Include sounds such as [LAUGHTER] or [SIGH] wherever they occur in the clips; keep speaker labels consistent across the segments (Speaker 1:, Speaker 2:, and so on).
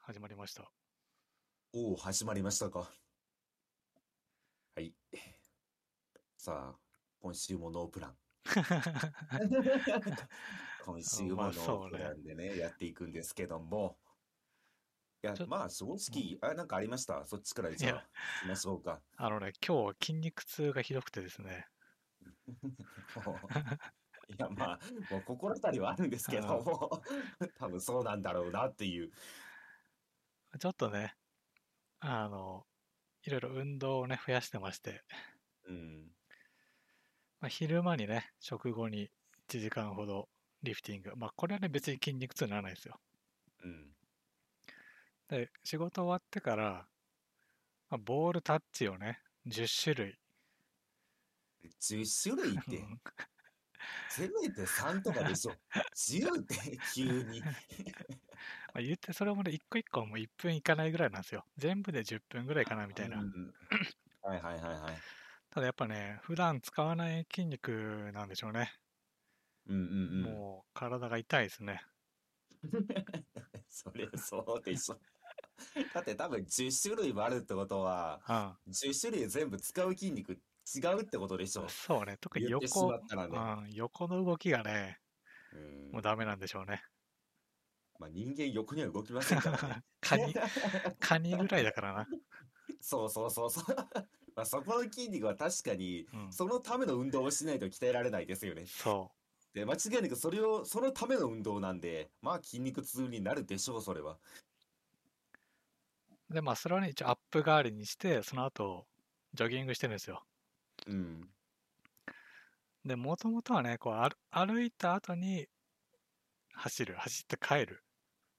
Speaker 1: 始まりました。 [LAUGHS]
Speaker 2: おお、始まりましたか。はい。さあ、今週もノー
Speaker 1: [LAUGHS]
Speaker 2: プラン。今週
Speaker 1: ま
Speaker 2: も
Speaker 1: あ
Speaker 2: ノー
Speaker 1: そう
Speaker 2: プ
Speaker 1: ね。
Speaker 2: ランでね、やっていくんですけども。いや、
Speaker 1: ちょっ
Speaker 2: まあ、正
Speaker 1: と、うん、
Speaker 2: 直、あ、なんかありました。そっちから
Speaker 1: い
Speaker 2: じゃ
Speaker 1: や、
Speaker 2: あ、行きましょ
Speaker 1: [LAUGHS]
Speaker 2: うか。
Speaker 1: あのね、今日は筋肉痛がひどくてですね。
Speaker 2: もう、いや、まあ、もう心当たりはあるんです
Speaker 1: う
Speaker 2: けど
Speaker 1: ん、
Speaker 2: も、多分そうなんだろうなっていう。
Speaker 1: ちょっとね、あの、いろいろ運動をね、増やしてまして、
Speaker 2: うん。
Speaker 1: まあ、昼間にね、食後に1時間ほどリフティング。まあ、これはね、別に筋肉痛にならないですよ。
Speaker 2: うん。
Speaker 1: で、仕事終わってから、まあ、ボールタッチをね、10種類。
Speaker 2: 10種類って、
Speaker 1: [LAUGHS]
Speaker 2: せめて3とかでしょ。10って急に。
Speaker 1: まあ言ってそれもね、一個一個もう1分いかないぐらいなんですよ。全部で10分ぐらいかなみ
Speaker 2: う
Speaker 1: たいな。
Speaker 2: ん。はいはいはいはい。
Speaker 1: ただやっぱね、普段使わない筋肉なんでしょうね。
Speaker 2: うんうんうん。
Speaker 1: もう体が痛いですね。
Speaker 2: [LAUGHS] そりゃそうでしょ。だって多分10種類もあるってことは、
Speaker 1: う
Speaker 2: 10種類全部使う筋肉違うってことでし
Speaker 1: ん。
Speaker 2: ょ。
Speaker 1: そうね、特に
Speaker 2: 言ってし
Speaker 1: 横、
Speaker 2: まったら
Speaker 1: う
Speaker 2: ね。
Speaker 1: ん、横の動きがね、
Speaker 2: う。
Speaker 1: もうんダメなんでしょうね。
Speaker 2: まあ人間横には動きませんからね。
Speaker 1: [LAUGHS] カニ、カニぐらいだからな。
Speaker 2: [LAUGHS] そうそうそうそう。 [LAUGHS] まあそこの筋肉は確かに、
Speaker 1: うん、
Speaker 2: [LAUGHS] そのための運動をしないと鍛えられないですよね。
Speaker 1: そ
Speaker 2: で、間違いなくそれを、そのための運動なんで、まあ筋肉痛になるでしょう、それは。
Speaker 1: う。で、まあそれはね、一応アップ代わりにして、その後、ジョギングしてるんですよ。
Speaker 2: うん。
Speaker 1: で、もともとはね、こう歩、歩いた後に走る、走って帰る。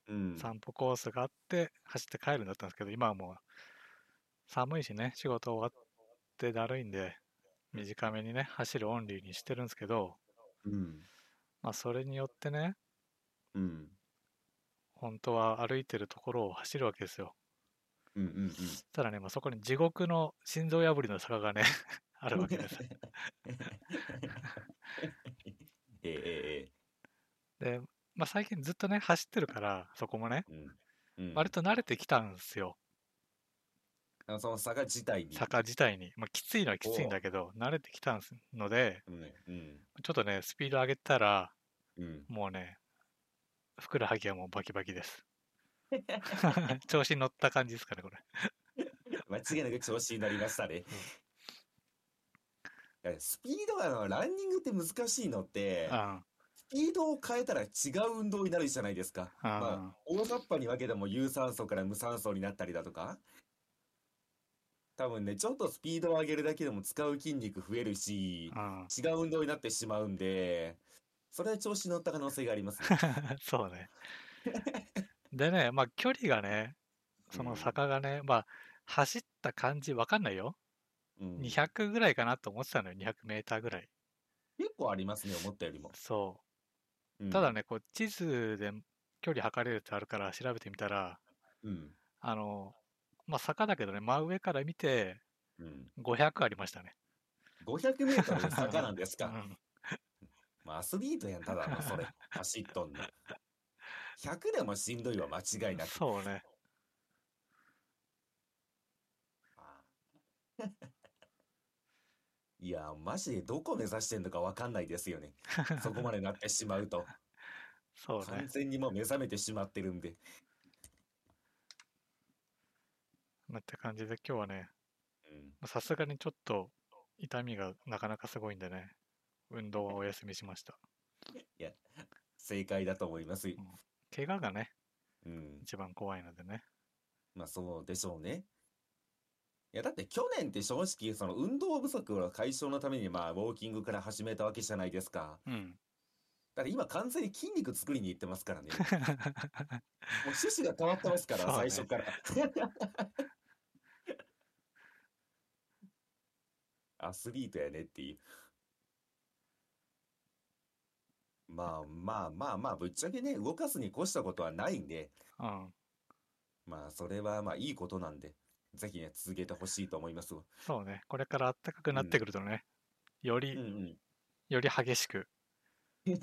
Speaker 2: うん。
Speaker 1: 散歩コースがあって走って帰るんだったんですけど今はもう寒いしね仕事終わってだるいんで短めにね走るオンリーにしてるんですけど
Speaker 2: うん。
Speaker 1: まあそれによってね
Speaker 2: うん。
Speaker 1: 本当は歩いてるところを走るわけですよ
Speaker 2: うんうんうん。
Speaker 1: ただね、まあ、そこに地獄の心臓破りの坂がね [LAUGHS] あるわけです
Speaker 2: [LAUGHS] えええ
Speaker 1: で、まあ、最近ずっとね走ってるからそこもね
Speaker 2: えうんう
Speaker 1: 割
Speaker 2: ん
Speaker 1: と慣れてきたんですよ
Speaker 2: あのその坂自体に
Speaker 1: 坂自体に、まあ、きついのはきついん
Speaker 2: お
Speaker 1: だけど慣れてきたんですので
Speaker 2: うんうん
Speaker 1: ちょっとねスピード上げたら
Speaker 2: うん
Speaker 1: もうねふくらはぎはもうバキバキです。
Speaker 2: [LAUGHS]
Speaker 1: [LAUGHS] 調子に乗った感じですかね、これ。
Speaker 2: 間違いなく調子になりましたね
Speaker 1: うん。
Speaker 2: いやスピードがあのランニングって難しいのって
Speaker 1: あ
Speaker 2: スピードを変えたら違う運動になるじゃないですかまあ
Speaker 1: あ、
Speaker 2: 大雑把に分けても有酸素から無酸素になったりだとか多分ねちょっとスピードを上げるだけでも使う筋肉増えるし
Speaker 1: ああ。
Speaker 2: 違う運動になってしまうんでそれは調子に乗った可能性があります
Speaker 1: [LAUGHS]
Speaker 2: ね
Speaker 1: そうね。でね、まあ、距離がね、
Speaker 2: う
Speaker 1: その
Speaker 2: ん
Speaker 1: 坂がね、まあ、走った感じわかんないよ。
Speaker 2: うん、
Speaker 1: 200ぐらいかなと思ってたのよ、200メーターぐらい。
Speaker 2: 結構ありますね、思ったよりも。
Speaker 1: そうう。ただ
Speaker 2: ん、
Speaker 1: ね、こう、地図で距離測れるってあるから調べてみたら、
Speaker 2: うん、
Speaker 1: あの、まあ、坂だけどね、真上から見て
Speaker 2: うん。
Speaker 1: 500ありましたね。
Speaker 2: 500メートルで坂なんで
Speaker 1: [LAUGHS]
Speaker 2: す
Speaker 1: う
Speaker 2: か。
Speaker 1: ん。
Speaker 2: まあ、アスリートやん、ただの、
Speaker 1: [LAUGHS]
Speaker 2: それ。走っとんの。100でもしんどいは間違いなく。
Speaker 1: そうね。
Speaker 2: あ [LAUGHS] いや、マジでどこ目指してんのかわかんないですよね。そこまでなってしまうと。
Speaker 1: [LAUGHS] そう
Speaker 2: 完
Speaker 1: ね。
Speaker 2: 全にもう目覚めてしまってるんで。
Speaker 1: なって感じで今日はね、
Speaker 2: うん。
Speaker 1: まあさすがにちょっと痛みがなかなかすごいんでね、運動はお休みしました。
Speaker 2: いや、正解だと思います。
Speaker 1: うん、怪我がね、
Speaker 2: うん。
Speaker 1: 一番怖いのでね。
Speaker 2: まあ、そうでしょうね。いや、だって去年って正直、その運動不足の解消のために、まあ、ウォーキングから始めたわけじゃないですか。
Speaker 1: うん。
Speaker 2: だから今完全に筋肉作りに行ってます
Speaker 1: [LAUGHS]
Speaker 2: からね。もう趣旨が変わってますから、
Speaker 1: そう
Speaker 2: 最初
Speaker 1: ね。
Speaker 2: から。 [LAUGHS] アスリートやねっていう。まあまあまあまあ、ぶっちゃけね、動かすに越したことはないんで、
Speaker 1: うん。
Speaker 2: まあ、それはまあいいことなんで、ぜひね、続けてほしいと思いますわ。
Speaker 1: そうね。これから暖かく
Speaker 2: う
Speaker 1: なって
Speaker 2: ん。
Speaker 1: くるとね、よ
Speaker 2: う
Speaker 1: り、
Speaker 2: ん
Speaker 1: より激しく。
Speaker 2: うん。
Speaker 1: う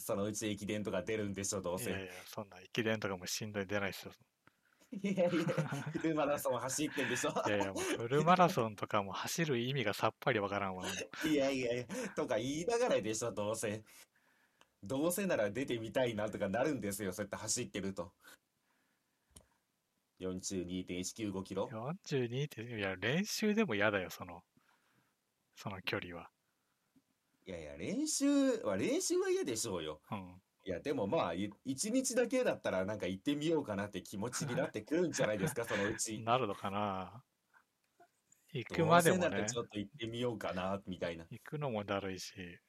Speaker 2: そのうち駅伝とか出るんでしょ、どう
Speaker 1: いやい
Speaker 2: せ。
Speaker 1: や、そんな駅伝とかもしんどい出ないですよ。
Speaker 2: いやいや、フルマラソン走ってんでしょ。
Speaker 1: いやいや、もうフルマラソンとかも走る意味がさっぱりわからんわ。もう
Speaker 2: いやいやいや、とか言いながらでしょ、どうせ。どうせなら出てみたいなとかなるんですよ、そうやって走ってると。42.195キロ。
Speaker 1: 42って、いや、練習でも嫌だよ、その、その距離は。
Speaker 2: いやいや、練習は、練習は嫌でしょうよ。
Speaker 1: うん。
Speaker 2: いや、でもまあ、い一日だけだったらなんか行ってみようかなって気持ちになってくるんじゃないですか、そ [LAUGHS] のうち。
Speaker 1: なるのかな行く
Speaker 2: どう
Speaker 1: まで
Speaker 2: せ
Speaker 1: も
Speaker 2: なら
Speaker 1: ね、
Speaker 2: ちょっと行ってみようかな、みたいな。
Speaker 1: 行くのもだるいし、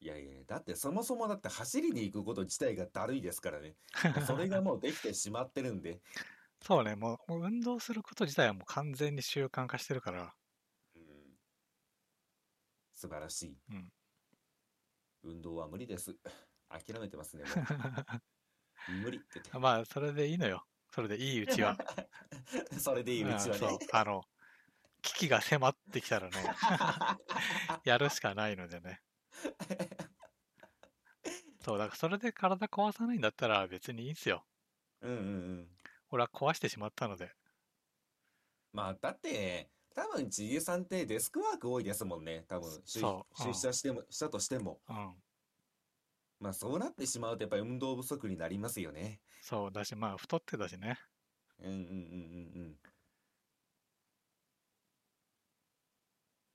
Speaker 2: いやいや、だってそもそもだって走りに行くこと自体がだるいですからね。もうそれがもうできてしまってるんで。
Speaker 1: [LAUGHS] そうね、もうもう運動すること自体はもう完全に習慣化してるから、
Speaker 2: うん素晴らしい。
Speaker 1: うん
Speaker 2: 運動は無理です。諦めてますね、もう。
Speaker 1: [LAUGHS]
Speaker 2: 無理って言っ
Speaker 1: まあ、それでいいのよ。それでいいうちは。
Speaker 2: て。 [LAUGHS] それ [LAUGHS] でいいう
Speaker 1: うん
Speaker 2: ちは
Speaker 1: そう
Speaker 2: ね。、
Speaker 1: あの、危機が迫ってきたらね、やるしかないので
Speaker 2: [LAUGHS]
Speaker 1: ね。そう、だからそれで体壊さないんだったら別にいいんすよ。
Speaker 2: うんうんうん。
Speaker 1: 俺は壊してしまったので。
Speaker 2: まあ、だって、多分、ちゆさんってデスクワーク多いですもんね。多分、出
Speaker 1: そううん
Speaker 2: 出社しても、したとしても。
Speaker 1: うん。
Speaker 2: まあ、そうなってしまうと、やっぱり運動不足になりますよね。
Speaker 1: そうだし、まあ、太ってたしね。
Speaker 2: うんうんうんうんうん。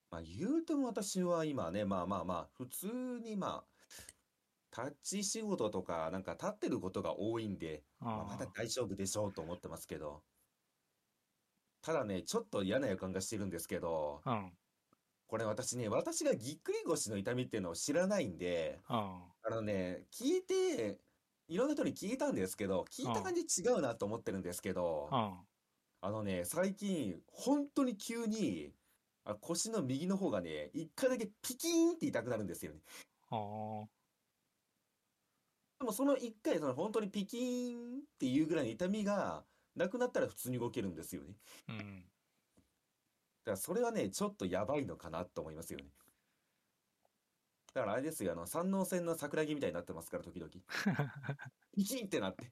Speaker 2: まあ言うても私は今ね、まあまあまあ、普通にまあ、立ち仕事とか、なんか立ってることが多いんで、
Speaker 1: う
Speaker 2: まあまだ
Speaker 1: ん。
Speaker 2: 大丈夫でしょうと思ってますけど。ただね、ちょっと嫌な予感がしてるんですけど、
Speaker 1: うん。
Speaker 2: これ私ね、私がぎっくり腰の痛みっていうのを知らないんで、
Speaker 1: うん。
Speaker 2: あのね、聞いて、いろんな人に聞いたんですけど、聞いた感じ違うなと思ってるんですけど、
Speaker 1: うん。
Speaker 2: あのね、最近、本当に急に、あ、腰の右の方がね、一回だけピキーンって痛くなるんですよね。
Speaker 1: うん。
Speaker 2: でもその一回、その本当にピキーンっていうぐらいの痛みがなくなったら普通に動けるんですよね。だ
Speaker 1: うん。
Speaker 2: からそれはね、ちょっとやばいのかなと思いますよね。だからあれですよ、あの、山王線の桜木みたいになってますから、時々。ピキーンってなって。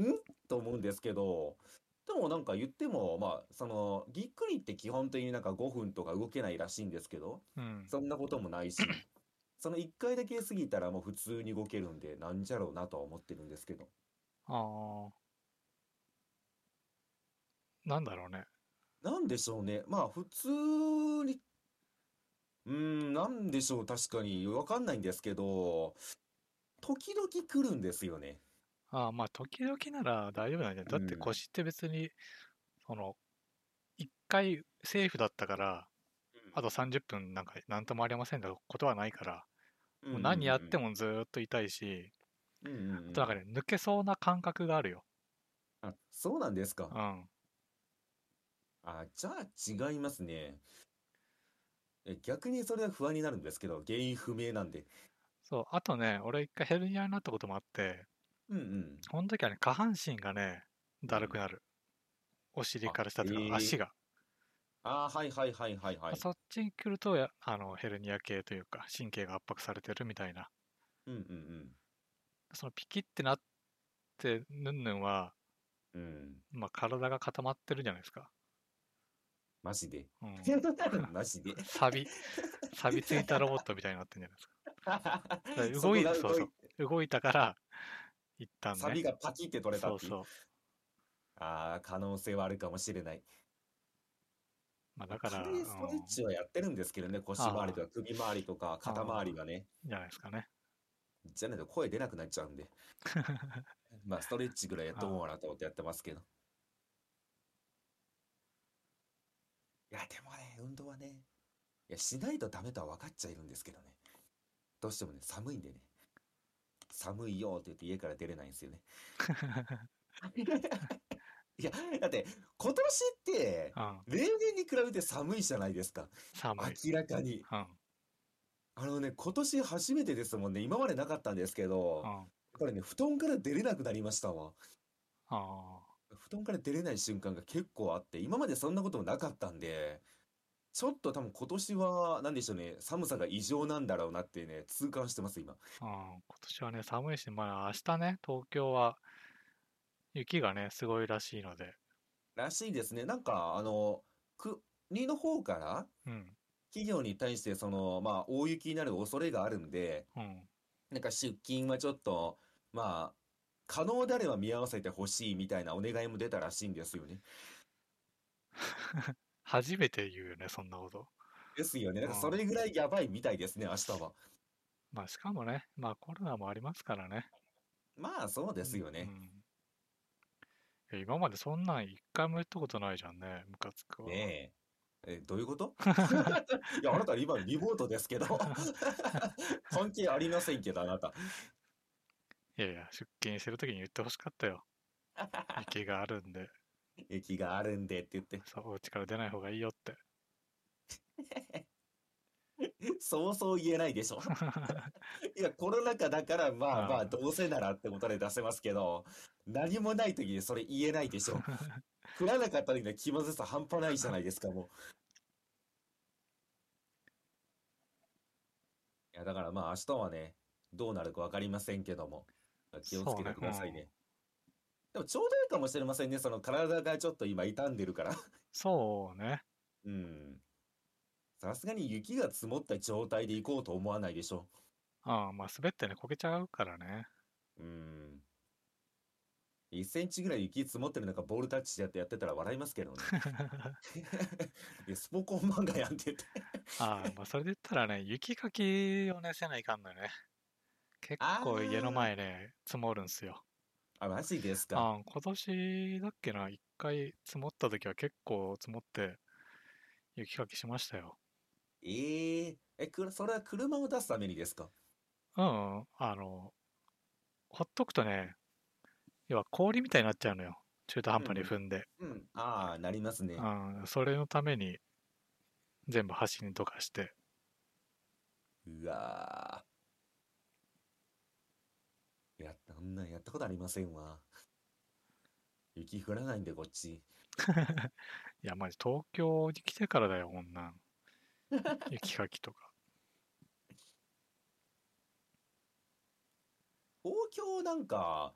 Speaker 2: んと思うんですけど、でもなんか言っても、まあ、その、ぎっくりって基本的になんか5分とか動けないらしいんですけど、
Speaker 1: うん。
Speaker 2: そんなこともないし、その1回だけ過ぎたらもう普通に動けるんで、なんじゃろうなとは思ってるんですけど。
Speaker 1: あーなんだろうね。
Speaker 2: なんでしょうね。まあ、普通に、うーん、なんでしょう、確かに。わかんないんですけど、時々来るんですよね。
Speaker 1: ああ、まあ、時々なら大丈夫なんじゃないだって
Speaker 2: うん
Speaker 1: 腰って別に、その、一回セーフだったから、あと30分なんか何ともありませんだことはないから、
Speaker 2: うん
Speaker 1: もう何やって
Speaker 2: も、
Speaker 1: もずーっと痛いし、
Speaker 2: うんうんうん
Speaker 1: あとなんかね、抜けそうな感覚があるよ。
Speaker 2: あ、そうなんですか
Speaker 1: う。ん。
Speaker 2: あ、じゃあ違いますね。え逆にそれは不安になるんですけど、原因不明なんで。
Speaker 1: そう。あとね、俺一回ヘルニアになったこともあって、
Speaker 2: うんうん。
Speaker 1: この時はね、下半身がね、だるくなる。お尻
Speaker 2: あ
Speaker 1: から下とか
Speaker 2: へえ
Speaker 1: 足が。
Speaker 2: あーはいはいはいはいはい。
Speaker 1: そっちに来るとや、あの、ヘルニア系というか、神経が圧迫されてるみたいな。
Speaker 2: うんうん
Speaker 1: そのピキってなって、ぬんぬんは、
Speaker 2: うん。うん。
Speaker 1: まあ、体が固まってるじゃないですか。
Speaker 2: マジで。
Speaker 1: うん。
Speaker 2: [LAUGHS] マジで。 [LAUGHS]
Speaker 1: 錆び、錆びついたロボットみたいになってるじゃないですか。ら動い
Speaker 2: そこ
Speaker 1: [LAUGHS] そう
Speaker 2: が
Speaker 1: そう
Speaker 2: 動いて
Speaker 1: 動いたから、一旦
Speaker 2: サビ
Speaker 1: ね。
Speaker 2: がパキって取れた
Speaker 1: そ
Speaker 2: っ
Speaker 1: う
Speaker 2: ていう。
Speaker 1: そう。
Speaker 2: ああ、可能性はあるかもしれない。
Speaker 1: まあ、だから、
Speaker 2: 軽いストレ
Speaker 1: うん
Speaker 2: ッチはやってるんですけどね、腰回りとか首回りとか肩回りはね。
Speaker 1: じゃないですかね。 [LAUGHS]
Speaker 2: じゃないと声出なくなっちゃうんで。まあ、ストレッチぐらいやっとこうかなと思ってやってますけど。いや、でもね、運動はね、いや、しないとダメとは分かっちゃいるんですけどね。どうしてもね、寒いんでね。寒いよって言って家から出れないんです
Speaker 1: [LAUGHS]
Speaker 2: よね。いや、だって、今年って、
Speaker 1: うん。
Speaker 2: 例年に比べて寒いじゃないですか。
Speaker 1: 寒い。
Speaker 2: 明らかに。
Speaker 1: うん。
Speaker 2: あのね、今年初めてですもんね。今までなかったんですけど
Speaker 1: う、ん。あ
Speaker 2: これね、布団から出れなくなりましたわ。
Speaker 1: あ。
Speaker 2: 布団から出れない瞬間が結構あって、今までそんなこともなかったんで、ちょっと多分今年は、なんでしょうね、寒さが異常なんだろうなってね、痛感してます、今。
Speaker 1: うん、今年はね、寒いし、まあ明日ね、東京は雪がね、すごいらしいので、
Speaker 2: らしいですね。なんか、あの、国の方から、
Speaker 1: うん、
Speaker 2: 企業に対して、その、まあ、大雪になる恐れがあるんで、
Speaker 1: うん、
Speaker 2: なんか出勤はちょっと、まあ、可能であれば見合わせてほしいみたいなお願いも出たらしいんですよね。
Speaker 1: 初めて言うよね、そんなこと。
Speaker 2: ですよね。なんか
Speaker 1: うん
Speaker 2: それぐらいやばいみたいですね、明日は。
Speaker 1: まあしかもね、まあコロナもありますからね。
Speaker 2: まあ、そうですよね
Speaker 1: う。んえ今までそんなん一回も言ったことないじゃんね、ムカつくわ。
Speaker 2: ねえ。え、どういうこと [LAUGHS] いや、あなた今リモートですけど。 [LAUGHS] 関係ありませんけど、あなた。
Speaker 1: いやいや、出勤してる時に言ってほしかった
Speaker 2: [LAUGHS]
Speaker 1: よ。雪があるんで、
Speaker 2: 駅があるんでって言って。
Speaker 1: そう、お家から出ない方がいいよ
Speaker 2: [LAUGHS]
Speaker 1: って。
Speaker 2: そうそう言えないでしょ。いや、コロナ禍だから、まあま
Speaker 1: ああ
Speaker 2: あ、どうせならってことで出せますけど、何もない時にそれ言えないでしょ。降らなかった時の気まずさ半端ないじゃないですか、も [LAUGHS] う。いや、だからまあ、明日はね、どうなるかわかりませんけども、気をつけてくださいね。でも、ちょうどいいかもしれませんね、その体がちょっと今傷んでるから。
Speaker 1: そうね。
Speaker 2: うん。さすがに雪が積もった状態で行こうと思わないでしょ。
Speaker 1: あまあ滑ってね、こけちゃうから
Speaker 2: [LAUGHS]
Speaker 1: ね。
Speaker 2: うん。1センチぐらい雪積もってる中、ボールタッチしてやってやってたら笑いますけどね。 [LAUGHS] いやスポコン漫画やんってて。
Speaker 1: ああ、まあそれで言ったらね、雪かきをね、せないかんのよね。結構家の前ね、積もるんすよ。
Speaker 2: あ、マジですか。
Speaker 1: ああ、今年だっけな、一回積もった時は結構積もって、雪かきしましたよ。
Speaker 2: えええ、く、それは車を出すためにですか。
Speaker 1: うんうん、あの、ほっとくとね、要は氷みたいになっちゃうのよ。中途半端に踏んで。
Speaker 2: うん。ああ、なりますね。
Speaker 1: うん、それのために、全部端にどかして。
Speaker 2: うわー。やった、あんなんやったことありませんわ。雪降らないんで、こっち。
Speaker 1: いや、まじ東京に来てからだよ、こん [LAUGHS] なん。雪かきとか。
Speaker 2: 東京なんか、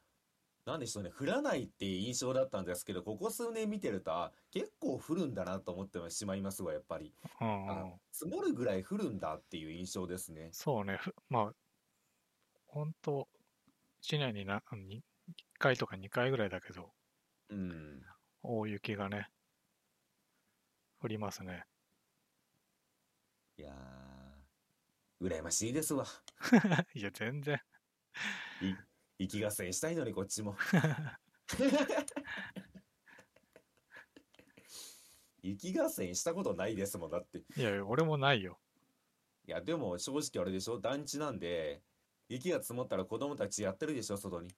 Speaker 2: なんでしょうね、降らないって印象だったんですけど、ここ数年見てると、あ結構降るんだなと思ってしまいますわ、やっぱり。
Speaker 1: うん、
Speaker 2: あ
Speaker 1: うん。
Speaker 2: 積もるぐらい降るんだっていう印象ですね。
Speaker 1: そうね、ふまあ、ほんと、1年にな、1回とか2回ぐらいだけど、
Speaker 2: うん。
Speaker 1: 大雪がね、降りますね。 [LAUGHS]
Speaker 2: いやー、羨ましいですわ。
Speaker 1: いや、全然。
Speaker 2: 雪合戦したいのに、こっちも。雪合戦したことないですもん、だって。
Speaker 1: いやいや、俺もないよ。
Speaker 2: いや、でも正直あれでしょ団地なんで、雪が積もったら子供たちやってるでしょ外に。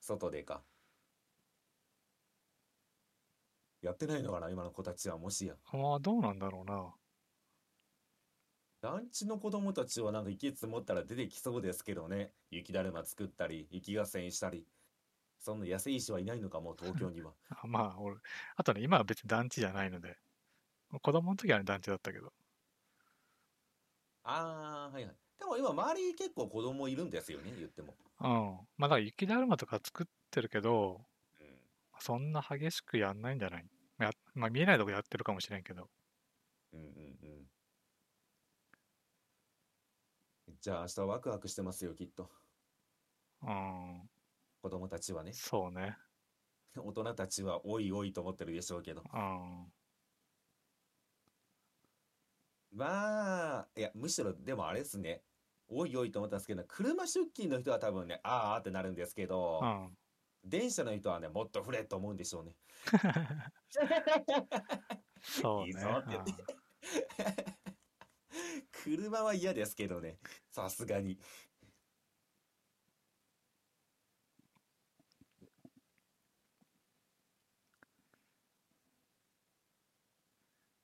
Speaker 2: 外でか。やってないのかな今の子たちは、もしや。
Speaker 1: まあ、どうなんだろうな。
Speaker 2: 団地の子供たちはなんか雪積もったら出てきそうですけどね。雪だるま作ったり、雪合戦したり。そんな安い石はいないのか、もう東京には。
Speaker 1: あまあ、俺、あとね、今は別に団地じゃないので、子供の時はね、団地だったけど、
Speaker 2: あー、はいはい。でも今、周り結構子供いるんですよね、言っても。
Speaker 1: うん。まあ、だから雪だるまとか作ってるけど、
Speaker 2: うん
Speaker 1: そんな激しくやんないんじゃないやまあ、見えないとこやってるかもしれんけど、
Speaker 2: うんうんうん。じゃあ明日ワクワクしてますよ、きっと。
Speaker 1: うん、
Speaker 2: 子供たちはね。
Speaker 1: そうね、
Speaker 2: 大人たちはおいおいと思ってるでしょうけど。
Speaker 1: うん、
Speaker 2: まあ、いや、むしろでもあれですね。おいおいと思ったんですけど、車出勤の人は多分ね、あーあーってなるんですけど
Speaker 1: う、ん。
Speaker 2: 電車の人はね、もっと触れと思うんでしょうね。
Speaker 1: そう
Speaker 2: いい
Speaker 1: ね
Speaker 2: ぞって言って車は嫌ですけどね。さすがに。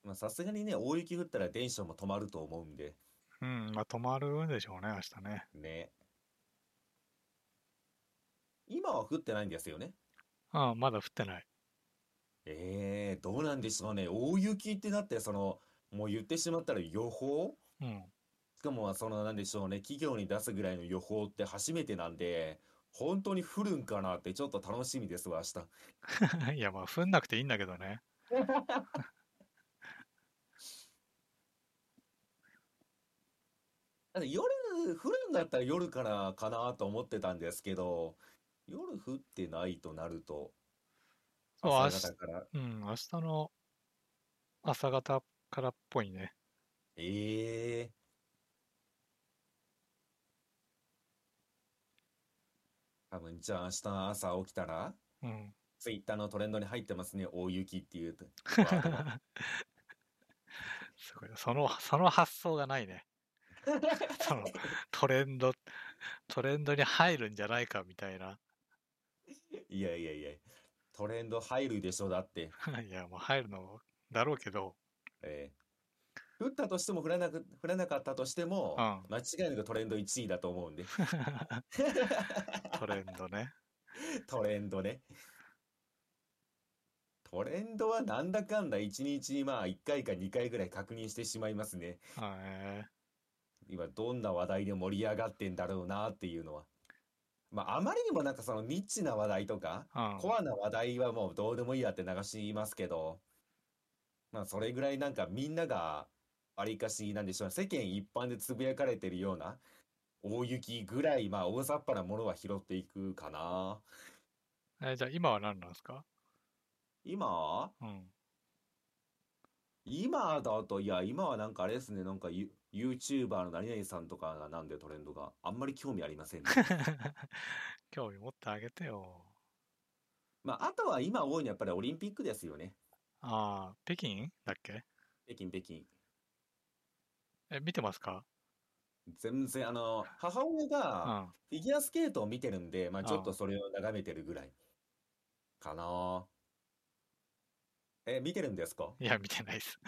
Speaker 2: まあ、さすがにね、大雪降ったら電車も止まると思うんで、
Speaker 1: うん、うんまあ、止まるんでしょうね、明日ね。
Speaker 2: ね。今は降ってないんですよね。
Speaker 1: うん、まだ降ってない。
Speaker 2: ええどうなんでしょうね。大雪ってなって、その、もう言ってしまったら予報
Speaker 1: うん。
Speaker 2: しかもまあそのなんでしょうね、企業に出すぐらいの予報って初めてなんで、本当に降るんかなってちょっと楽しみですわ、明日。
Speaker 1: [LAUGHS] いや、まあ、降んなくていいんだけどね。
Speaker 2: なんか夜、降るんだったら夜からかなと思ってたんですけど、夜降ってないとなると、
Speaker 1: そう
Speaker 2: 朝方から、
Speaker 1: うん、明日の朝方からっぽいね。
Speaker 2: ええ多分じゃあ明日朝起きたら、
Speaker 1: うん。 [LAUGHS]
Speaker 2: ツイッターのトレンドに入ってますね、大雪っていうワードが。
Speaker 1: すごい。その、その発想がないね。 [LAUGHS] その、トレンド、トレンドに入るんじゃないかみたいな。 [LAUGHS]
Speaker 2: いやいやいや、トレンド入るでしょ、だって。
Speaker 1: いや、もう入るのだろうけど、
Speaker 2: えー降ったとしても降らなく、降らなかったとしても、
Speaker 1: うん
Speaker 2: 間違いなくトレンド1位だと
Speaker 1: [LAUGHS]
Speaker 2: 思うんで、
Speaker 1: トレンドね。
Speaker 2: トレンドね。トレンドはなんだかんだ1日にまあ1回か2回ぐらい確認してしまいますね。
Speaker 1: あえ
Speaker 2: 今どんな話題で盛り上がってんだろうなっていうのは。まああまりにもなんかそのニッチな話題とか、
Speaker 1: ーうん
Speaker 2: コアな話題はもうどうでもいいやって流しますけど、まあそれぐらいなんかみんなが、ありかし、なんでしょう、世間一般でつぶやかれてるような、大雪ぐらい、まあ大雑把なものは拾っていくかな。
Speaker 1: えじゃあ今は何なんですか
Speaker 2: 今
Speaker 1: うん。 [LAUGHS]
Speaker 2: 今だと、いや、今はなんかあれですね、なんかユ YouTuber の何々さんとかがなんでトレンドがあんまり興味ありま
Speaker 1: [LAUGHS]
Speaker 2: せんね。
Speaker 1: 興味持ってあげてよ。
Speaker 2: まああとは今多いのはやっぱりオリンピックですよね。
Speaker 1: ああ、北京だっけ
Speaker 2: 北京北京。
Speaker 1: え、見てますか
Speaker 2: 全然、あの、母親
Speaker 1: う
Speaker 2: が、
Speaker 1: ん。
Speaker 2: フィギュアスケートを見てるんで、まあ
Speaker 1: ああ
Speaker 2: ちょっとそれを眺めてるぐらいかな。え、見てるんですか
Speaker 1: いや、見てない
Speaker 2: [LAUGHS]
Speaker 1: です。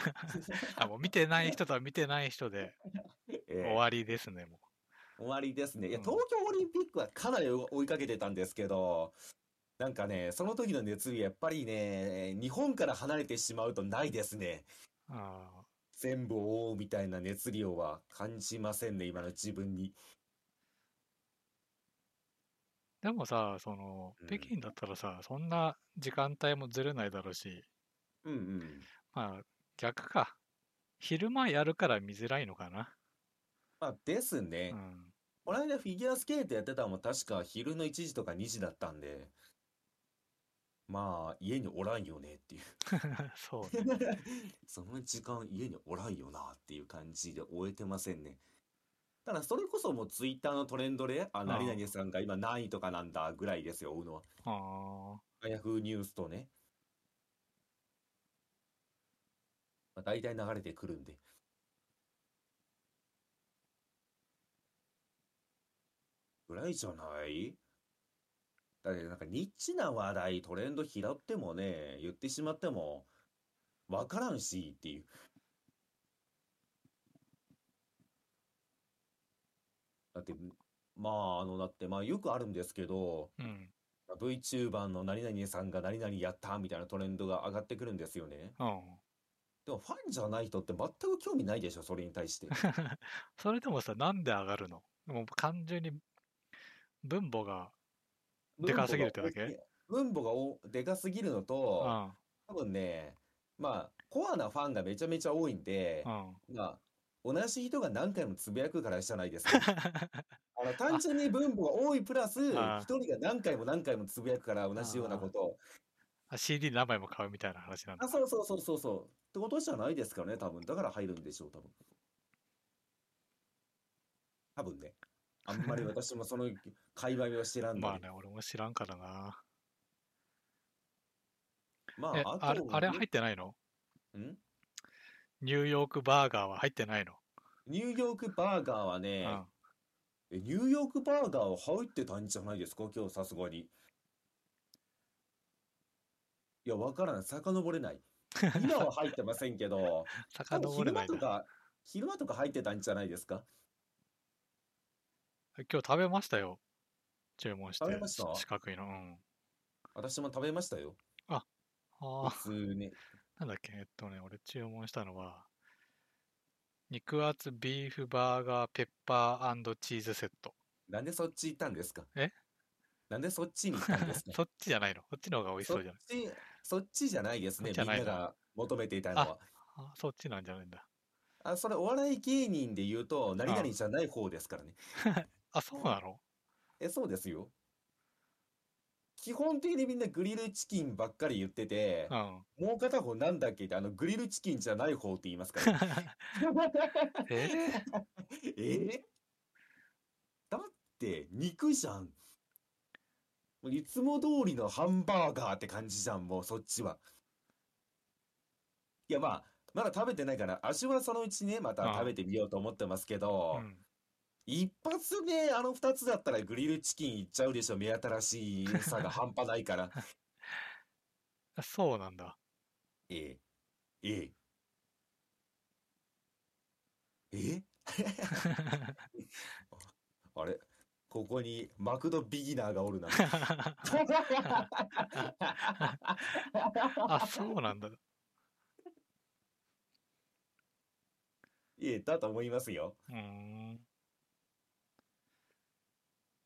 Speaker 1: あ、もう見てない人とは見てない人で
Speaker 2: え
Speaker 1: 終わりですね、も
Speaker 2: 終わりですね。いや、
Speaker 1: うん
Speaker 2: 東京オリンピックはかなり追いかけてたんですけど、なんかね、その時の熱意、やっぱりね、日本から離れてしまうとないですね。
Speaker 1: う。あ
Speaker 2: 全部を覆うみたいな熱量は感じませんね、今の自分に。
Speaker 1: ーでもさ、その
Speaker 2: うん、
Speaker 1: 北京だったらさ、そんな時間帯もずれないだろうし、
Speaker 2: うんうん。
Speaker 1: まあ、逆か。昼間やるから見づらいのかな。
Speaker 2: まあですね。
Speaker 1: うん。 [LAUGHS]
Speaker 2: この間フィギュアスケートやってたのも確か昼の1時とか2時だったんで、まあ家におらんよねっていう。 [LAUGHS]
Speaker 1: そうね。
Speaker 2: その時間家におらんよなっていう感じで終えてませんね。ただそれこそもうツイッターのトレンドで、あ、
Speaker 1: ん
Speaker 2: 何々さんが今何位とかなんだぐらいですよ、追うのは。
Speaker 1: あ
Speaker 2: ヤフーニュースとね。まあ、大体流れてくるんで。ぐらいじゃないだってなんかニッチな話題、トレンド拾ってもね、言ってしまっても、わからんしっていう。だって、まあ、あの、だって、まあ、よくあるんですけど、
Speaker 1: あ、うん。
Speaker 2: VTuber の何々さんが何々やったみたいなトレンドが上がってくるんですよね。
Speaker 1: うん。
Speaker 2: でもファンじゃない人って全く興味ないでしょ、それに対して。
Speaker 1: それでもさ、なんで上がるのもう完全に分母が、 [LAUGHS] でかすぎるってだ
Speaker 2: [LAUGHS]
Speaker 1: け
Speaker 2: 分母がおでかすぎるの
Speaker 1: う
Speaker 2: と、
Speaker 1: ん、
Speaker 2: 多分ね、まあ、コアなファンがめちゃめちゃ多いんで
Speaker 1: う、ん。
Speaker 2: まあ、同じ人が何回もつぶやくからじゃな
Speaker 1: [LAUGHS]
Speaker 2: いですか。あの単純に分母が多いプラス、一
Speaker 1: あ
Speaker 2: 人が何回も何回もつぶやくから同じようなこと。
Speaker 1: あ CD 何枚も買うみたいな話なんだ
Speaker 2: あ、。そうそうそうそうそう。ってことじゃないですかね、多分。だから入るんでしょう、多分。多分ね。あんまり私もその界隈は知らんの
Speaker 1: [LAUGHS] まあ
Speaker 2: で。
Speaker 1: ね、俺も知らんからな。
Speaker 2: まあ、
Speaker 1: え、
Speaker 2: あ
Speaker 1: あれ
Speaker 2: と、
Speaker 1: あれは入ってないの
Speaker 2: ん
Speaker 1: ニューヨークバーガーは入ってないの。
Speaker 2: ニューヨークバーガーは
Speaker 1: う
Speaker 2: ね、
Speaker 1: ん。
Speaker 2: えニューヨークバーガーは入ってたんじゃないですか、今日さすがに。いや、わからん。遡れない。今は入ってませんけど、多分
Speaker 1: [LAUGHS] 遡れ
Speaker 2: 昼
Speaker 1: な
Speaker 2: 間
Speaker 1: い
Speaker 2: と
Speaker 1: な。
Speaker 2: か、昼間とか入ってたんじゃないですか。
Speaker 1: 今日食べましたよ。注文して。
Speaker 2: 食べました
Speaker 1: し四角いの。うん。
Speaker 2: 私も食べましたよ。
Speaker 1: ああ
Speaker 2: 普、通ね。
Speaker 1: なんだっけ、えっとね、俺注文したのは、肉厚ビーフバーガーペッパーチーズセット。
Speaker 2: なんでそっち行ったんですか
Speaker 1: え
Speaker 2: なんでそっちに行ったんですか
Speaker 1: そっちじゃないのこっちの [LAUGHS] 方が美味し
Speaker 2: そ
Speaker 1: そ
Speaker 2: っ
Speaker 1: うじゃない
Speaker 2: ち、そっちじゃないですね、
Speaker 1: そっちじ
Speaker 2: み
Speaker 1: ゃな
Speaker 2: ん
Speaker 1: い
Speaker 2: な
Speaker 1: の
Speaker 2: が求めていたのは。
Speaker 1: あそっちなんじゃないんだ。
Speaker 2: あ、それお笑い芸人で言うと、何々じゃない方ですからね。
Speaker 1: あ、そうなの
Speaker 2: え、そうですよ。基本的にみんなグリルチキンばっかり言ってて
Speaker 1: う、ん。
Speaker 2: [LAUGHS] もう片方なんだっけって、あの、グリルチキンじゃない方って言いますからね。
Speaker 1: [LAUGHS] えー
Speaker 2: えだって肉じゃん。もういつも通りのハンバーガーって感じじゃん、もうそっちは。いやまあ、まだ食べてないから、味はそのうちね、また
Speaker 1: ああ
Speaker 2: 食べてみようと思ってますけ
Speaker 1: う
Speaker 2: ど、
Speaker 1: ん。
Speaker 2: 一発目あの二つだったらグリルチキンいっちゃうでしょ、目新しい
Speaker 1: [LAUGHS]
Speaker 2: さが半端ないから。
Speaker 1: あそうなん
Speaker 2: [LAUGHS]
Speaker 1: だ。
Speaker 2: ええ、ええ、ええあれここにマクドビギナーがおるな。
Speaker 1: あ、そうなんだ。
Speaker 2: [LAUGHS] いえ、だと思いますよ。
Speaker 1: うーん。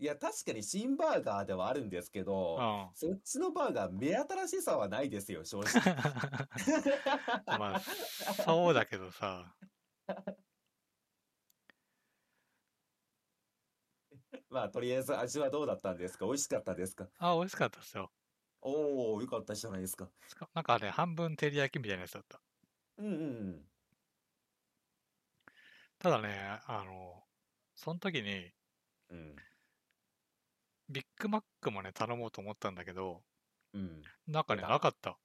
Speaker 2: いや、確かに新バーガーではあるんですけ
Speaker 1: う
Speaker 2: ど、
Speaker 1: ん。
Speaker 2: そっちのバーガー目新しさはないですよ、正 [LAUGHS] 直。
Speaker 1: [LAUGHS] まあ、そうだけどさ。
Speaker 2: まあ、とりあえず味はどうだったんですか美味しかったですか
Speaker 1: あ、美味しかったですよ。
Speaker 2: おお、よかったじゃないですか。
Speaker 1: しかなんかね、半分照り焼きみたいなやつだった。
Speaker 2: うんうんうん。
Speaker 1: ただね、あの、その時に、
Speaker 2: うん。
Speaker 1: ビッグマックもね、頼もうと思ったんだけど、
Speaker 2: うん。
Speaker 1: なんかね、
Speaker 2: 出た
Speaker 1: なかった。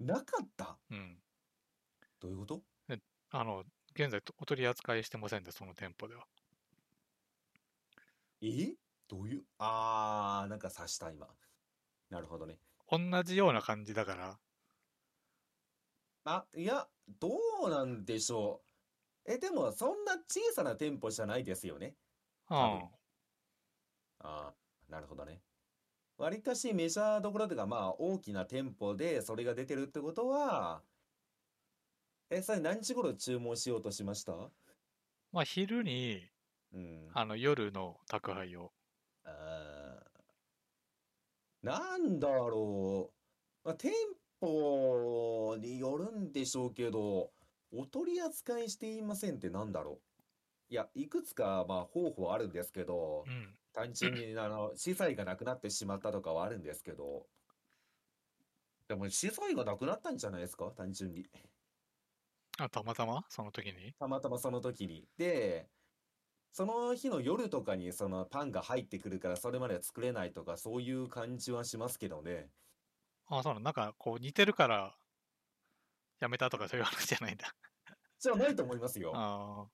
Speaker 2: なかった
Speaker 1: うん。
Speaker 2: どういうこと
Speaker 1: あの、現在と、お取り扱いしてませんで、その店舗では。
Speaker 2: えどういうあー、なんか刺した今。なるほどね。
Speaker 1: 同じような感じだから、
Speaker 2: あ、いや、どうなんでしょう。え、でも、そんな小さな店舗じゃないですよね。多分
Speaker 1: う
Speaker 2: あー、なるほどね。わりかしメジャーどころというか、まあ、大きな店舗でそれが出てるってことは、え、それ何時頃注文しようとしました
Speaker 1: ん。まあ、昼に、
Speaker 2: うん。
Speaker 1: あの、夜の宅配を。
Speaker 2: あーなんだろう。まあ、店舗によるんでしょうけど、お取り扱いしていませんってなんだろう。いや、いくつか、まあ、方法あるんですけど
Speaker 1: う、ん。
Speaker 2: 単純に、あの、資材がなくなってしまったとかはあるんですけど、でも、資材がなくなったんじゃないですか、単純に。
Speaker 1: あ、たまたまその時に
Speaker 2: たまたまその時に。で、その日の夜とかにそのパンが入ってくるからそれまでは作れないとかそういう感じはしますけどね。
Speaker 1: あ、そうなの。なんか、こう、似てるから、やめたとかそういう話じゃないんだ。
Speaker 2: じゃあないと思いますよ。
Speaker 1: あ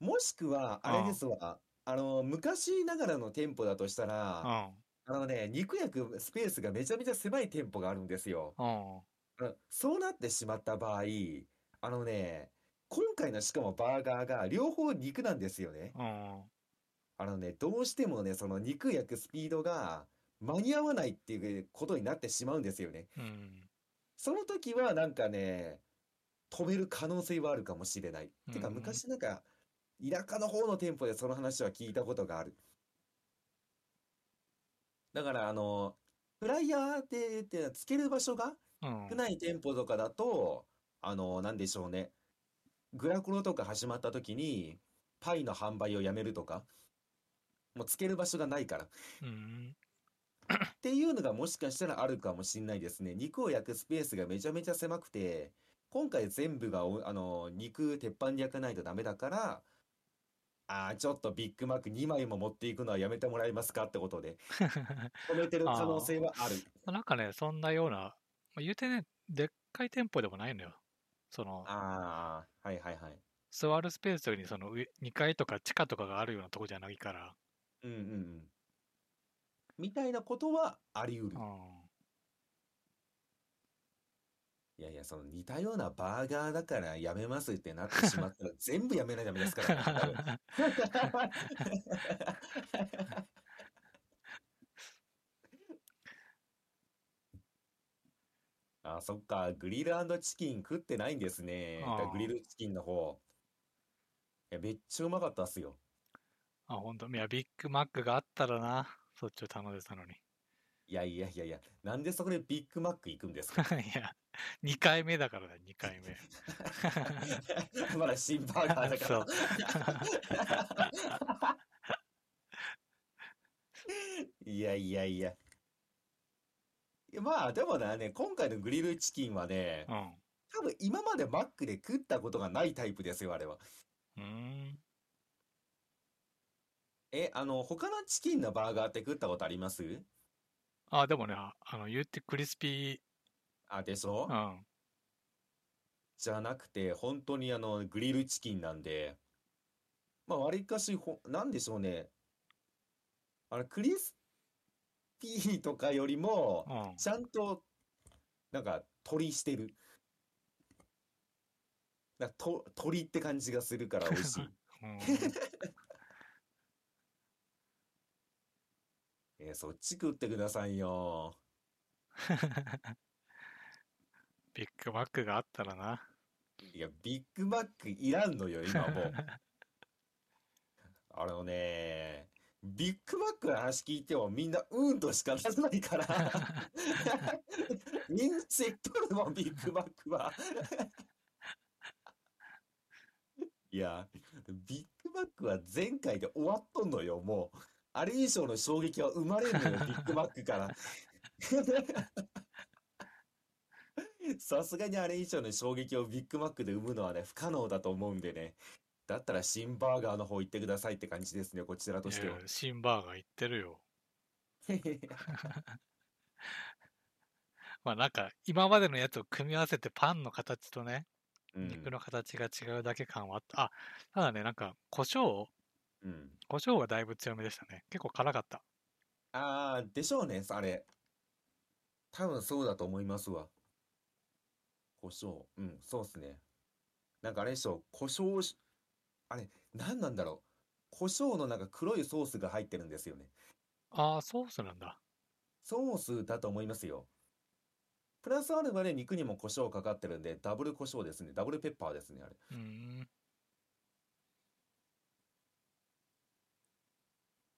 Speaker 2: もしくは、あ
Speaker 1: あ
Speaker 2: れですわ。あの、昔ながらの店舗だとしたら、
Speaker 1: あ、
Speaker 2: あのね、肉焼くスペースがめちゃめちゃ狭い店舗があるんですよ。
Speaker 1: うん、うん。
Speaker 2: あのそうなってしまった場合、あのね、今回のしかもバーガーが両方肉なんですよね。
Speaker 1: うん。
Speaker 2: あのね、どうしてもね、その肉焼くスピードが間に合わないっていうことになってしまうんですよね。
Speaker 1: うん。
Speaker 2: その時はなんかね、止める可能性はあるかもしれない。てか
Speaker 1: うん
Speaker 2: 昔なんか、田舎の方の店舗でその話は聞いたことがある。だからあの、フライヤーで、ってつける場所が
Speaker 1: うん
Speaker 2: 少。ない店舗とかだと、あの、なんでしょうね。グラコロとか始まった時に、パイの販売をやめるとか、もうつける場所がないから。
Speaker 1: うん。
Speaker 2: っていうのがもしかしたらあるかもしれないですね。肉を焼くスペースがめちゃめちゃ狭くて、今回全部がお、あの、肉、鉄板で焼かないとダメだから、ああ、ちょっとビッグマック2枚も持っていくのはやめてもらえますかってことで、止めてる可能性はある。
Speaker 1: [LAUGHS] なんかね、そんなような、まあ、言うてね、でっかい店舗でもないのよ。その、
Speaker 2: ああ、はいはいはい。
Speaker 1: 座るスペースよりその上、2階とか地下とかがあるようなとこじゃないから。
Speaker 2: うんうんうん。みたいなことはあり得 [LAUGHS]
Speaker 1: う
Speaker 2: る。
Speaker 1: ん。
Speaker 2: いやいや、その似たようなバーガーだからやめますってなってしまったら全部やめないとダメですから
Speaker 1: [LAUGHS]
Speaker 2: ね。多分あ、そっか。グリルチキン食ってないんですね。だから
Speaker 1: あー
Speaker 2: グリルチキンの方。いや、めっちゃうまかったっすよ。
Speaker 1: あ、本当。いや、ビッグマックがあったらな、そっちを頼んでたのに。 [LAUGHS]
Speaker 2: いやいやいやいや、なんでそこでビッグマック行くんですか
Speaker 1: いや、2回目だからだ、2回
Speaker 2: [LAUGHS]
Speaker 1: 目。
Speaker 2: まだ新バーガー
Speaker 1: [LAUGHS]
Speaker 2: だから。いやいやいや。いやまあ、でもね、今回のグリルチキンはね、
Speaker 1: うん。う
Speaker 2: 多分今までマックで食ったことがないタイプですよ、あれは。
Speaker 1: ーん。
Speaker 2: え、あの、他のチキンのバーガーって食ったことあります
Speaker 1: あ、でもね、ああの、言ってクリスピ
Speaker 2: あ、でしょ
Speaker 1: ー、うん。
Speaker 2: じゃなくて、本当にあの、グリルチキンなんで、まあ、わりかしほ、なんでしょうね。あの、クリスピーとかよりも、
Speaker 1: うん。
Speaker 2: ちゃんと、なんか、鳥してる。なんかと、鳥って感じがするから美味しい。
Speaker 1: うん、
Speaker 2: えーそっち食ってくださいよ。
Speaker 1: ビッグマックがあったらな。
Speaker 2: いや、ビッグマックいらんのよ、今もう。あのね、ビッグマックの話聞いてもみんなうんとしか出さないから。みんなせっとるもん、ビッグマックは。いや、ビッグマックは前回で終わっとんのよ、もう。あれ以上の衝撃は生まれんのよ、ビッグマックから。 [LAUGHS] さすがにあれ以上の衝撃をビッグマックで生むのはね、不可能だと思うんでね。だったら新バーガーの方行ってくださいって感じですね、こちらとしては。
Speaker 1: いや新バーガー行ってるよ。まあなんか、今までのやつを組み合わせてパンの形とね、
Speaker 2: [LAUGHS] うん
Speaker 1: 肉の形が違うだけ感はあった。あ、ただね、なんか、胡椒
Speaker 2: うん。
Speaker 1: 胡椒がだいぶ強めでしたね。結構辛かった。
Speaker 2: ああ、でしょうね、あれ。多分そうだと思いますわ。胡椒。うん、そうっすね。なんかあれでしょ、胡椒し、あれ、何なんだろう。胡椒のなんか黒いソースが入ってるんですよね。
Speaker 1: ああ、ソースなんだ。
Speaker 2: ソースだと思いますよ。プラスアルファで肉にも胡椒かかってるんで、ダブル胡椒ですね。ダブルペッパーですね、あれ。
Speaker 1: うーん。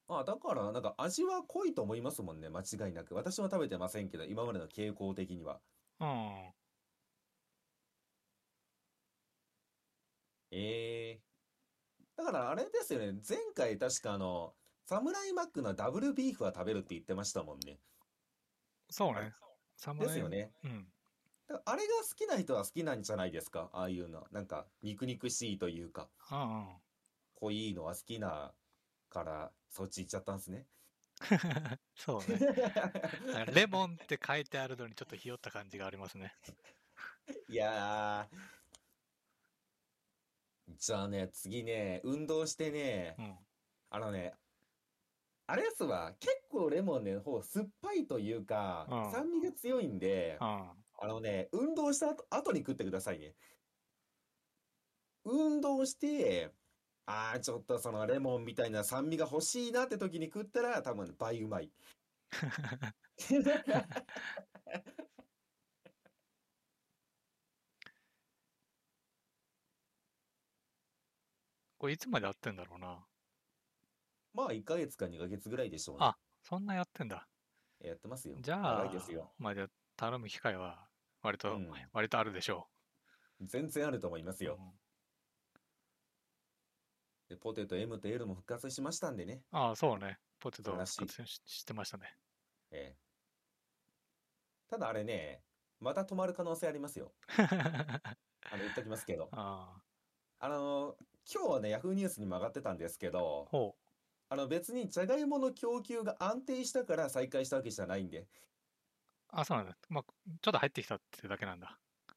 Speaker 2: ああ、だから、なんか味は濃いと思いますもんね、間違いなく。私は食べてませんけど、今までの傾向的には。
Speaker 1: うん。
Speaker 2: ええだからあれですよね。前回確かあの、サムライマックのダブルビーフは食べるって言ってましたもんね。
Speaker 1: そう
Speaker 2: あ
Speaker 1: ね。サム
Speaker 2: ですよね。
Speaker 1: うん。
Speaker 2: だからあれが好きな人は好きなんじゃないですか。ああいうの。なんか、肉肉しいというか、
Speaker 1: うん [LAUGHS] うん。
Speaker 2: 濃いのは好きなから、そっち行っちゃったんですね。
Speaker 1: そうね。なんかレモンって書いてあるのにちょっとひよった感じがありますね。
Speaker 2: [LAUGHS] いやー。じゃあね、次ね、運動してね
Speaker 1: う、ん。
Speaker 2: あのね、あれですわ、結構レモンの方酸っぱいというか
Speaker 1: う、ん
Speaker 2: 酸味が強いんで、
Speaker 1: うん。
Speaker 2: あのね、運動した後、後に食ってくださいね。運動して、ああ、ちょっとそのレモンみたいな酸味が欲しいなって時に食ったら、多分倍うまい。
Speaker 1: これいつまでやってんだろうな。
Speaker 2: まあ、1ヶ月か2ヶ月ぐらいでしょうね
Speaker 1: あ。そんなやってんだ。
Speaker 2: やってますよ。
Speaker 1: じゃ
Speaker 2: 長
Speaker 1: あ
Speaker 2: いですよ。、
Speaker 1: まあじゃあ頼む機会は割と、
Speaker 2: うん
Speaker 1: 割とあるでしょ
Speaker 2: 全然あると思います
Speaker 1: う。
Speaker 2: よ
Speaker 1: う。ん
Speaker 2: で、ポテト M と L も復活しましたんでね。
Speaker 1: ああ、そうね。ポテト
Speaker 2: 素晴
Speaker 1: 復
Speaker 2: らしい
Speaker 1: 活ししてましたね。 [LAUGHS]
Speaker 2: ええ。ただあれね、また止まる可能性ありますよ。あの、言っときますけど。
Speaker 1: ああ、
Speaker 2: あの、今日はね、ヤフーニュースにも上がってたんですけど、
Speaker 1: ほ
Speaker 2: あの別にじゃがいもの供給が安定したから再開したわけじゃないんで。
Speaker 1: う。あそうなんだ。まあ、ちょっと入ってきたってだけなんだ。
Speaker 2: い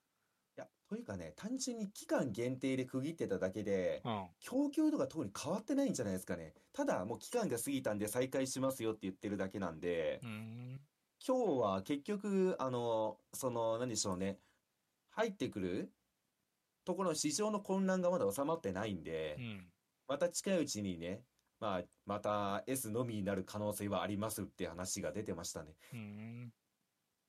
Speaker 2: や、というかね、単純に期間限定で区切ってただけで、
Speaker 1: うん。
Speaker 2: 供給とか特に変わってないんじゃないですかね。ただ、もう期間が過ぎたんで再開しますよって言ってるだけなんで
Speaker 1: うー、ん。
Speaker 2: 今日は結局、あの、その、何でしょうね、入ってくるところの市場の混乱がまだ収まってないんで
Speaker 1: う、ん。
Speaker 2: また近いうちにね、まあ、また S のみになる可能性はありますって話が出てましたね。
Speaker 1: うーん。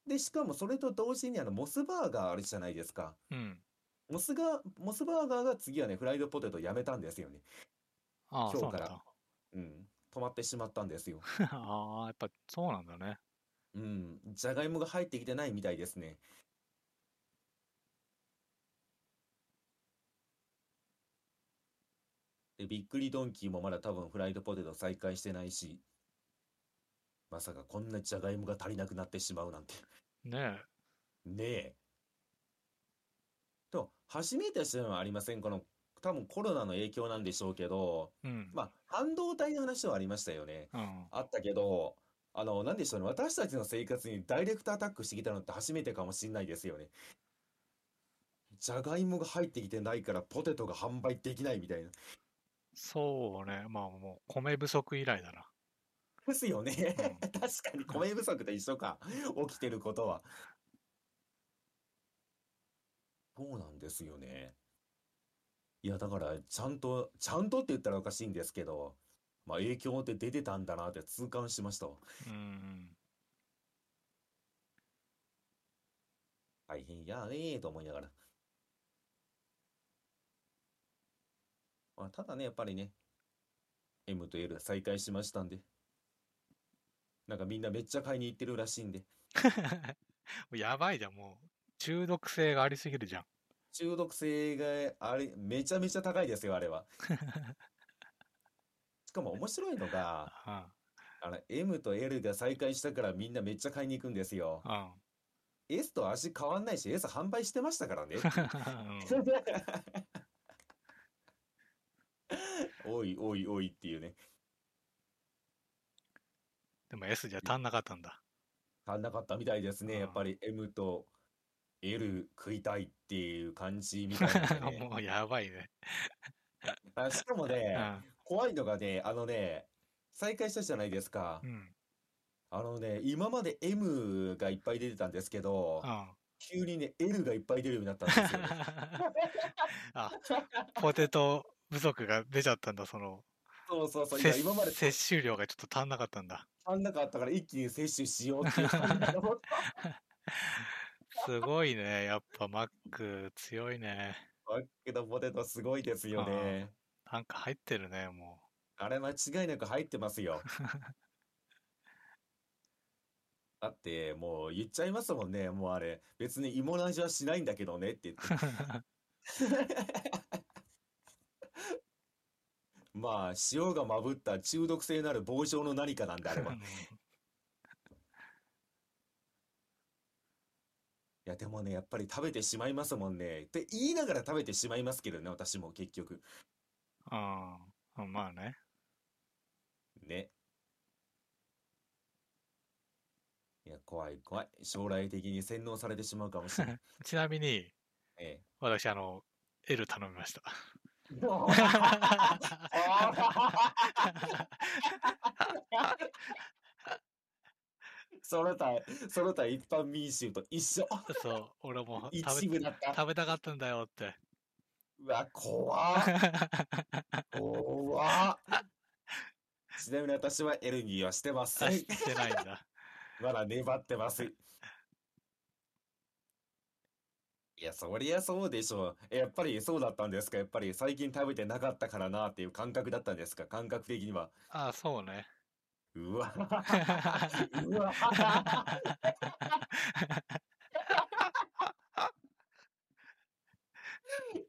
Speaker 2: で、しかもそれと同時にあの、モスバーガーあるじゃないですか。
Speaker 1: うん。
Speaker 2: モスが、モスバーガーが次はね、フライドポテトやめたんですよね。
Speaker 1: ああ、
Speaker 2: 今
Speaker 1: そ
Speaker 2: 日
Speaker 1: うなん
Speaker 2: から
Speaker 1: だ。 [LAUGHS]
Speaker 2: うん。止まってしまったんですよ。
Speaker 1: ああ、やっぱそうなんだね。
Speaker 2: うん。じゃがいもが入ってきてないみたいですね。で、びっくりドンキーもまだ多分フライドポテト再開してないし、まさかこんなじゃがいもが足りなくなってしまうなんて。
Speaker 1: ねえ。
Speaker 2: ねえ。と、初めて知るのはありません。この、多分コロナの影響なんでしょうけど、
Speaker 1: うん。
Speaker 2: まあ、半導体の話はありましたよね。
Speaker 1: うん。
Speaker 2: あったけど、あの、なんでしょうね。私たちの生活にダイレクトアタックしてきたのって初めてかもしんないですよね。じゃがいもが入ってきてないからポテトが販売できないみたいな。
Speaker 1: そうね。まあもう米不足以来だな。
Speaker 2: ですよね。
Speaker 1: う
Speaker 2: [LAUGHS] 確かに米不足と一緒か。起きてることは。そうなんですよね。いや、だから、ちゃんと、ちゃんとって言ったらおかしいんですけど、まあ影響って出てたんだなって痛感しましたわ。
Speaker 1: うん。 [LAUGHS]
Speaker 2: 大変やねえと思いながら。まあ、ただね、やっぱりね、M と L 再開しましたんで、なんかみんなめっちゃ買いに行ってるらしいんで、
Speaker 1: やばいじゃん、もう。中毒性がありすぎるじゃん。
Speaker 2: 中毒性があれ、めちゃめちゃ高いですよ、あれは。しかも面白いのが、
Speaker 1: うん。
Speaker 2: あの、M と L が再開したからみんなめっちゃ買いに行くんですよ。
Speaker 1: うん
Speaker 2: S と味変わんないし、S 販売してましたからね。 [LAUGHS]
Speaker 1: うん。
Speaker 2: [LAUGHS] おいおいおいっていうね。
Speaker 1: でも S じゃ足んなかったんだ。
Speaker 2: 足んなかったみたいです
Speaker 1: う
Speaker 2: ね。
Speaker 1: ん
Speaker 2: やっぱり M と L 食いたいっていう感じみたいな
Speaker 1: [LAUGHS]
Speaker 2: ね。
Speaker 1: もうやばいね。
Speaker 2: あしかも
Speaker 1: う
Speaker 2: ね、
Speaker 1: ん。
Speaker 2: 怖いのがね、あのね、再開したじゃないですか
Speaker 1: う。ん。
Speaker 2: あのね、今まで M がいっぱい出てたんですけど
Speaker 1: う、ん。
Speaker 2: 急にね、L がいっぱい出るようになったんで
Speaker 1: [LAUGHS]
Speaker 2: すよね。
Speaker 1: あ、ポテト不足が出ちゃったんだ、その、
Speaker 2: そうそうそう、今
Speaker 1: 摂
Speaker 2: 今まで
Speaker 1: 摂取量がちょっと足んなかったんだ。
Speaker 2: 足んなかったから一気に摂取しようっていう感じ
Speaker 1: [LAUGHS]
Speaker 2: なの [LAUGHS]
Speaker 1: すごいね。やっぱマック強いね。
Speaker 2: マックのポテトすごいですよね。
Speaker 1: なんか入ってるね、も
Speaker 2: あれ間違いなく入ってますよ。だってもう言っちゃいますもんね。もうあれ、別に芋の味はしないんだけどねって言 [LAUGHS] って。まあ、塩がまぶった中毒性のある棒状の何かなんであれ
Speaker 1: う。う
Speaker 2: ば。い
Speaker 1: ん
Speaker 2: や、でもね、やっぱり食べてしまいますもんね。って言いながら食べてしまいますけどね、私も結局。
Speaker 1: ああ、まあね。
Speaker 2: ね。いや、怖い怖い。将来的に洗脳されてしまうかもしれない。
Speaker 1: ちなみに、
Speaker 2: え
Speaker 1: 私、あの、L 頼みま
Speaker 2: [LAUGHS]
Speaker 1: した。
Speaker 2: え。その他、その他一般民衆と一緒。
Speaker 1: そう、俺も食
Speaker 2: 一
Speaker 1: べ
Speaker 2: 部だった。
Speaker 1: 食べたかったんだよって。
Speaker 2: うわ、怖っ怖っちなみに私はエルニーはしてま [LAUGHS] せ
Speaker 1: あ
Speaker 2: ん
Speaker 1: し。てないんだ。
Speaker 2: まだ粘ってます。いや、そりゃそうでしょう。えやっぱりそうだったんですかやっぱり最近食べてなかったからなっていう感覚だったんですか感覚的には。
Speaker 1: [LAUGHS] ああ、そう
Speaker 2: [LAUGHS]
Speaker 1: ね。
Speaker 2: うわうわ [LAUGHS]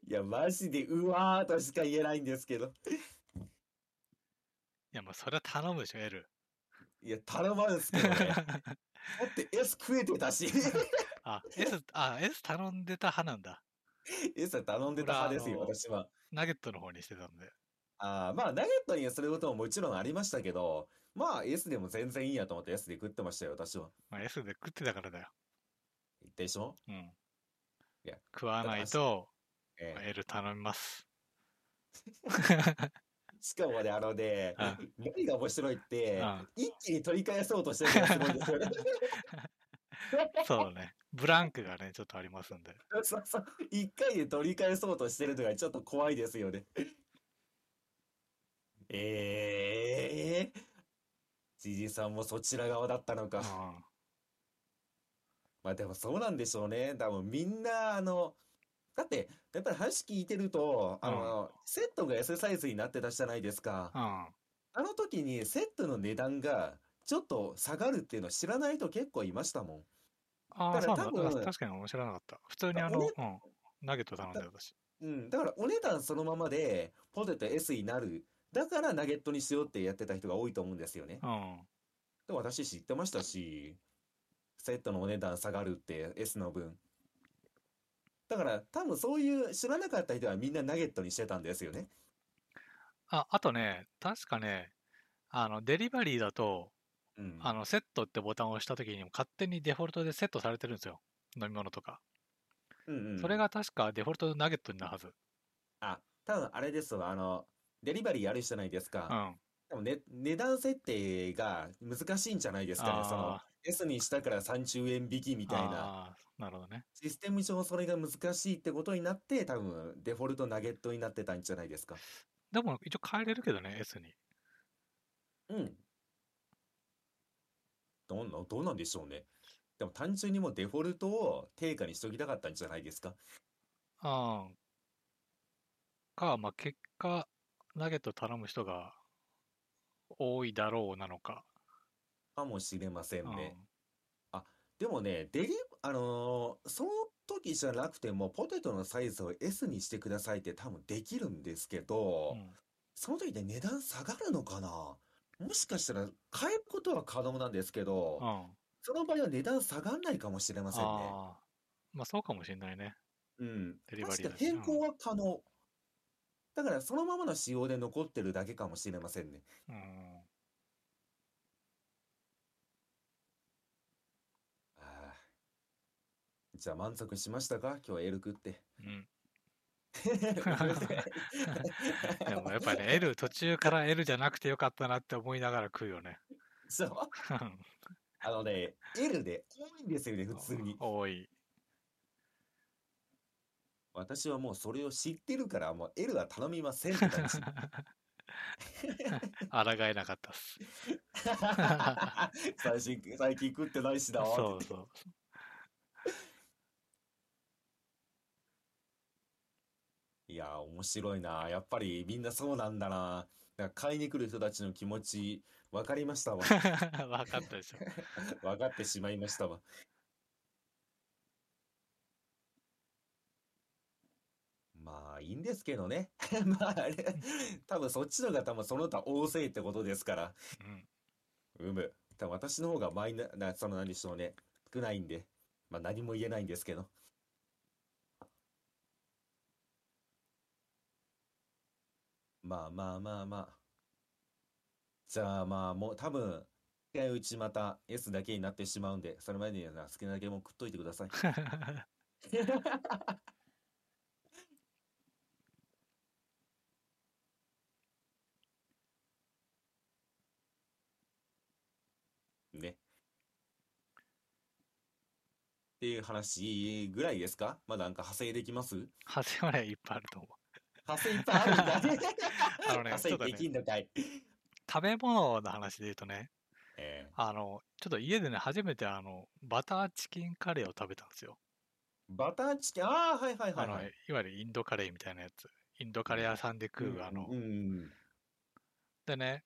Speaker 2: いや、マジでうわーとしか言えないんですけど。
Speaker 1: いや、もうそれは頼むでしょ、L。
Speaker 2: いや、頼まんすけどね。 [LAUGHS] だって
Speaker 1: [LAUGHS]
Speaker 2: S 食えてたし、 [LAUGHS]
Speaker 1: あ、S、あ、S 頼んでた派なんだ。
Speaker 2: S は頼んでた派ですよ、
Speaker 1: ほらあの
Speaker 2: 私は。
Speaker 1: ナゲットの方にしてたんで。
Speaker 2: ああ、まあ、ナゲットにすることももちろんありましたけど、まあ、S でも全然いいやと思って S で食ってましたよ、私は。
Speaker 1: まあ、S で食ってたからだよ。
Speaker 2: でしょ
Speaker 1: うん。
Speaker 2: いや
Speaker 1: 食わないと、
Speaker 2: え
Speaker 1: まあ
Speaker 2: え
Speaker 1: L 頼み
Speaker 2: [LAUGHS]
Speaker 1: ます。
Speaker 2: しかもね、あのね
Speaker 1: あ、
Speaker 2: 何が面白いって
Speaker 1: あ、
Speaker 2: 一気に取り返そうとしてるのがすごいんですよね。
Speaker 1: そうね。ブランクがね、ちょっとありますんで。
Speaker 2: そうそう。一回で取り返そうとしてるのがちょっと怖いですよね。 [LAUGHS] ええー。じじさんもそちら側だったの
Speaker 1: う
Speaker 2: か。
Speaker 1: ん。
Speaker 2: まあでもそうなんでしょうね。多分みんな、あの、だって、やっぱり話聞いてると、あの、セットが S サイズになってたじゃないですか。
Speaker 1: うん。
Speaker 2: あの時にセットの値段がちょっと下がるっていうの知らない人結構いましたもん。
Speaker 1: あ
Speaker 2: だ
Speaker 1: あ、
Speaker 2: か
Speaker 1: そ
Speaker 2: ら
Speaker 1: うなんだ。
Speaker 2: 多分
Speaker 1: あ確かに面白なかった。普通にあの、
Speaker 2: お
Speaker 1: う
Speaker 2: ね
Speaker 1: ん、ナゲット頼んだよ、私。
Speaker 2: うん、だからお値段そのままでポテト S になる。だからナゲットにしようってやってた人が多いと思うんですよね
Speaker 1: う。ん。
Speaker 2: でも私知ってましたし、セットのお値段下がるって S の分。だから多分そういう知らなかった人はみんなナゲットにしてたんですよね。
Speaker 1: あ、あとね、確かね、あの、デリバリーだと、
Speaker 2: うん。
Speaker 1: あの、セットってボタンを押した時にも勝手にデフォルトでセットされてるんですよ。飲み物とか。
Speaker 2: うんうん
Speaker 1: それが確かデフォルトでナゲットになるはず。
Speaker 2: あ、多分あれですわ。あの、デリバリーやるじゃないです
Speaker 1: うん。
Speaker 2: か。
Speaker 1: あ
Speaker 2: でもね、値段設定が難しいんじゃないですかね。その、
Speaker 1: あ
Speaker 2: S にしたから30円引きみ
Speaker 1: ー、
Speaker 2: たいな。
Speaker 1: あーなるほどね。
Speaker 2: システム上それが難しいってことになって、多分デフォルトナゲットになってたんじゃないですか。
Speaker 1: でも、一応変えれるけどね、S に。
Speaker 2: うん。どんな、どうなんでしょうね。でも単純にもうデフォルトを定価にしときたかったんじゃないですか。
Speaker 1: うん。か、まあ、結果、ナゲット頼む人が多いだろうなのか。
Speaker 2: かもしれません
Speaker 1: うん。
Speaker 2: ね。でもね、デリ、あのーその時じゃなくても、ポテトのサイズを S にしてくださいって多分できるんですけど、
Speaker 1: うん
Speaker 2: その時で値段下がるのかなもしかしたら変えることは可能なんですけど、
Speaker 1: うん。
Speaker 2: その場合は値段下がらないかもしれませんね。
Speaker 1: ああ、まあそうかもしれないね。
Speaker 2: うん。
Speaker 1: デリバ
Speaker 2: 確
Speaker 1: リー
Speaker 2: か
Speaker 1: だし
Speaker 2: 変更は可能。だからそのままの仕様で残ってるだけかもしれませんね。
Speaker 1: うん。
Speaker 2: あーじゃあ満足しましたか今日 L 食
Speaker 1: [LAUGHS]
Speaker 2: って。
Speaker 1: うん。
Speaker 2: すいません
Speaker 1: [LAUGHS] でもやっぱね、L、途中から L じゃなくてよかったなって思いながら食うよね。
Speaker 2: [LAUGHS]
Speaker 1: [LAUGHS]
Speaker 2: そう。
Speaker 1: うん
Speaker 2: あのね、L で多いんですよね、普通に。
Speaker 1: 多い。 [LAUGHS]
Speaker 2: 私はもうそれを知ってるから、もう L は頼みませんって感じ。 [LAUGHS]
Speaker 1: 抗えなかったっす。
Speaker 2: 最近、最近食ってないしなーって言っ
Speaker 1: そ
Speaker 2: て
Speaker 1: うそう。
Speaker 2: いやー、面白いな。やっぱりみんなそうなんだな。だから買いに来る人たちの気持ち、分かりましたわ。
Speaker 1: [LAUGHS] 分かったでしょ。
Speaker 2: 分かってしまいましたわ。まあ、いいんですけどね。 [LAUGHS] まあ、あれ、多分そっちの方もその他大勢ってことですから。
Speaker 1: うん。
Speaker 2: うむ。多分私の方がマイナ、な、その何でしょうね。少ないんで。まあ何も言えないんですけど。まあまあまあまあ。じゃあまあもう多分、近いうちまた S だけになってしまうんで、それまでには好きなだけもう食っといてください。 [LAUGHS] ね。っていう話ぐらいですかまだなんか派生できます
Speaker 1: 派生はね、いっぱいあると思う。
Speaker 2: 派生いっぱい [LAUGHS] あるんだね。
Speaker 1: あのね
Speaker 2: 派
Speaker 1: ちょっ
Speaker 2: 生
Speaker 1: とね
Speaker 2: できんのかい。
Speaker 1: 食べ物の話で言うとね、
Speaker 2: えー
Speaker 1: あの、ちょっと家でね、初めてあの、バターチキンカレーを食べたんですよ。
Speaker 2: バターチキン、ああ、はいはいは
Speaker 1: あ
Speaker 2: い
Speaker 1: の、
Speaker 2: はい
Speaker 1: い。わゆるインドカレーみたいなやつ。インドカレー屋さんで食う、あの、
Speaker 2: うんうんうん
Speaker 1: でね、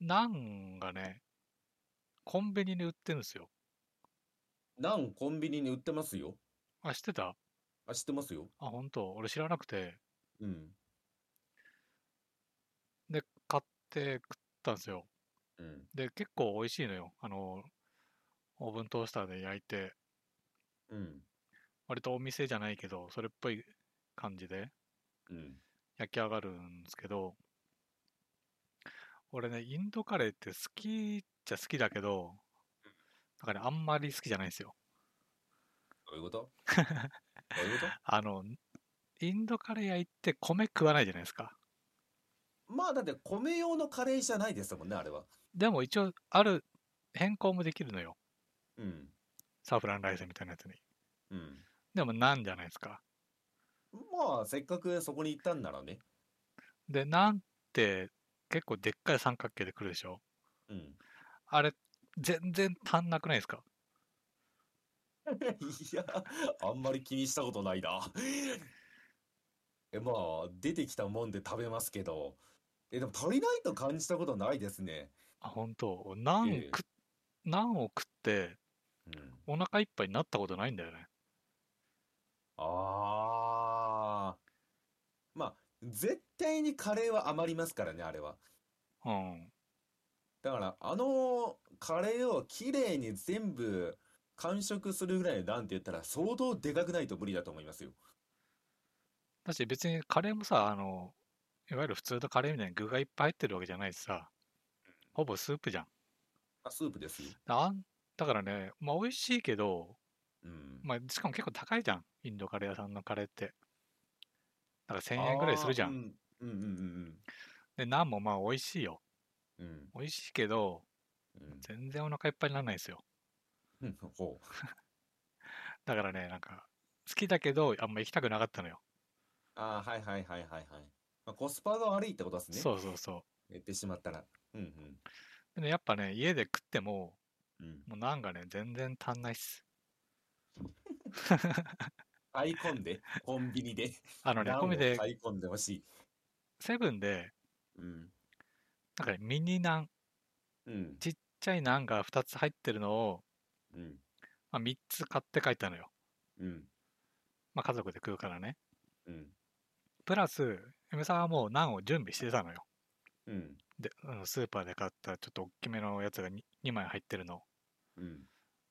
Speaker 1: ナンがね、コンビニに売ってるんですよ。
Speaker 2: ナンコンビニに売ってますよ。
Speaker 1: あ、知ってたあ、
Speaker 2: あ、知ってますよ。
Speaker 1: 本当俺知らなくて、
Speaker 2: うん。
Speaker 1: 買って食ったんですよ。
Speaker 2: うん。
Speaker 1: で、結構美味しいのよ。あの、オーブントースターで焼いて、
Speaker 2: うん。
Speaker 1: 割とお店じゃないけど、それっぽい感じで
Speaker 2: うん。
Speaker 1: 焼き上がるんですけど、俺ね、インドカレーって好きっちゃ好きだけど、なんかね、あんまり好きじゃないんですよ。
Speaker 2: どういうこと [LAUGHS] どういうこ
Speaker 1: あの、インドカレー屋行って米食わないじゃないですか。
Speaker 2: とまあだって米用のカレーじゃないですもんね、あれは。
Speaker 1: でも一応、ある変更もできるのよ。
Speaker 2: うん。
Speaker 1: サフランライスみたいなやつに。
Speaker 2: うん。
Speaker 1: でも、なんじゃないですか。
Speaker 2: まあ、せっかくそこに行ったんならね。
Speaker 1: で、なんって結構でっかい三
Speaker 2: [LAUGHS]
Speaker 1: 角形で来るでしょ。
Speaker 2: うん。
Speaker 1: あれ、全然足んなくないですか
Speaker 2: いや、あんまり気にしたことないな。え、まあ、出てきたもんで食べますけど、え、でも足りないと感じたことないですね。
Speaker 1: あ、本当。ナン
Speaker 2: ええ
Speaker 1: 食っ、ナンを食って
Speaker 2: うん。
Speaker 1: お腹いっぱいになったことないんだよね。
Speaker 2: ああ。まあ、絶対にカレーは余りますからね、あれは。
Speaker 1: うん。
Speaker 2: だから、あのカレーをきれいに全部完食するぐらいのなんて言ったら、相当でかくないと無理だと思いますよ。
Speaker 1: だし別にカレーもさ、あの、いわゆる普通のカレーみたいに具がいっぱい入ってるわけじゃないしさ、ほぼスープじゃん。
Speaker 2: あ、スープですよ。
Speaker 1: あんだからね、まあ美味しいけど、
Speaker 2: うん。
Speaker 1: まあしかも結構高いじゃん。インドカレー屋さんのカレーって。だから1000円ぐらいするじゃ。
Speaker 2: あーうんん。うんうんうん
Speaker 1: で、ナンもまあ美味しいよ。
Speaker 2: うん。うん。
Speaker 1: 美味しいけど、
Speaker 2: うん。
Speaker 1: 全然お腹いっぱいにならないですよ。
Speaker 2: うんほう。
Speaker 1: だからね、なんか、好きだけど、あんま行きたくなかったのよ。
Speaker 2: ああ、はいはいはいはいはい。まあ、コスパが悪いってことですね。
Speaker 1: そうそうそ
Speaker 2: 言ってしまったら。うんうん。
Speaker 1: う。でね、やっぱね、家で食っても、
Speaker 2: うん。
Speaker 1: もうなんかね、全然足んないっす。
Speaker 2: 買い込んで、コンビニで。
Speaker 1: あのね、
Speaker 2: ナン
Speaker 1: 込み
Speaker 2: を
Speaker 1: で、
Speaker 2: 買い込んでほしい。
Speaker 1: セブンで、
Speaker 2: うん。
Speaker 1: なんかね、ミニナン、ちっ
Speaker 2: うん。
Speaker 1: ちゃいナンが2つ入ってるのを、
Speaker 2: うん。
Speaker 1: まあ、3つ買って帰ったのよ。
Speaker 2: うん。
Speaker 1: まあ、家族で食うからね。
Speaker 2: うん。
Speaker 1: プラス、嫁さんはもうナンを準備してたのよ。
Speaker 2: うん。
Speaker 1: で、あのスーパーで買ったちょっと大きめのやつが 2, 枚入ってるの。
Speaker 2: うん。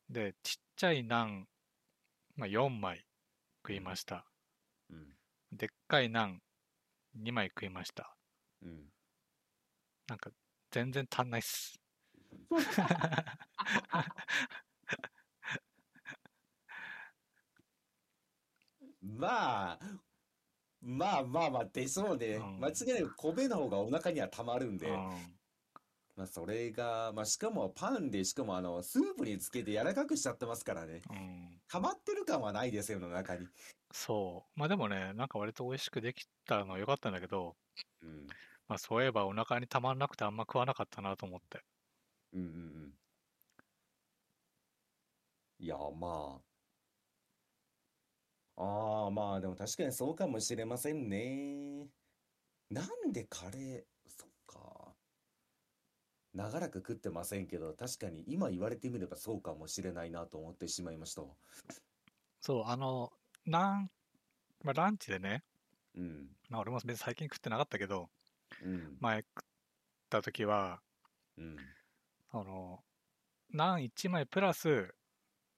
Speaker 1: で、ちっちゃいナン、まあ、4枚食いました。
Speaker 2: うん。
Speaker 1: でっかいナン、2枚食いました。 [LAUGHS]
Speaker 2: うん。
Speaker 1: なんか全然足んないっす。
Speaker 2: まあ、まあまあまあ、でしょうね。
Speaker 1: うん
Speaker 2: 間違いなく米の方がお腹にはたまるん
Speaker 1: う
Speaker 2: で。
Speaker 1: ん、
Speaker 2: まあ、それが、まあ、しかもパンで、しかもあの、スープにつけて柔らかくしちゃってますからね。
Speaker 1: うん、
Speaker 2: 溜まってる感はないですよ、の中に。
Speaker 1: そう。まあでもね、なんか割と美味しくできたのは良かったんだけど、
Speaker 2: うん。
Speaker 1: まあそういえばお腹にたまんなくてあんま食わなかったなと思って。
Speaker 2: うんうんうん。いや、まあ。ああ、まあ、でも確かにそうかもしれませんね。なんでカレー、そっか。長らく食ってませんけど、確かに今言われてみればそうかもしれないなと思ってしまいました。
Speaker 1: そう、あの、なん、まあランチでね、
Speaker 2: うん。
Speaker 1: まあ俺も別に最近食ってなかったけど、
Speaker 2: うん。
Speaker 1: 前食った時は、
Speaker 2: うん。
Speaker 1: あの、ナン1枚プラス、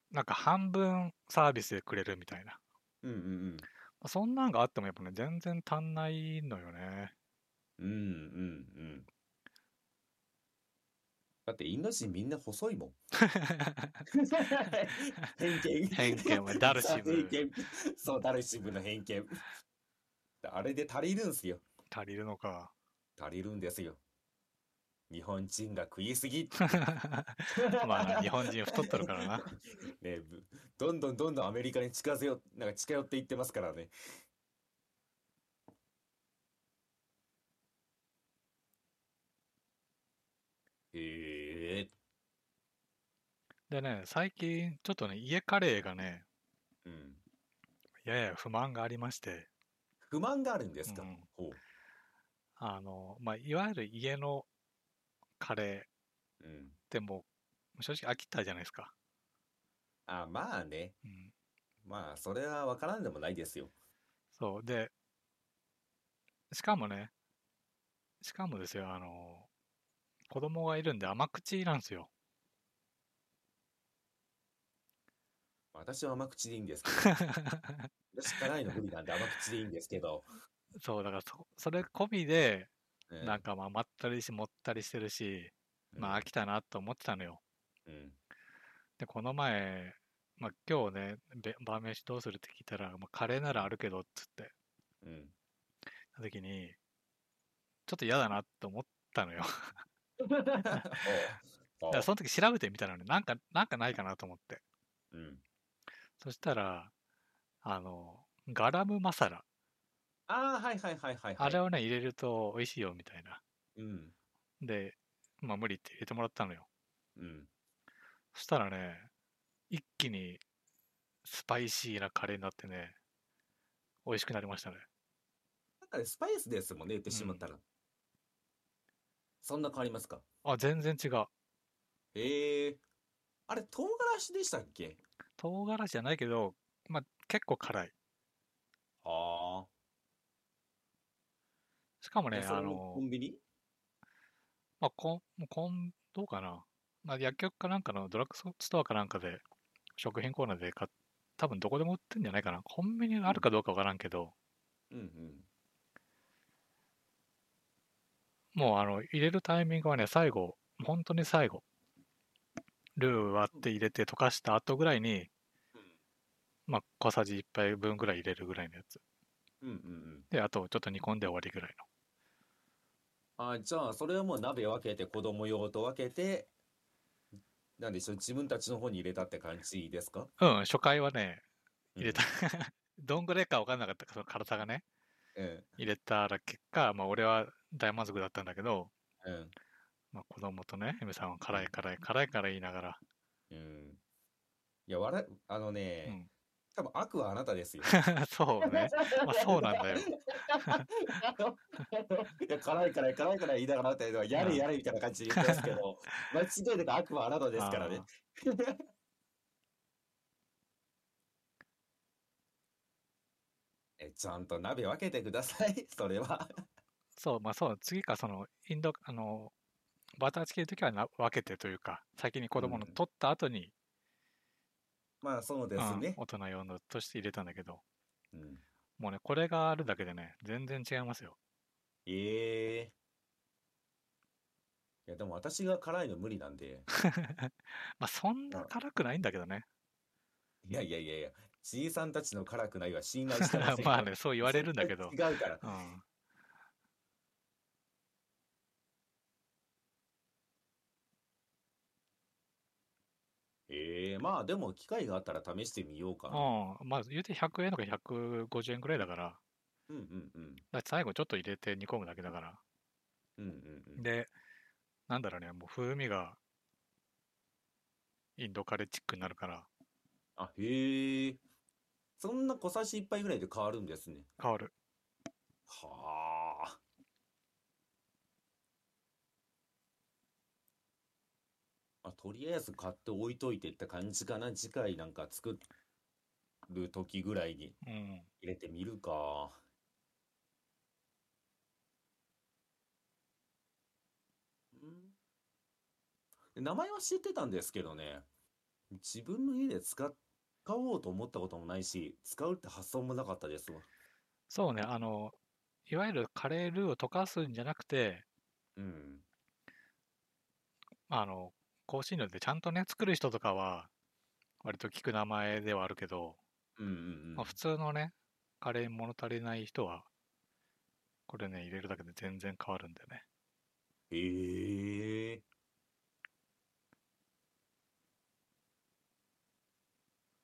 Speaker 1: なんか半分サービスでくれるみたいな。
Speaker 2: うんうん
Speaker 1: まあそんなんがあってもやっぱね、全然足んないのよね。 [LAUGHS]
Speaker 2: うん。うんうんうん。だってインド人みんな細いもん。偏見。
Speaker 1: 偏見はダルシム
Speaker 2: そう偏見 [LAUGHS] そう、ダルシムの偏見。あれで足りるんすよ。
Speaker 1: 足りるのか。 [LAUGHS]
Speaker 2: 足りるんですよ。日本人が食いすぎ。
Speaker 1: [LAUGHS] まあ日本人太っとるからな。
Speaker 2: ね、ぶどんどんどんどんアメリカに近づよ、なんか近寄っていってますからね。ええ
Speaker 1: でね、最近ちょっとね、家カレーがね、
Speaker 2: うん。
Speaker 1: やや不満がありまして、
Speaker 2: 不満があるんですか、
Speaker 1: うん
Speaker 2: ほ
Speaker 1: あの、まあいわゆる家のカレーっ
Speaker 2: う。うん。
Speaker 1: てもう正直飽きたじゃないですか。
Speaker 2: あ、まあね。
Speaker 1: うん。
Speaker 2: まあ、それは分からんでもないですよ。
Speaker 1: そう。で、しかもね、しかもですよ、あの、子供がいるんで甘口なんですよ。 [LAUGHS]
Speaker 2: 私は甘口でいいんです
Speaker 1: [LAUGHS]
Speaker 2: けど。私辛いの無理なんで甘口でいいんですけど。
Speaker 1: そう、だからそ、それ込みで、
Speaker 2: うん
Speaker 1: なんかまあ、まったりし、もったりしてるし、まあ、飽きたなと思ってたのよ。
Speaker 2: うん。
Speaker 1: で、この前、まあ、今日ね、べ晩飯どうするって聞いたら、まあ、カレーならあるけど、っつって、 [LAUGHS]
Speaker 2: うん。
Speaker 1: た時に、ちょっと嫌だなと思ったのよ。だ
Speaker 2: ほう
Speaker 1: から、その時調べてみたのね、なんか、なんかないかなと思って。
Speaker 2: うん。
Speaker 1: そしたら、あの、ガラムマサラ。
Speaker 2: ああ、はいはいはいはい、はい。
Speaker 1: あれをね、入れると美味しいよ、みたいな。
Speaker 2: うん。
Speaker 1: で、まあ、無理って入れてもらったのよ。
Speaker 2: うん。
Speaker 1: そしたらね、一気にスパイシーなカレーになってね、美味しくなりましたね。
Speaker 2: なんかね、スパイスですもんね、言ってしまったら。そんな変わりますか
Speaker 1: あ、全然違う。
Speaker 2: ええあれ、唐辛子でしたっけ
Speaker 1: 唐辛子じゃないけど、まあ、結構辛い。
Speaker 2: あ
Speaker 1: しかも
Speaker 2: あ。
Speaker 1: ね、
Speaker 2: えそ
Speaker 1: あ
Speaker 2: れも
Speaker 1: の
Speaker 2: コ、ンビニ
Speaker 1: まあ、こん、こん、どうかな。まあ、薬局かなんかのドラッグストアかなんかで、食品コーナーで買っ多分どこでも売ってんじゃないかな。コンビニがあるかどうかわからんけど、
Speaker 2: うんうん。
Speaker 1: もうあの、入れるタイミングはね、最後、本当に最後、ルー割って入れて溶かした後ぐらいに、まあ、小さじ1杯分ぐらい入れるぐらいのやつ。
Speaker 2: うんうんうん。
Speaker 1: で、あとちょっと煮込んで終わりぐらい
Speaker 2: あじゃあ、それはもう鍋分けて、子供用と分けて、なんでしょう、自分たちの方に入れたって感じですか
Speaker 1: の。うん、初回はね、入れた [LAUGHS]
Speaker 2: うん。。
Speaker 1: どんぐらいか分かんなかったその辛さがね。
Speaker 2: え
Speaker 1: 入れたら結果、まあ、俺は大満足だったんだけど、
Speaker 2: えうん。
Speaker 1: まあ、子供とね、エミさんは辛い辛い辛いから言いながら、
Speaker 2: うん。いや、笑い、あの
Speaker 1: う
Speaker 2: ね、
Speaker 1: ん、 [LAUGHS]
Speaker 2: 多分悪はあなたですよ。
Speaker 1: そうね。 [LAUGHS] まあそうなんだよ
Speaker 2: いや辛い辛い辛い辛い言いながらってのはやれやれみたいな感じで言ってます
Speaker 1: [LAUGHS]
Speaker 2: けど、間違いなく悪はあなた [LAUGHS] ですからね。え、ちゃんと鍋分けてください、 [LAUGHS] それは。
Speaker 1: そう、まあそう、次か、その、インド、あの、バターチキンの時はな分けてというか、先に子供の
Speaker 2: うん
Speaker 1: 取った後に、
Speaker 2: まあそうです
Speaker 1: うん
Speaker 2: ね。
Speaker 1: 大人用のとして入れたんだけど、
Speaker 2: うん
Speaker 1: もうね、これがあるだけでね、全然違いますよ。
Speaker 2: ええいや、でも私が辛いの無理なんで、
Speaker 1: まあそんな
Speaker 2: うん
Speaker 1: 辛くないんだけど
Speaker 2: [LAUGHS]
Speaker 1: ね。
Speaker 2: いやいやいやいや、じいさんたちの辛くないは信頼してませ
Speaker 1: [LAUGHS]
Speaker 2: ん
Speaker 1: まあね、そう言われるんだけど
Speaker 2: [LAUGHS] 絶、対違うから
Speaker 1: う。ん、
Speaker 2: ええまあでも機会があったら試してみようかな。
Speaker 1: うん、まあ言うて100円とか150円ぐらいだから、
Speaker 2: うんうんうん。
Speaker 1: だって最後ちょっと入れて煮込むだけだから。
Speaker 2: うんうんうん。
Speaker 1: で、なんだろうね、もう風味がインドカレーチックになるから
Speaker 2: あ、へえ。そんな小差し一杯ぐらいで変わるんですね。
Speaker 1: 変わる。
Speaker 2: はあ。あ、とりあえず買って置いといてって感じかな。次回なんか作る時ぐらいに
Speaker 1: うん。
Speaker 2: 入れてみるか。うん名前は知ってたんですけどね、自分の家で使っ使おうと思ったこともないし、使うって発想もなかったですわ。
Speaker 1: そうね、あの、いわゆるカレールーを溶かすんじゃなくて、
Speaker 2: うん。
Speaker 1: あの、香辛料でちゃんとね、作る人とかは、割と聞く名前ではあるけど、
Speaker 2: うんうんう
Speaker 1: まあ、
Speaker 2: ん
Speaker 1: 普。通のね、カレーに物足りない人は、これね、入れるだけで全然変わるんだよね。
Speaker 2: へえ。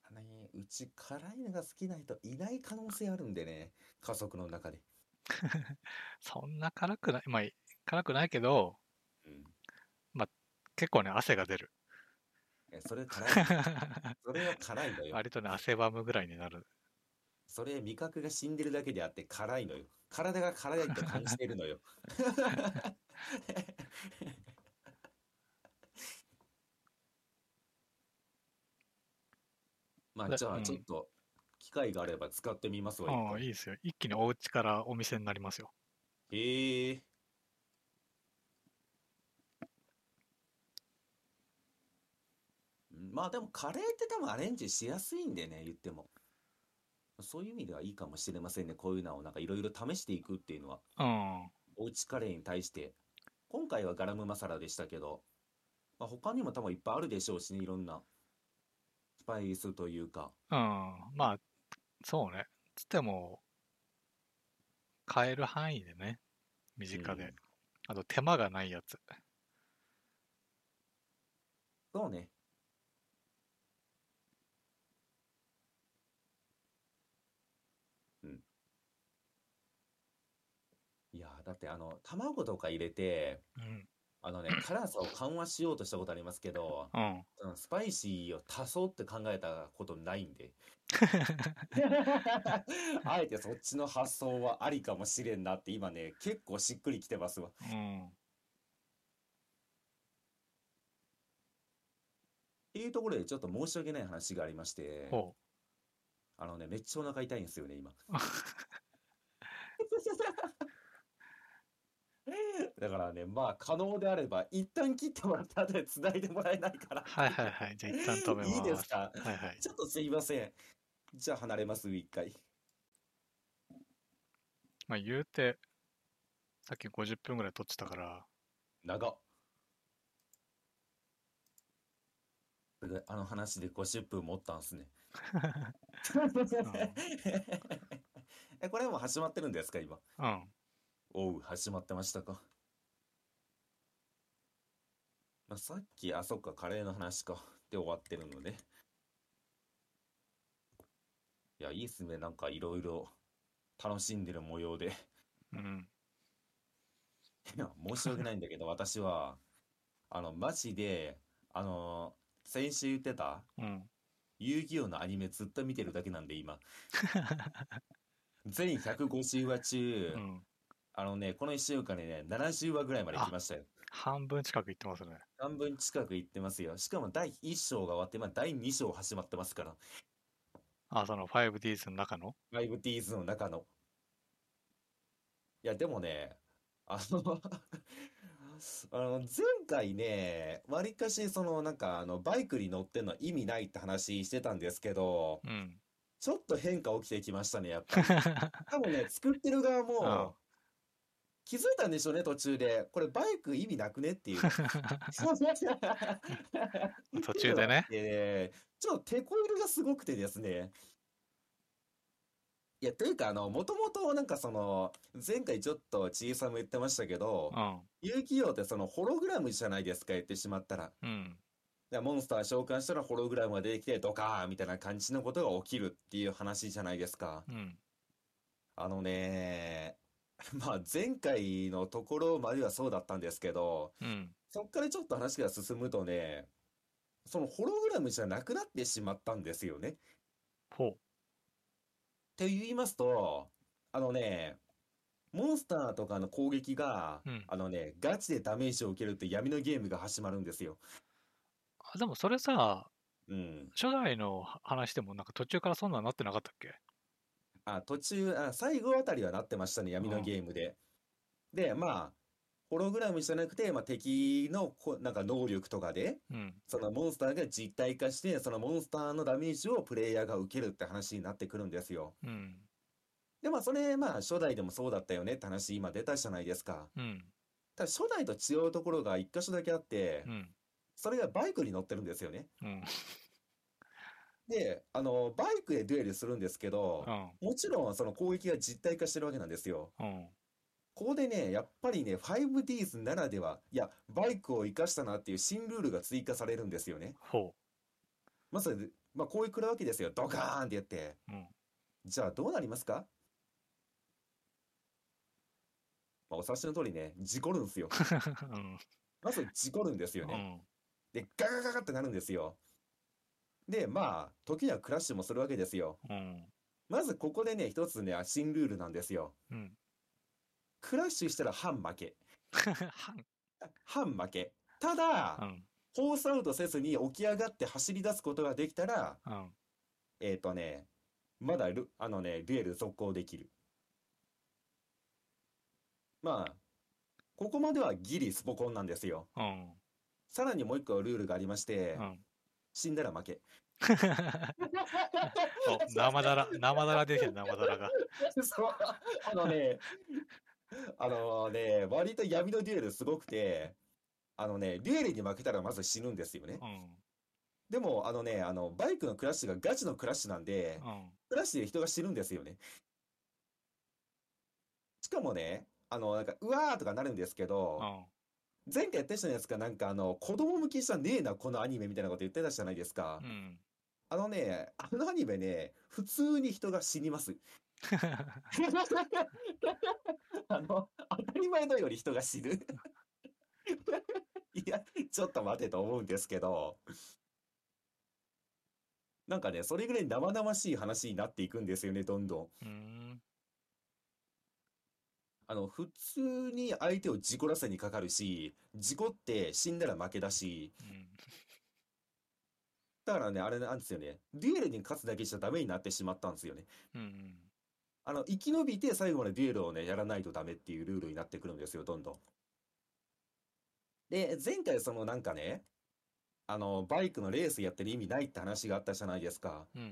Speaker 2: あのね、うち辛いのが好きな人いない可能性あるんでね、家族の中で。
Speaker 1: そんな辛くない、まあ、辛くないけど、
Speaker 2: うん。
Speaker 1: 結構ね、汗が出る。
Speaker 2: え、それ辛い。
Speaker 1: [LAUGHS]
Speaker 2: それは辛いのよ。
Speaker 1: 割とね、汗ばむぐらいになる。
Speaker 2: それ味覚が死んでるだけであって辛いのよ。体が辛いと感じてるのよ。 [LAUGHS] まあ
Speaker 1: だ
Speaker 2: じゃ
Speaker 1: う
Speaker 2: あ
Speaker 1: ん
Speaker 2: ちょっと機会があれば使ってみますわ。一
Speaker 1: うん、
Speaker 2: 回
Speaker 1: いいですよ。一気にお家からお店になりますよ。
Speaker 2: へえ。まあでもカレーって多分アレンジしやすいんでね、言っても。そういう意味ではいいかもしれませんね。こういうのをなんかいろいろ試していくっていうのは。
Speaker 1: うん。
Speaker 2: おうちカレーに対して。今回はガラムマサラでしたけど、まあ、他にも多分いっぱいあるでしょうしね、いろんな。スパイスというか。
Speaker 1: うん、まあ、そうね。つっても、買える範囲でね、身近で。
Speaker 2: うん
Speaker 1: あと、手間がないやつ。
Speaker 2: そうね。うん。いやー、だってあの、卵とか入れて、
Speaker 1: うん。
Speaker 2: あのね、辛さを緩和しようとしたことありますけど、
Speaker 1: うん。
Speaker 2: うんスパイシーを足そうって考えたことな
Speaker 1: [LAUGHS]
Speaker 2: いんで。あえてそっちの発想はありかもしれんなって今ね、結構しっくりきてますわ。
Speaker 1: うん。
Speaker 2: っていうところでちょっと申し訳ない話がありまして、
Speaker 1: ほ
Speaker 2: あのね、めっちゃお腹痛いんですよね、今。だからね、まあ可能であれば、一旦切ってもらった後で繋いでもらえないから
Speaker 1: う。。はいはいはい。じゃあ一旦止めます。
Speaker 2: いいですか
Speaker 1: はいはい。
Speaker 2: ちょっとすいません。じゃあ離れます、一回。
Speaker 1: まあ言うて、さっき50分ぐらい撮ってた [LAUGHS] から、
Speaker 2: 長っすごいあの話で50分持ったんすね。 [LAUGHS] え、これもう始まってるんですか、今。
Speaker 1: うん。
Speaker 2: おう、始まってましたか。まあ、さっき、あ、そっか、カレーの話か。で終わってるので。いや、いいっすね。なんかいろいろ楽しんでる模様で。 [LAUGHS]
Speaker 1: うん。
Speaker 2: いや、申し訳ないんだけど、私は、あの、マジで、あの、先週言ってた、
Speaker 1: うん。
Speaker 2: 遊戯王のアニメずっと見てるだけなん
Speaker 1: [LAUGHS]
Speaker 2: で、今。全150話中
Speaker 1: う、ん。
Speaker 2: あのね、この1週間でね、70話ぐらいまで来ましたよ。
Speaker 1: 半分近くいってますね。
Speaker 2: 半分近く行ってますよ。しかも第1章が終わって、まあ、第2章始まってますから。
Speaker 1: あ、その 5Ds の中の
Speaker 2: 5Ds の中の。いや、でもね、あの [LAUGHS] あの、前回ね、わりかし、その、なんか、あの、バイクに乗ってんの意味ないって話してたんですけど、
Speaker 1: うん。
Speaker 2: ちょっと変化起きてきましたね、や
Speaker 1: [LAUGHS]
Speaker 2: っぱり。多分ね、作ってる側
Speaker 1: うん
Speaker 2: も、気づいたんでしょうね、途中で。これ、バイク意味なくねっていう。
Speaker 1: [LAUGHS] 途中でね。
Speaker 2: えちょっとテコ入れがすごくてですね。いや、というか、あの、もともとなんかその、前回ちょっと小さんも言ってましたけど
Speaker 1: う、ん。
Speaker 2: 遊戯王ってそのホログラムじゃないですか、言ってしまったら。
Speaker 1: うん。
Speaker 2: でモンスター召喚したらホログラムが出てきて、ドカーンみたいな感じのことが起きるっていう話じゃないですか。
Speaker 1: うん。
Speaker 2: あのね、 [LAUGHS] まあ前回のところまではそうだったんですけど、
Speaker 1: うん。
Speaker 2: そっからちょっと話が進むとね、そのホログラムじゃなくなってしまったんですよね。っ
Speaker 1: ほ
Speaker 2: て言いますと、あのね、モンスターとかの攻撃が、
Speaker 1: うん
Speaker 2: あのね、ガチでダメージを受けるって闇のゲームが始まるんですよ。
Speaker 1: う。あでもそれさ、
Speaker 2: うん。
Speaker 1: 初代の話でもなんか途中からそんなんなってなかったっけ
Speaker 2: あ、途中、あ、最後あたりはなってましたね、闇のゲームで。で、まあ、ホログラムじゃなくて、まあ、敵のこ、なんか能力とかで、
Speaker 1: うん。
Speaker 2: そのモンスターが実体化して、そのモンスターのダメージをプレイヤーが受けるって話になってくるんですよ。
Speaker 1: うん。
Speaker 2: で、まあ、それ、まあ、初代でもそうだったよねって話、今出たじゃないですか。
Speaker 1: うん。
Speaker 2: ただ、初代と違うところが一箇所だけあって
Speaker 1: う、ん。
Speaker 2: それがバイクに乗ってるんですよね。
Speaker 1: うん。
Speaker 2: で、あの、バイクでデュエルするんですけど
Speaker 1: う、ん。
Speaker 2: もちろん、その攻撃が実体化してるわけなんですよ。
Speaker 1: うん。
Speaker 2: ここでね、やっぱりね、5Ds ならでは、いや、バイクを生かしたなっていう新ルールが追加されるんですよね。
Speaker 1: ほ
Speaker 2: まさに、まあ、こういうくらわけですよ。ドカーンってやって。
Speaker 1: う。うん。
Speaker 2: じゃあ、どうなりますかまあ、お察しの通りね、事故るんで
Speaker 1: [LAUGHS]
Speaker 2: すよ。
Speaker 1: うん。
Speaker 2: まず事故るんですよ
Speaker 1: う
Speaker 2: ね。
Speaker 1: ん。
Speaker 2: で、ガガガガってなるんですよ。で、まあ、時にはクラッシュもするわけですよ。
Speaker 1: うん。
Speaker 2: まずここでね、一つね、新ルールなんですよ。
Speaker 1: うん。
Speaker 2: クラッシュしたら半負け。
Speaker 1: はん
Speaker 2: 半負け。ただ、
Speaker 1: うん。
Speaker 2: フォースアウトせずに起き上がって走り出すことができたら、
Speaker 1: うん。
Speaker 2: えっ、とね、まだル、あのね、デュエル続行できる。まあ、ここまではギリスポコンなんですよ。
Speaker 1: うん。
Speaker 2: さらにもう一個ルールがありまして、
Speaker 1: うん。
Speaker 2: 死んだら負
Speaker 1: [LAUGHS]
Speaker 2: け。
Speaker 1: お、生だら、生だら出てきた、生だらが。
Speaker 2: [LAUGHS] そう、あのね、あのね、割と闇のデュエルすごくて、あのね、デュエルに負けたらまず死ぬんですよね
Speaker 1: う。ん。
Speaker 2: でも、あのね、あの、バイクのクラッシュがガチのクラッシュなんで、
Speaker 1: うん。
Speaker 2: クラッシュで人が死ぬんですよね。しかもね、あの、なんか、うわーとかなるんですけ
Speaker 1: う
Speaker 2: ど、
Speaker 1: ん。
Speaker 2: 前回やったじゃないですか、なんかあの、子供向きじゃねえな、このアニメみたいなこと言ってたじゃないですか
Speaker 1: う。ん。
Speaker 2: あのね、あのアニメね、普通に人が死にます。 [LAUGHS] あの、当たり前のより人が死ぬ。いや、ちょっと待てと思うんですけど、なんかね、それぐらい生々しい話になっていくんですよね、どんどん。
Speaker 1: うーん。
Speaker 2: あの、普通に相手を事故らせにかかるし、事故って死んだら負けだし、
Speaker 1: うん。
Speaker 2: だからね、あれなんですよね、デュエルに勝つだけじゃダメになってしまったんですよね。
Speaker 1: うん。
Speaker 2: あの、生き延びて最後までデュエルをね、やらないとダメっていうルールになってくるんですよ、どんどん。で、前回そのなんかね、あの、バイクのレースやってる意味ないって話があったじゃないですか。
Speaker 1: うん。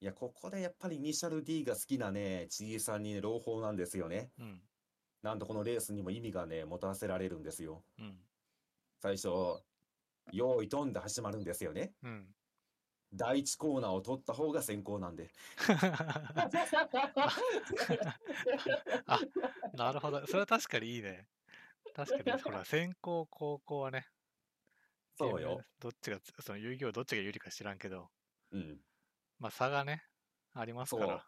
Speaker 2: いや、ここでやっぱりイニシャル D が好きなね、ちいさんにね、朗報なんですよね。
Speaker 1: うん。
Speaker 2: なんとこのレースにも意味がね、持たせられるんですよ。
Speaker 1: うん。
Speaker 2: 最初、用意ドンで始まるんですよね。
Speaker 1: うん。
Speaker 2: 第一コーナーを取った方が先行なんで。
Speaker 1: [LAUGHS] なるほど。それは確かにいいね。確かに、ほ
Speaker 2: [LAUGHS]
Speaker 1: ら、先行、後攻はね、
Speaker 2: そう
Speaker 1: ゲーム
Speaker 2: よ。
Speaker 1: どっちが、その遊戯王どっちが有利か知らんけど、
Speaker 2: うん。
Speaker 1: まあ差がね、ありますから。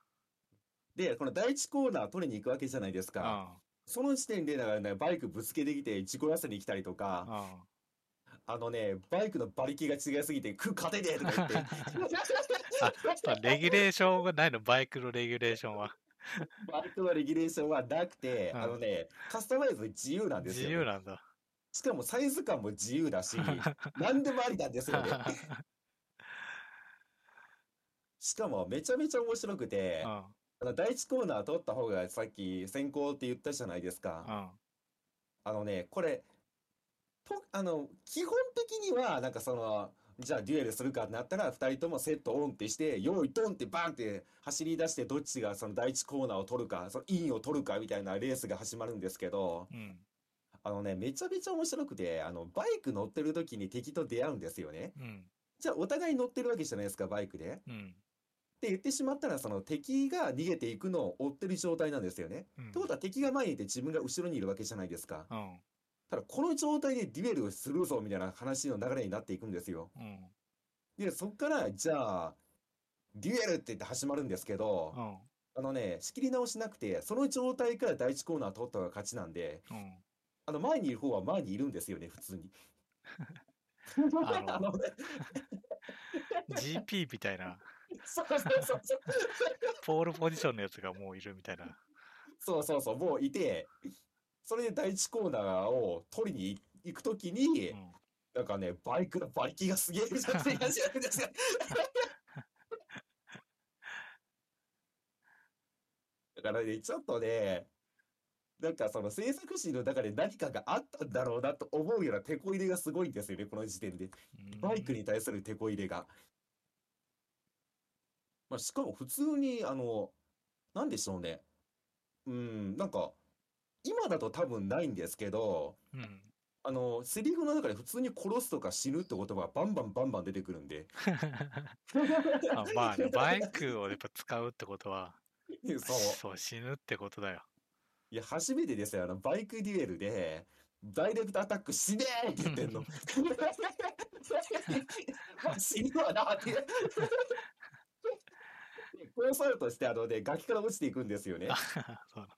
Speaker 2: で、この第一コーナー取りに行くわけじゃないですか。その時点でだからね、バイクぶつけてきて、事故らせに来たりと
Speaker 1: う
Speaker 2: か、
Speaker 1: ん。うん。
Speaker 2: あのね、バイクの馬力が違いすぎて、く勝てねえとか
Speaker 1: [LAUGHS]
Speaker 2: 言って。
Speaker 1: まあレギュレーションがないの、バイクのレギュレーションは。
Speaker 2: バイクのレギュレーションはなくて、
Speaker 1: うん
Speaker 2: あのね、カスタマイズ自由なんです
Speaker 1: 自
Speaker 2: よね、
Speaker 1: 由なんだ。
Speaker 2: しかもサイズ感も自由だし、何でもありなんですよね。しかもめちゃめちゃ面白くて
Speaker 1: [LAUGHS] う、ん。
Speaker 2: あの第一コーナー取った方がさっき先行って言ったじゃないですか。
Speaker 1: うん。
Speaker 2: あのね、これ、と、あの、基本的には、なんかその、じゃあデュエルするかってなったら、二人ともセットオンってして、用意ドンってバンって走り出して、どっちがその第一コーナーを取るか、そのインを取るかみたいなレースが始まるんですけど、
Speaker 1: うん。
Speaker 2: あのね、めちゃめちゃ面白くて、あの、バイク乗ってる時に敵と出会うんですよね。
Speaker 1: うん。
Speaker 2: じゃあお互い乗ってるわけじゃないですか、バイクで。
Speaker 1: うん。
Speaker 2: って言ってしまったら、その敵が逃げていくのを追ってる状態なんですよね。
Speaker 1: うん
Speaker 2: ってことは敵が前にいて自分が後ろにいるわけじゃないですか。
Speaker 1: うん。
Speaker 2: ただこの状態でデュエルをするぞみたいな話の流れになっていくんですよ。
Speaker 1: うん。
Speaker 2: で、そっから、じゃあ、デュエルって言って始まるんですけど
Speaker 1: う、ん。
Speaker 2: あのね、仕切り直しなくて、その状態から第一コーナー取った方が勝ちなんで、
Speaker 1: うん。
Speaker 2: あの、前にいる方は前にいるんですよね、普通に。
Speaker 1: の
Speaker 2: [LAUGHS] あのね
Speaker 1: GP みたいな、
Speaker 2: そうそうそうそう。
Speaker 1: ポールポジションのやつがもういるみたいな。
Speaker 2: そうそうそう、もういて、それで第一コーナーを取りに行くときに、
Speaker 1: うん。
Speaker 2: なんかね、バイクの馬力がすげえみたいな感じなんですよ。 [LAUGHS] だからね、ちょっとね、なんかその制作士の中で何かがあったんだろうなと思うようなテこ入れがすごいんですよね、この時点で。バイク
Speaker 1: うん
Speaker 2: に対するテこ入れが。まあ、しかも普通に、あの、なんでしょうね。うん、なんか、今だと多分ないんですけど、
Speaker 1: うん。
Speaker 2: あの、セリフの中で普通に殺すとか死ぬって言葉がバンバンバンバン出てくるんで。
Speaker 1: あまあね、バイクをやっぱ使うってことは、
Speaker 2: そう。
Speaker 1: そう、死ぬってことだよ。
Speaker 2: いや、初めてですよ。あの、バイクデュエルで、ダイレクトアタック死ねえって言ってんの。 [LAUGHS] まあ死ぬわなって。殺されるとして、あのね、崖から落ちていくんですよね。
Speaker 1: そう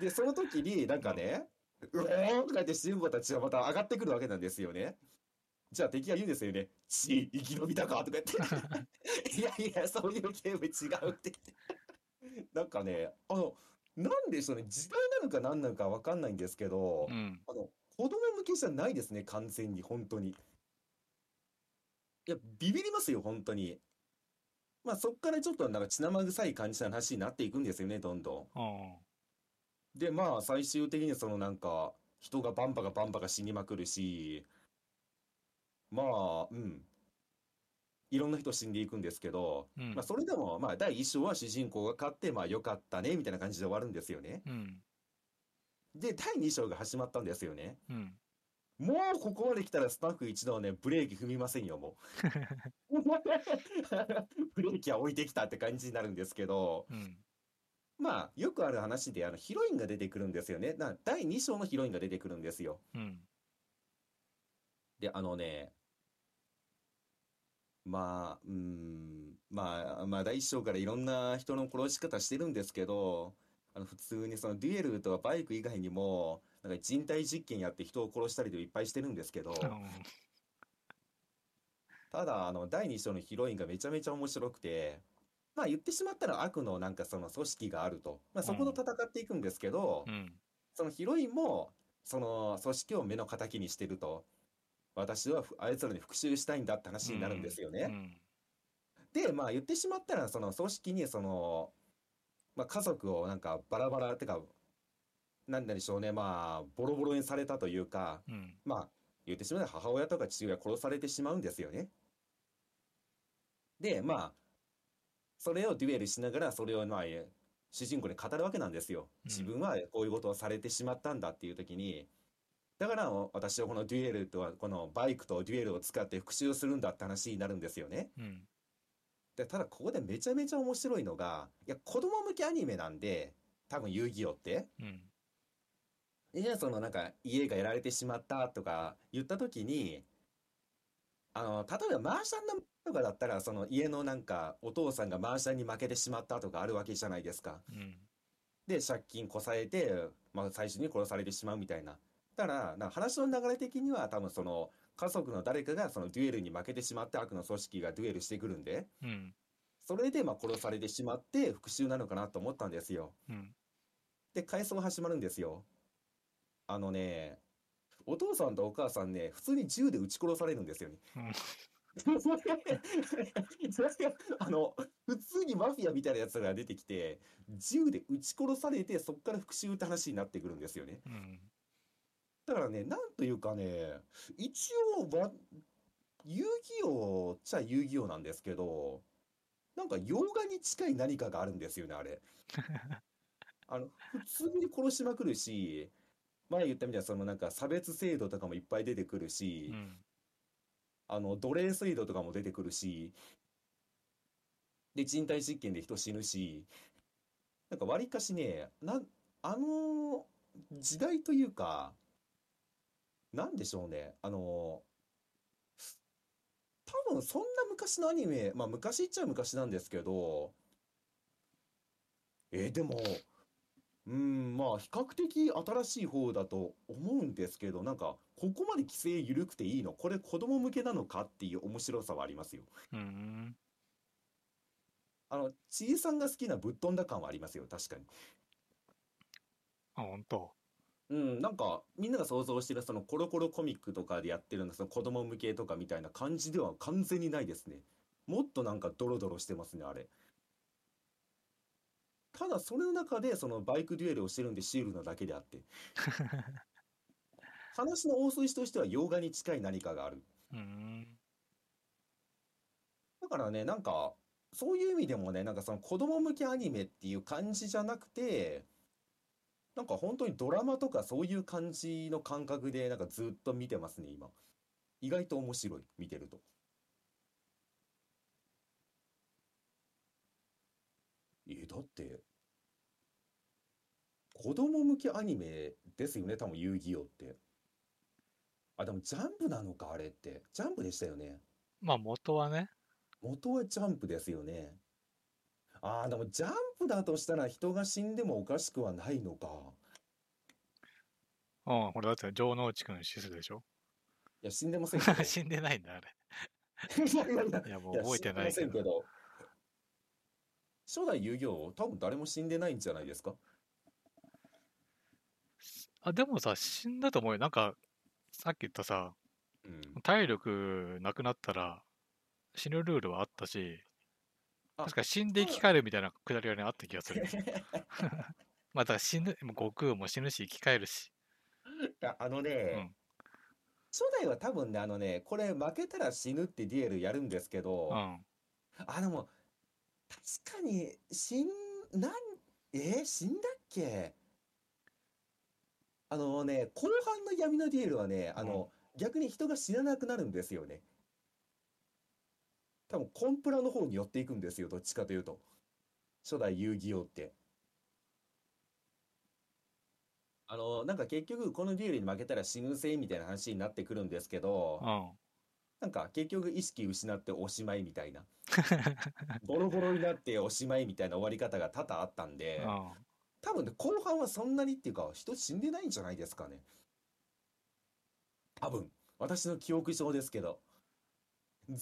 Speaker 2: で、その時になんかね、うおーとか言って主人公たちがまた上がってくるわけなんですよね。じゃあ敵が言うんですよね。ち、生き延びたかとか
Speaker 1: [LAUGHS]
Speaker 2: 言って。いやいや、そういうゲーム違うって言って。なんかね、あの、なんでしょうね、時代なのか何なのかわかんないんですけど、
Speaker 1: うん。
Speaker 2: あの、子供向けじゃないですね、完全に、本当に。いや、ビビりますよ、本当に。まあ、そっからちょっとなんか血生臭い感じの話になっていくんですよね、どんどん。
Speaker 1: うん。
Speaker 2: で、まあ、最終的にそのなんか、人がバンバカバンバカ死にまくるし、まあ、うん。いろんな人死んでいくんですけど、
Speaker 1: うん
Speaker 2: まあ、。それでも、まあ、第一章は主人公が勝って、まあ、よかったね、みたいな感じで終わるんですよね。
Speaker 1: うん。
Speaker 2: で、第二章が始まったんですよね。
Speaker 1: うん。
Speaker 2: もうここまで来たらスタッフ一同ね、ブレーキ踏みませんよ、も
Speaker 1: [LAUGHS]
Speaker 2: う。ブレーキは置いてきたって感じになるんですけど、
Speaker 1: うん。
Speaker 2: まあ、よくある話で、あの、ヒロインが出てくるんですよね。な、第2章のヒロインが出てくるんですよ。
Speaker 1: うん。
Speaker 2: で、あのね、まあ、うーん、まあ、まあ、第1章からいろんな人の殺し方してるんですけど、あの、普通にそのデュエルとかバイク以外にも、なんか人体実験やって人を殺したりとかいっぱいしてるんですけど、
Speaker 1: うん
Speaker 2: ただあの第2章のヒロインがめちゃめちゃ面白くて、まあ言ってしまったら悪のなんかその組織があると、まあ、そこと戦っていくんですけど、
Speaker 1: うん。
Speaker 2: そのヒロインもその組織を目の敵にしてると。私はふあいつらに復讐したいんだって話になるんですよ
Speaker 1: う
Speaker 2: ね。
Speaker 1: ん。
Speaker 2: で、まあ言ってしまったら、その組織に、その、まあ家族をなんかバラバラってか、なんでしょうね、まあ、ボロボロにされたというか、
Speaker 1: うん。
Speaker 2: まあ言ってしまえば母親とか父親殺されてしまうんですよね。で、まあ、それをデュエルしながら、それをまあ、え主人公に語るわけなんですよ。
Speaker 1: うん
Speaker 2: 自分はこういうことをされてしまったんだっていう時に、だから私はこのデュエルとは、このバイクとデュエルを使って復讐するんだって話になるんですよね。
Speaker 1: うん。
Speaker 2: で、ただここでめちゃめちゃ面白いのが、いや、子供向けアニメなんで、多分遊戯王って。
Speaker 1: うん。
Speaker 2: えじゃあそのなんか家がやられてしまったとか言った時に、あの、例えばマーシャンのとかだったら、その家のなんかお父さんがマーシャンに負けてしまったとかあるわけじゃないですか。
Speaker 1: うん。
Speaker 2: で、借金こさえて、まあ最初に殺されてしまうみたいな。だから、なんか話の流れ的には多分その家族の誰かがそのデュエルに負けてしまって悪の組織がデュエルしてくるんで、
Speaker 1: うん。
Speaker 2: それでまあ殺されてしまって復讐なのかなと思ったんですよ。
Speaker 1: うん。
Speaker 2: で、回想が始まるんですよ。あのね、お父さんとお母さんね、普通に銃で撃ち殺されるんですよね。あの、普通にマフィアみたいな奴らが出てきて、銃で撃ち殺されて、そこから復讐って話になってくるんですよね。
Speaker 1: うん。
Speaker 2: だからね、なんというかね、一応わ、遊戯王っちゃ遊戯王なんですけど、なんか洋画に近い何かがあるんですよね、あれ。あの、普通に殺しまくるし、前言ったみたいな、そのなんか差別制度とかもいっぱい出てくるし
Speaker 1: う、ん。
Speaker 2: あの、奴隷制度とかも出てくるし、で、人体実験で人死ぬし、なんか割かしね、なん、あの時代というか、なんでしょうね、あの、多分そんな昔のアニメ、まあ昔っちゃ昔なんですけど、えーでも、うん、まあ比較的新しい方だと思うんですけど、なんか、ここまで規制緩くていいのこれ子供向けなのかっていう面白さはありますよ。
Speaker 1: うん。
Speaker 2: あの、ちいさんが好きなぶっ飛んだ感はありますよ、確かに。
Speaker 1: あ、本当。
Speaker 2: うん、なんか、みんなが想像してるそのコロコロコミックとかでやってるの、その子供向けとかみたいな感じでは完全にないですね。もっとなんかドロドロしてますね、あれ。ただ、それの中で、そのバイクデュエルをしてるんでシールなだけであって。話の大筋としては洋画に近い何かがある。
Speaker 1: うん。
Speaker 2: だからね、なんか、そういう意味でもね、なんかその子供向けアニメっていう感じじゃなくて、なんか本当にドラマとかそういう感じの感覚で、なんかずっと見てますね、今。意外と面白い、見てると。え、だって、子供向けアニメですよね、多分遊戯王って。あ、でもジャンプなのか、あれって。ジャンプでしたよね。
Speaker 1: まあ、元はね。
Speaker 2: 元はジャンプですよね。ああ、でもジャンプだとしたら人が死んでもおかしくはないのか。
Speaker 1: うん、これだって、城之内くん死すでしょ
Speaker 2: いや、死んでませんけ
Speaker 1: [LAUGHS]
Speaker 2: ど。
Speaker 1: 死んでないんだ、あれ。
Speaker 2: いやいやいや、
Speaker 1: いや、も
Speaker 2: [LAUGHS] いうや
Speaker 1: 覚えてない
Speaker 2: 死
Speaker 1: け
Speaker 2: んでませ
Speaker 1: ど。
Speaker 2: んけど。初代遊戯王、多分誰も死んでないんじゃないですか。
Speaker 1: あ、でもさ、死んだと思うよ。なんか、さっき言ったさ、 [LAUGHS]
Speaker 2: うん。
Speaker 1: 体力なくなったら死ぬルールはあったし、
Speaker 2: あ
Speaker 1: 確か死んで生き返るみたいなくだりはね、あった気が
Speaker 2: [LAUGHS]
Speaker 1: するよ。まあ、だから死ぬ、もう悟空も死ぬし、生き返るし。
Speaker 2: ああのね、初代は多分ね、あのね、これ負けたら死ぬってデュエルやるんですけ
Speaker 1: う
Speaker 2: ど、
Speaker 1: ん。
Speaker 2: あ、でも、確かに、死ん、なん、えー死んだっけあのね、後半の闇のデュエルはね、あの、逆に人が死ななくなるんですよね。多分、コンプラの方に寄っていくんですよ、どっちかというと。初代遊戯王って。あの、なんか結局、このデュエルに負けたら死ぬぜ、みたいな話になってくるんですけど、
Speaker 1: うん。
Speaker 2: なんか結局意識失っておしまいみたいな。ボロボロになっておしまいみたいな終わり方が多々あったんで、
Speaker 1: うん。
Speaker 2: 多分ね、後半はそんなにっていうか、人死んでないんじゃないですかね。多分、私の記憶上ですけど。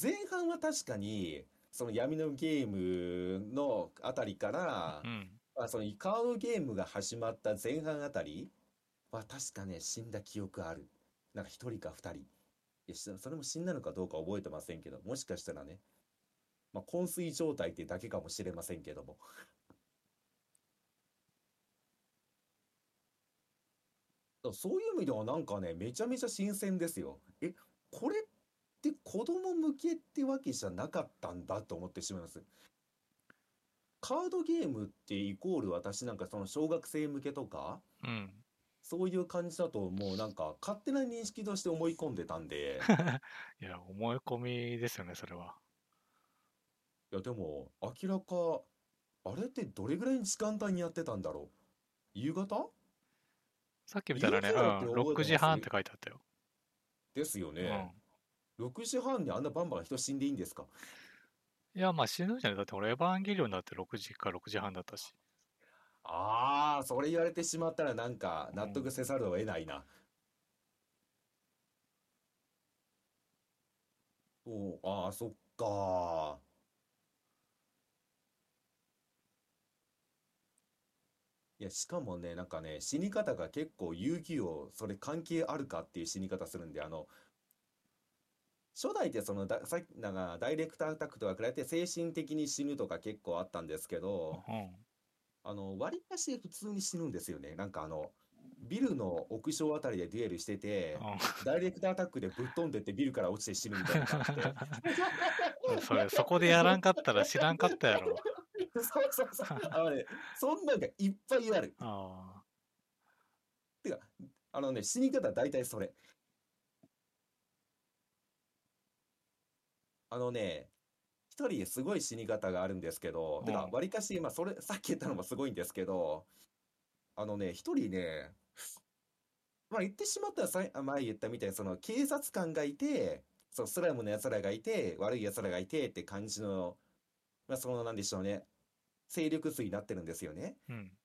Speaker 2: 前半は確かに、その闇のゲームのあたりから
Speaker 1: う、ん。
Speaker 2: まあ、そのイカオゲームが始まった前半あたりは確かね、死んだ記憶ある。なんか一人か二人。いやしそれも死んだのかどうか覚えてませんけど、もしかしたらね、まあ、昏睡状態ってだけかもしれませんけども。だからそういう意味ではなんかね、めちゃめちゃ新鮮ですよ。え、これって子供向けってわけじゃなかったんだと思ってしまいます。カードゲームってイコール私なんかその小学生向けとか、
Speaker 1: うん。
Speaker 2: そういう感じだともうなんか勝手な認識として思い込んでたんで、
Speaker 1: いや、思い込みですよね、それは。
Speaker 2: いやでも明らか、あれってどれぐらいの時間帯にやってたんだろう夕方
Speaker 1: さっき見たらね、う
Speaker 2: 言うてたって
Speaker 1: ん、
Speaker 2: 覚えてます
Speaker 1: 6時半って書いてあったよ。
Speaker 2: ですよね。
Speaker 1: う
Speaker 2: 6時半にあんなバンバン人死んでいいんですか
Speaker 1: ん。いや、まあ死ぬんじゃないだって俺、エヴァンゲリオンだって6時か6時半だったし。
Speaker 2: ああ、それ言われてしまったらなんか納得せざるを得ないな。おああ、そっか。いや、しかもね、なんかね、死に方が結構遊戯王、それ関係あるかっていう死に方するんで、あの、初代ってそのだ、さっき、なんか、ダイレクトアタックとか食らえて精神的に死ぬとか結構あったんですけど、
Speaker 1: うん。
Speaker 2: あの、割り箸で普通に死ぬんですよね。なんかあの、ビルの屋上あたりでデュエルしてて、ダイレクトアタックでぶっ飛んでってビルから落ちて死ぬ
Speaker 1: [LAUGHS]
Speaker 2: みたいな感じで。
Speaker 1: うん、それ、そこでやらんかったら知らんかったやろ。
Speaker 2: [LAUGHS] そうそうそう。あのね、そんなんがいっぱいある。
Speaker 1: あ
Speaker 2: てか、あのね、死に方大体それ。あのね、一人すごい死に方があるんですけど、て
Speaker 1: う
Speaker 2: か
Speaker 1: ん、
Speaker 2: わりかし、まあ、それ、さっき言ったのもすごいんですけど、あのね、一人ね、まあ、言ってしまったらさい、あ前言ったみたいに、その警察官がいて、そう、スラムの奴らがいて、悪い奴らがいてって感じの、まあ、その、なんでしょうね、勢力図になってるんですよね。
Speaker 1: あ。うん。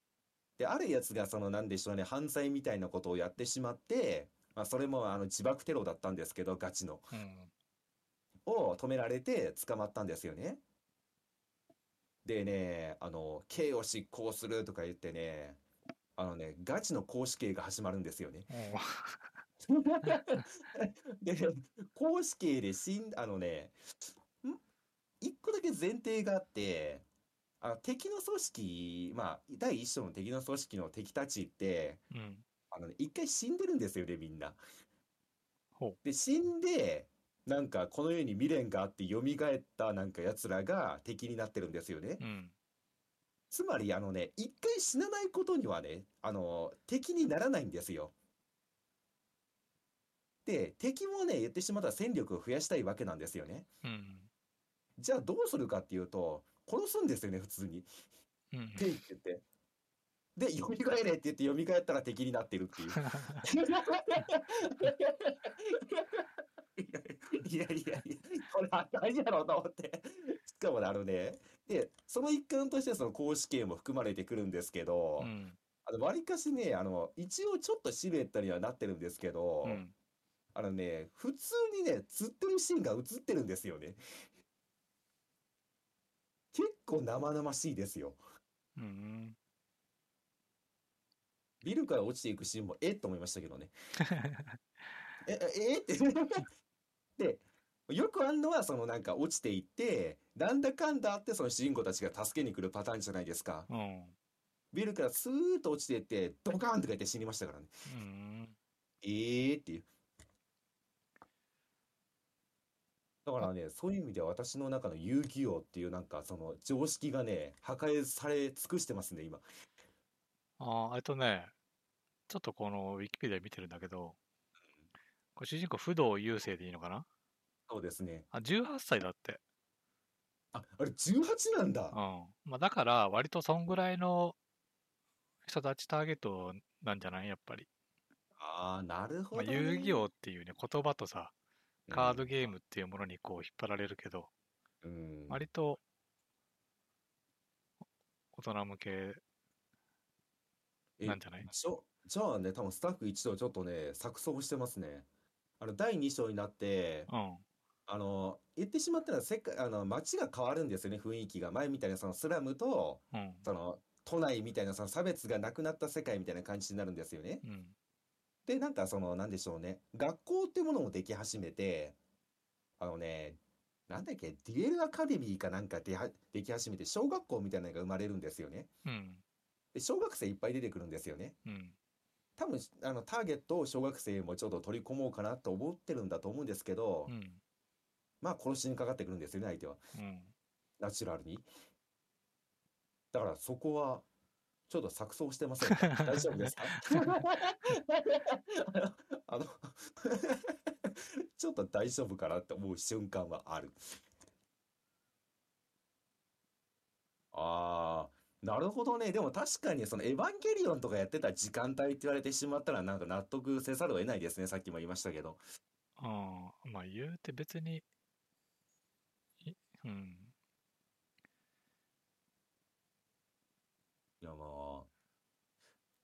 Speaker 2: で、あるやつがそのなんでしょうね、犯罪みたいなことをやってしまって、まあそれもあの自爆テロだったんですけど、ガチの。
Speaker 1: うん。
Speaker 2: を止められて捕まったんですよね。でね、あの、刑を執行するとか言ってね、あのね、ガチの公死刑が始まるんで
Speaker 1: [LAUGHS]
Speaker 2: すよね。
Speaker 1: うん
Speaker 2: で、公死刑で死ん、あのね、ん一個だけ前提があって、あの敵の組織、まあ、第一章の敵の組織の敵たちって、
Speaker 1: うん。
Speaker 2: あのね、一回死んでるんですよね、みんな。
Speaker 1: ほう
Speaker 2: で、死んで、なんかこの世に未練があって蘇ったなんか奴らが敵になってるんですよね。
Speaker 1: うん。
Speaker 2: つまりあのね、一回死なないことにはね、あの、敵にならないんですよ。で、敵もね、言ってしまったら戦力を増やしたいわけなんですよね。
Speaker 1: うん。
Speaker 2: じゃあどうするかっていうと、殺すんですよね、普通に。
Speaker 1: うん。
Speaker 2: 手って言って。で、蘇れって言って蘇ったら敵になってるっていう。いやいやいや、これ大事だろうと思って。しかもね、あのね、で、その一環としてその公試験も含まれてくるんですけど
Speaker 1: う、ん。
Speaker 2: あの、割かしね、あの、一応ちょっとシルエットにはなってるんですけど
Speaker 1: う、ん。
Speaker 2: あのね、普通にね、釣ってるシーンが映ってるんですよね。結構生々しいですよ。
Speaker 1: うん。
Speaker 2: ビルから落ちていくシーンも、えっと思いましたけどね。え、え、え [LAUGHS] って。で、よくあんのは、そのなんか落ちていって、なんだかんだあって、その主人公たちが助けに来るパターンじゃないですか。
Speaker 1: うん。
Speaker 2: ビルからスーッと落ちていって、ドカーンとか言って死にましたからね。
Speaker 1: うん。
Speaker 2: えーっていう。だからね、そういう意味では私の中の遊戯王っていうなんか、その常識がね、破壊され尽くしてますね、今。
Speaker 1: ああ、えっとね、ちょっとこのウィキペディア見てるんだけど、これ主人公、不動優勢でいいのかな
Speaker 2: そうですね。
Speaker 1: あ、18歳だって。
Speaker 2: あ、あれ18なんだ
Speaker 1: うん。。まあ、だから、割とそんぐらいの人たちターゲットなんじゃないやっぱり。
Speaker 2: ああ、なるほ
Speaker 1: まあ、
Speaker 2: どね。
Speaker 1: 遊戯王っていうね、言葉とさ、カード
Speaker 2: うん
Speaker 1: ゲームっていうものにこう引っ張られるけど、
Speaker 2: うん、
Speaker 1: 割と大人向け
Speaker 2: え
Speaker 1: なんじゃない
Speaker 2: じゃじゃあね、多分スタッフ一同ちょっとね、錯綜してますね。あの、第2章になって、
Speaker 1: うん。
Speaker 2: あの、言ってしまったら、世界、あの、街が変わるんですよね、雰囲気が。前みたいな、そのスラムと、
Speaker 1: うん。
Speaker 2: その、都内みたいな、その差別がなくなった世界みたいな感じになるんですよね。
Speaker 1: うん。
Speaker 2: で、なんかその、なんでしょうね。学校ってものもでき始めて、あのね、なんだっけ、デュエルアカデミーかなんかでは、でき始めて、小学校みたいなのが生まれるんですよね。
Speaker 1: うん。
Speaker 2: で、小学生いっぱい出てくるんですよね。
Speaker 1: うん。
Speaker 2: 多分、あの、ターゲットを小学生もちょっと取り込もうかなと思ってるんだと思うんですけど
Speaker 1: う、ん。
Speaker 2: まあ、殺しにかかってくるんですよね、相手は。
Speaker 1: うん。
Speaker 2: ナチュラルに。だから、そこは、ちょっと錯綜してませんか大丈夫ですか [LAUGHS] あの、 [LAUGHS] ちょっと大丈夫かなって思う瞬間はある。ああ、なるほどね。でも確かに、その、エヴァンゲリオンとかやってた時間帯って言われてしまったら、なんか納得せざるを得ないですね。さっきも言いましたけど。
Speaker 1: ああ、まあ言うて別に、いうん、
Speaker 2: いや、まあ。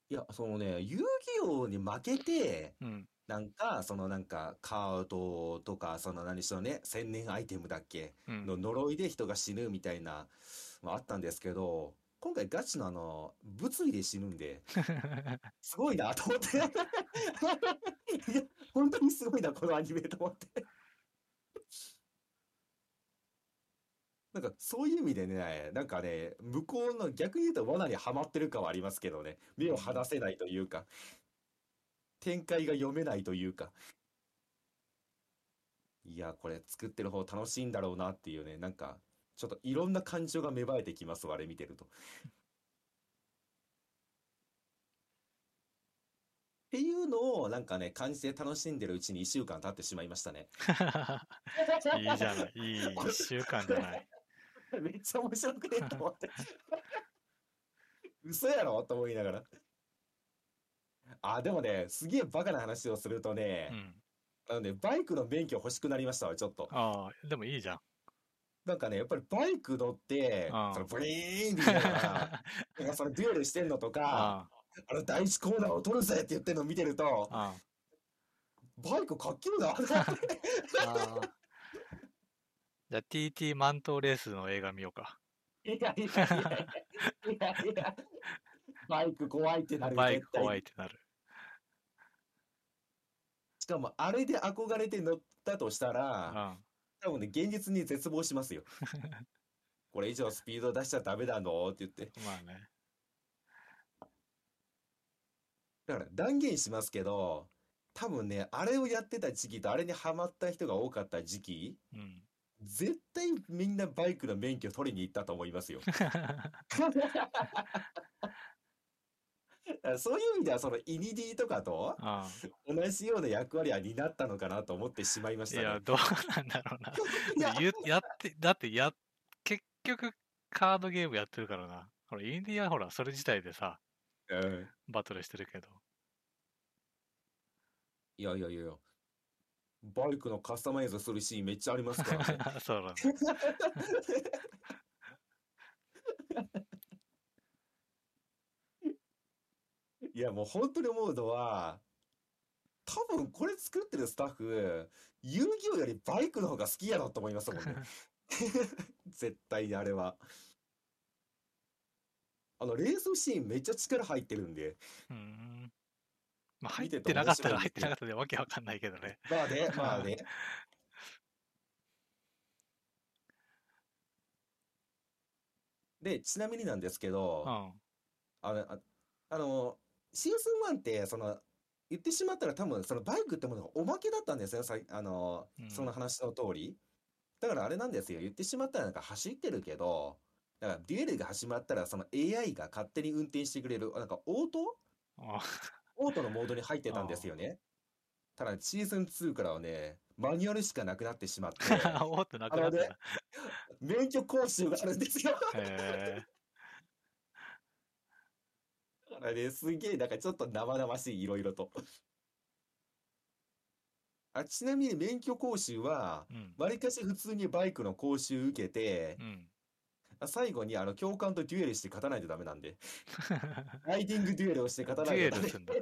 Speaker 2: いや、そのね、遊戯王に負けて、
Speaker 1: うん、
Speaker 2: なんか、そのなんか、カードとか、その何しろね、千年アイテムだっけ
Speaker 1: うん、
Speaker 2: の呪いで人が死ぬみたいな、まあ、あったんですけど、今回ガチのあの、物理で死ぬんで、すごいなと思って。いや、本当にすごいな、このアニメと思って。なんか、そういう意味でね、なんかね、向こうの逆に言うと罠にはまってる感はありますけどね、目を離せないというか、展開が読めないというか。いや、これ作ってる方楽しいんだろうなっていうね、なんか、ちょっといろんな感情が芽生えてきます、あれ見てると。っていうのをなんかね、感じて楽しんでるうちに1週間経ってしまいましたね。
Speaker 1: [LAUGHS] いいじゃない、いい1週間じゃない。
Speaker 2: [LAUGHS] めっちゃ面白くねと思って。嘘やろと思いながら。あ、でもね、すげえバカな話をするとね
Speaker 1: う、ん、
Speaker 2: あのね、バイクの免許欲しくなりましたわ、ちょっと。
Speaker 1: ああ、でもいいじゃん。
Speaker 2: なんかね、やっぱりバイク乗って、
Speaker 1: ああ
Speaker 2: そのブリーンって言い
Speaker 1: [LAUGHS]
Speaker 2: ながら、なんかそのデュエルしてんのとか、
Speaker 1: あ
Speaker 2: あの第一コーナーを取るぜって言ってるの見てると
Speaker 1: あ、、あ
Speaker 2: バイクかっきゅうだなって
Speaker 1: あ、ああ。じゃあ TT 満頭レースの映画見ようか。
Speaker 2: いやいやいやいやいやいや、バイク怖いってなるよ
Speaker 1: バイク
Speaker 2: 絶対
Speaker 1: 怖いってなる。
Speaker 2: しかも、あれで憧れて乗ったとした
Speaker 1: う
Speaker 2: ら、
Speaker 1: ん、
Speaker 2: 多分ね、現実に絶望しますよ。これ以上スピード出しちゃダメだのって言って。
Speaker 1: まあね。
Speaker 2: だから断言しますけど、多分ね、あれをやってた時期とあれにハマった人が多かった時期、
Speaker 1: うん。
Speaker 2: 絶対みんなバイクの免許取りに行ったと思いますよ。だからそういう意味では、そのイニディとかと
Speaker 1: ああ。
Speaker 2: 同じような役割は担ったのかなと思ってしまいまし
Speaker 1: い
Speaker 2: た
Speaker 1: や、
Speaker 2: ね。
Speaker 1: どうなんだろうな。
Speaker 2: [LAUGHS] いや、
Speaker 1: ゆやって、だってや、結局カードゲームやってるからな。ほら、インディアほら、それ自体でさ、
Speaker 2: うん
Speaker 1: バトルしてるけ
Speaker 2: [LAUGHS]
Speaker 1: ど。
Speaker 2: いやいやいやいや、バイクのカスタマイズするシーンめっちゃありますから [LAUGHS] ね。
Speaker 1: そうなんだ。
Speaker 2: いや、もう本当に思うのは、多分これ作ってるスタッフ、遊戯王よりバイクの方が好きやろと思いましたもん [LAUGHS] ね。絶対にあれは。あの、レースシーンめっちゃ力入ってるんで。
Speaker 1: [LAUGHS] うーん。まあ、入
Speaker 2: 見
Speaker 1: ってて
Speaker 2: て
Speaker 1: なかったら入っ
Speaker 2: 面白いです
Speaker 1: てなかったでわけわかんないけどね。
Speaker 2: ま
Speaker 1: [LAUGHS]
Speaker 2: あね、まあね。で、ちなみになんですけど、
Speaker 1: うん。
Speaker 2: あの、ああの、シーズン1って、その、言ってしまったら多分、そのバイクってものがおまけだったんですよ、さい、あの
Speaker 1: う、ん
Speaker 2: その話の通り。だからあれなんですよ、言ってしまったらなんか走ってるけど、だからデュエルが始まったら、その AI が勝手に運転してくれる、なんかオート
Speaker 1: あ
Speaker 2: オートのモードに入ってたんですよね。ただ、シーズン2からはね、マニュアルしかなくなってしまって、 [LAUGHS]
Speaker 1: あ、 [LAUGHS] おーってなくなったな。へ
Speaker 2: 免許講習があるんですよ。 [LAUGHS]
Speaker 1: え。
Speaker 2: だからね、すげえ、なんかちょっと生々しい、いろいろと。あ、ちなみに免許講習は、
Speaker 1: うん。
Speaker 2: わりかし普通にバイクの講習受けて
Speaker 1: う、ん。 [LAUGHS]
Speaker 2: あ最後にあの教官とデュエルして勝たないとダメなんで、ライディングデュエルをして勝たないとダメ
Speaker 1: デュエルすんだ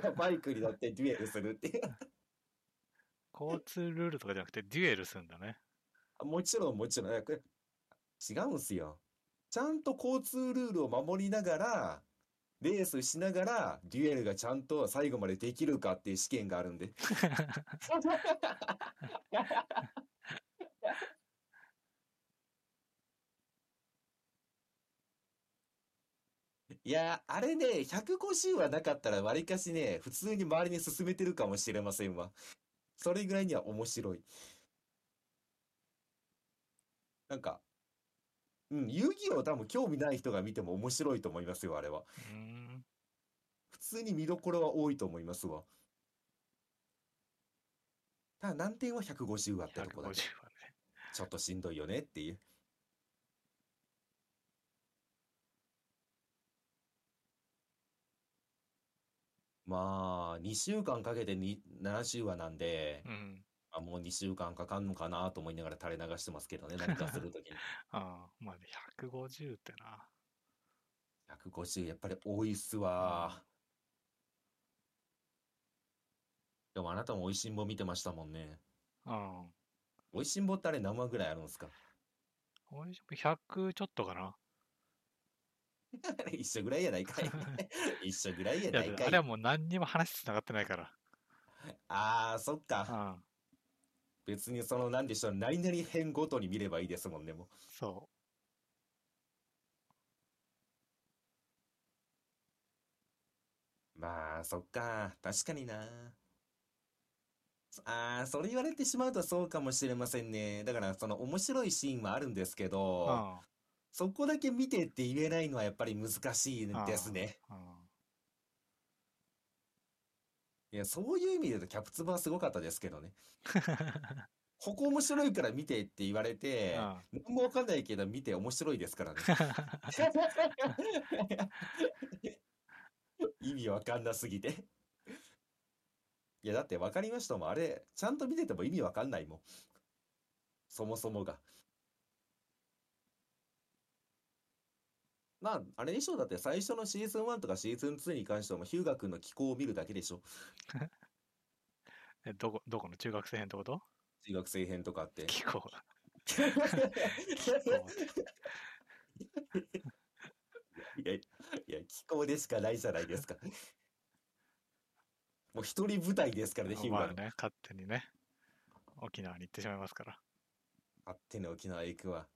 Speaker 2: [LAUGHS] そう、バイクに乗ってデュエルするっていう。
Speaker 1: 交通ルールとかじゃなくてデュエルするんだね。
Speaker 2: あもちろん、もちろん。いやこれ違うんすよ。ちゃんと交通ルールを守りながら、レースしながら、デュエルがちゃんと最後までできるかっていう試験があるんで。いやー、あれね、150はなかったら、わりかしね、普通に周りに進めてるかもしれませんわ。それぐらいには面白い。なんか、うん、遊戯王多分興味ない人が見ても面白いと思いますよ、あれは。
Speaker 1: うーん。
Speaker 2: 普通に見どころは多いと思いますわ。ただ難点は150はってと
Speaker 1: 150
Speaker 2: こ
Speaker 1: は
Speaker 2: だ
Speaker 1: ね
Speaker 2: け。。ちょっとしんどいよねっていう。まあ、2週間かけてに7話なんで、
Speaker 1: うん。
Speaker 2: まあ、もう2週間かかんのかなと思いながら垂れ流してますけどね、何かするときに。
Speaker 1: ああ、まあ150ってな。
Speaker 2: 150、やっぱり多いっすわ。でもあなたも美味しんぼ見てましたもんね。
Speaker 1: うん。
Speaker 2: 美味しんぼってあれ何話ぐらいあるんですか [LAUGHS]
Speaker 1: おいし100ちょっとかな。
Speaker 2: 一緒ぐらいやないか
Speaker 1: [LAUGHS]
Speaker 2: い。一緒ぐらいや
Speaker 1: いや、
Speaker 2: ない
Speaker 1: で
Speaker 2: かい。
Speaker 1: あれはもう何にも話つながってないから。
Speaker 2: ああ、そっか。
Speaker 1: うん。
Speaker 2: 別にその、なんでしょう、何々編ごとに見ればいいですもんね、もう。
Speaker 1: そ
Speaker 2: まあ、そっか。確かにな。ああ、それ言われてしまうとそうかもしれませんね。だから、その面白いシーンはあるんですけ
Speaker 1: う。う
Speaker 2: ど、
Speaker 1: ん。
Speaker 2: そこだけ見てって言えないのはやっぱり難しいですね。
Speaker 1: うん
Speaker 2: いや、そういう意味で言うとキャプツバはすごかったですけどね。ここ面白いから見てって言われて、
Speaker 1: うん [LAUGHS]
Speaker 2: 何もわかんないけど見て面白いですからね。 [LAUGHS] 意味わかんなすぎて。いや、だってわかりましたもん。あれ、ちゃんと見てても意味わかんないもん。そもそもが。まあ、あれでしょう。だって最初のシーズン1とかシーズン2に関してはもうヒューガ君の気候を見るだけでしょ。
Speaker 1: えどこ、どこの中学生編ってこと
Speaker 2: 中学生編と
Speaker 1: [LAUGHS]
Speaker 2: かって。
Speaker 1: 気
Speaker 2: [LAUGHS]
Speaker 1: 候。
Speaker 2: いや、いや、気候でしかないじゃないですか。もう一人舞台ですからね、ヒム
Speaker 1: ま
Speaker 2: が
Speaker 1: あね、勝手にね、沖縄に行ってしまいます
Speaker 2: [LAUGHS]
Speaker 1: から。
Speaker 2: 勝手に沖縄へ行くわ。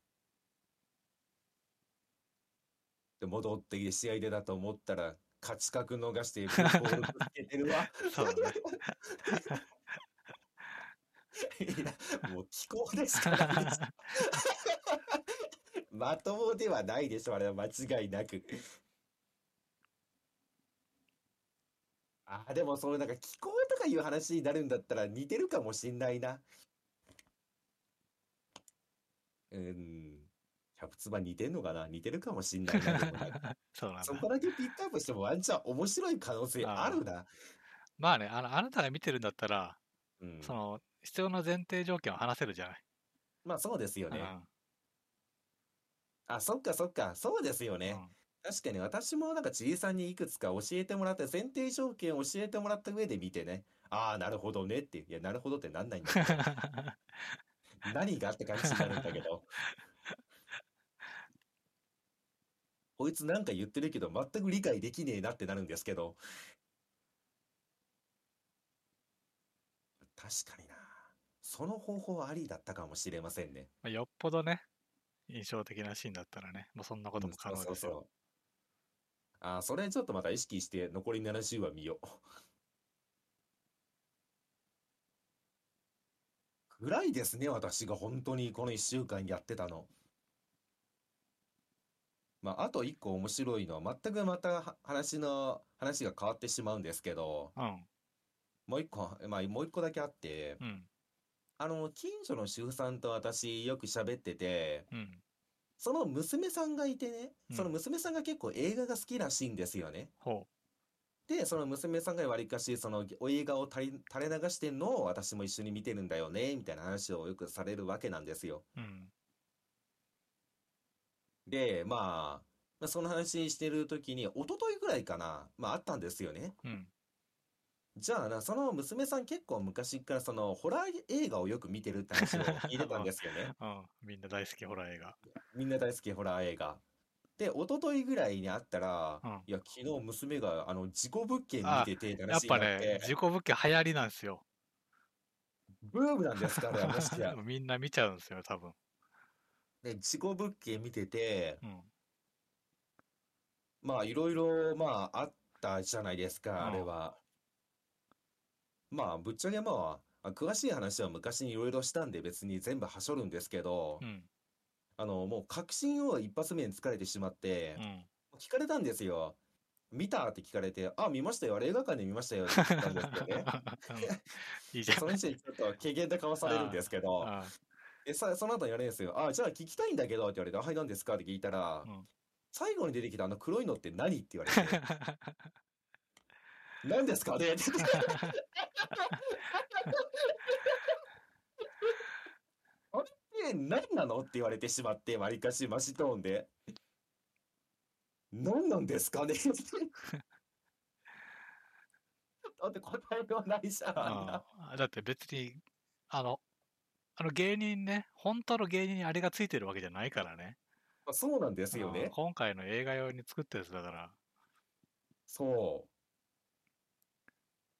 Speaker 2: で、戻ってきて試合でだと思ったら、勝ち確逃して、
Speaker 1: [LAUGHS]
Speaker 2: ボールぶつけてるわ。
Speaker 1: そうだね。
Speaker 2: [LAUGHS] いや、もう気候でしかないです。まともではないでしょ、あれは間違いなく。あー、でもそのなんか気候とかいう話になるんだったら似てるかもしんないな。うーん。キャプツバ似てんのかな似てるかもしんない [LAUGHS] な。でもなんか
Speaker 1: [LAUGHS] そうなんだ
Speaker 2: そ。こだけピックアップしてもワンチャン面白い可能性あるな。
Speaker 1: まあね、あの、あなたが見てるんだったら、
Speaker 2: うん。
Speaker 1: その、必要な前提条件を話せるじゃない。
Speaker 2: まあそうですよ
Speaker 1: う
Speaker 2: ね。
Speaker 1: ん
Speaker 2: あ、そっかそっか。そうですよね。
Speaker 1: [LAUGHS]
Speaker 2: 確かに私もなんかちいさんにいくつか教えてもらって、前提条件を教えてもらった上で見てね、ああ、なるほどねっていう、いや、なるほどってなんないんだけど何がって感じになるんだけど。 [LAUGHS] こいつなんか言ってるけど、全く理解できねえなってなるんですけど。確かにな。その方法はありだったかもしれませんね。
Speaker 1: まあよっぽどね、印象的なシーンだったらね、もうそんなことも可能ですよ。
Speaker 2: そうそうそうあーそれちょっとまた意識して残り70は見よう。 [LAUGHS] 暗いですね、私が本当にこの1週間やってたの。まあ、あと1個面白いのは、全くまたは話の、話が変わってしまうんですけど、
Speaker 1: うん、
Speaker 2: もう1個、まあ、もう1個だけあって、
Speaker 1: うん、
Speaker 2: あの、近所の主婦さんと私よく喋ってて、
Speaker 1: うん。
Speaker 2: その娘さんがいてね、
Speaker 1: うん
Speaker 2: その娘さんが結構映画が好きらしいんですよね。
Speaker 1: ほ
Speaker 2: で、その娘さんがわりかし、そのお映画を垂れ垂れ流してんのを私も一緒に見てるんだよね、みたいな話をよくされるわけなんですよ。
Speaker 1: う。うん、
Speaker 2: で、まあ、まあその話してる時に、一昨日ぐらいかな、まああったんですよね。
Speaker 1: うん。
Speaker 2: じゃあな、その娘さん結構昔からそのホラー映画をよく見てるって話を聞いてたんですけど
Speaker 1: [LAUGHS]
Speaker 2: ね。
Speaker 1: うん。みんな大好きホラー映画。
Speaker 2: みんな大好きホラー映画。で、一昨日ぐらいに会ったら、
Speaker 1: うん
Speaker 2: いや、昨日娘があの事故物件見ててって
Speaker 1: やっ
Speaker 2: 話に
Speaker 1: ぱ
Speaker 2: なって、
Speaker 1: ね、事故物件流行りなんですよ。
Speaker 2: ブームなんですから、あ
Speaker 1: [LAUGHS]
Speaker 2: れはましてや
Speaker 1: みんな見ちゃうんですよ、多分。
Speaker 2: で、事故物件見てて、
Speaker 1: うん。
Speaker 2: まあいろいろまああったじゃないですか、あ
Speaker 1: うん
Speaker 2: れは。まあぶっちゃけまあ、詳しい話は昔にいろいろしたんで別に全部はしょるんですけど
Speaker 1: う、ん。
Speaker 2: あのもう確信を一発目につかれてしまって
Speaker 1: う、ん。
Speaker 2: 聞かれたんですよ。見たって聞かれて、あ、見ましたよ。あれ映画館で見ましたよって言ったんですけど
Speaker 1: [LAUGHS]
Speaker 2: ね。
Speaker 1: いいじゃん。
Speaker 2: その人にちょっと軽減で交わされるんですけ [LAUGHS] ど、
Speaker 1: あ
Speaker 2: でさ、その後に言われるんですよ。あ、じゃあ聞きたいんだけどって言われて、はい、何ですかって聞いたら
Speaker 1: うん、
Speaker 2: 最後に出てきたあの黒いのって何って言われて、何ですかねって言ってあれって何なのって言われてしまって、わりかしマシトーンで。何なんですかねってだって答えようないじゃん。
Speaker 1: ああだって別に、あの、あの芸人ね、本当の芸人にあれがついてるわけじゃないからね。
Speaker 2: まあそうなんですよ
Speaker 1: うん
Speaker 2: ね。
Speaker 1: 今回の映画用に作ったやつだから。
Speaker 2: そ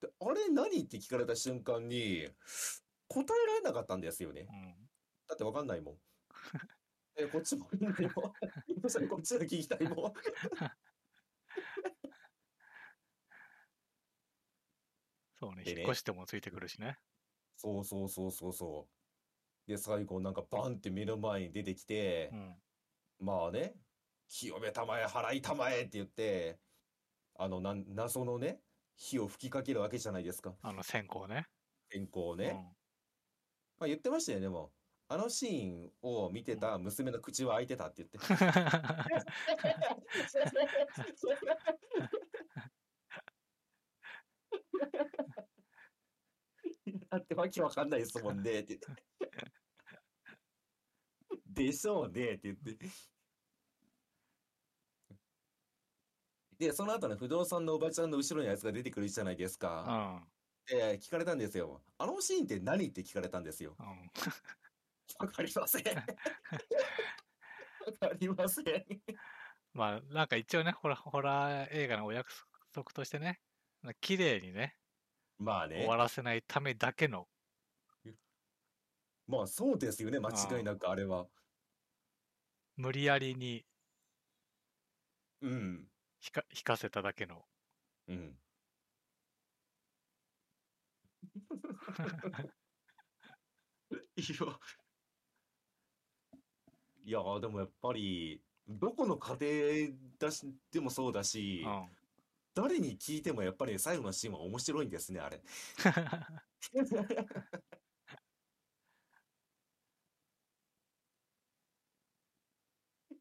Speaker 2: う。で、あれ何って聞かれた瞬間に、答えられなかったんですよね
Speaker 1: う。ん。
Speaker 2: だってわかんないもん。え、 [LAUGHS] こっちもいいんだよ。それこっちが聞きたいもん。
Speaker 1: そうね、
Speaker 2: で
Speaker 1: 引
Speaker 2: ね
Speaker 1: っ越してもついてくるしね。
Speaker 2: そうそうそうそうそう。で、最後なんかバンって目の前に出てきて
Speaker 1: う、ん。
Speaker 2: まあね、清めたまえ、払いたまえって言って、あの、なん、謎のね、火を吹きかけるわけじゃないですか。
Speaker 1: あの線香ね。
Speaker 2: 天候をね。
Speaker 1: うん
Speaker 2: まあ言ってましたよね、でも。あのシーンを見てた娘の口は開いてたって言って。だってわけわかんないですもんね、って言って。でしょうね、って言って。で、その後の不動産のおばちゃんの後ろにあいつが出てくるじゃないです
Speaker 1: う
Speaker 2: か。
Speaker 1: ん。
Speaker 2: で、聞かれたんですよ。あのシーンって何って聞かれたんですよ。
Speaker 1: うん。
Speaker 2: わかりません。わかりません。
Speaker 1: まあ、なんか一応ね、ホラホラー映画のお約束としてね、綺麗にね、
Speaker 2: まあ
Speaker 1: 終
Speaker 2: ね
Speaker 1: わ。らせないためだけの、
Speaker 2: まあそうですよね。間違いなくあれは。
Speaker 1: 無理やりに
Speaker 2: うん。
Speaker 1: 引か引かせただけの。
Speaker 2: うん。 [LAUGHS] いや。いやー、でもやっぱり、どこの家庭だし、でもそうだ
Speaker 1: う
Speaker 2: し、
Speaker 1: ん。 [LAUGHS]
Speaker 2: 誰に聞いてもやっぱり最後のシーンは面白いんですね、 [LAUGHS] あれ。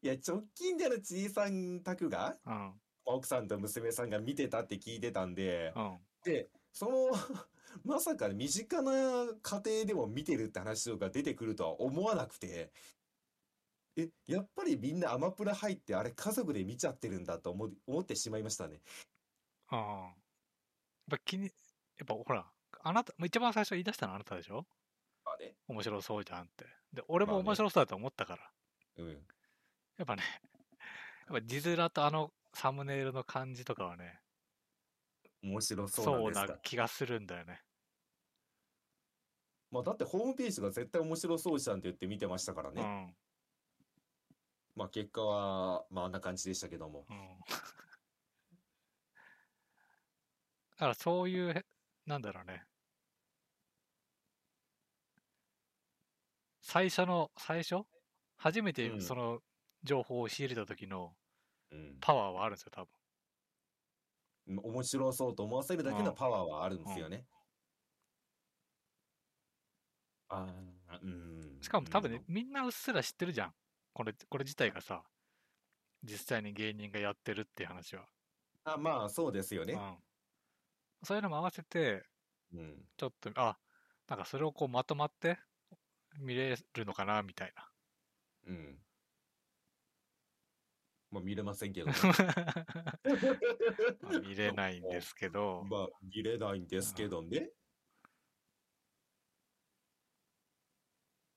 Speaker 2: いや、直近であるちいさん宅が、
Speaker 1: うん。
Speaker 2: 奥さんと娘さんが見てたって聞いてたんで、
Speaker 1: うん。
Speaker 2: で、その、 [LAUGHS] まさか身近な家庭でも見てるって話とか出てくるとは思わなくて、え、やっぱりみんなアマプラ入ってあれ家族で見ちゃってるんだと思う、思ってしまいましたね。
Speaker 1: うん。やっぱ気に、やっぱほら、あなた、一番最初言い出したのあなたでしょ
Speaker 2: まあね。
Speaker 1: 面白そうじゃんって。で、俺
Speaker 2: ま
Speaker 1: も
Speaker 2: あね
Speaker 1: 面白そうだと思ったから。
Speaker 2: うん。
Speaker 1: やっぱね、 [LAUGHS] やっぱ字面とあのサムネイルの感じとかはね、
Speaker 2: 面白そうなん
Speaker 1: そう
Speaker 2: です
Speaker 1: な
Speaker 2: か。
Speaker 1: 気がするんだよね。
Speaker 2: まあだってホームページが絶対面白そうじゃんって言って見てましたから
Speaker 1: う
Speaker 2: ね。
Speaker 1: ん。
Speaker 2: まあ結果は、まああんな感じでしたけども。
Speaker 1: うん。 [LAUGHS] だからそういうへ、なんだろうね。最初の、最初初めて
Speaker 2: うん
Speaker 1: その情報を仕入れた時の
Speaker 2: うん。
Speaker 1: パワーはあるんですよ、多分。
Speaker 2: 面白そうと思わせるだけのパワーはあるんですよね。ああ、うん。
Speaker 1: しかも多分ね
Speaker 2: うん、
Speaker 1: みんなうっすら知ってるじゃん。これ、これ自体がさ、実際に芸人がやってるっていう話は。
Speaker 2: あ、まあ、そうですよ
Speaker 1: う
Speaker 2: ね。
Speaker 1: ん。そういうのも合わせて、
Speaker 2: うん。
Speaker 1: ちょっと、あ、なんかそれをこうまとまって見れるのかな、みたいな。
Speaker 2: うん。まあ見れませんけ
Speaker 1: [LAUGHS]
Speaker 2: どね、 [LAUGHS]
Speaker 1: まあ見れないんですけど、
Speaker 2: まあ見れないんですけどね。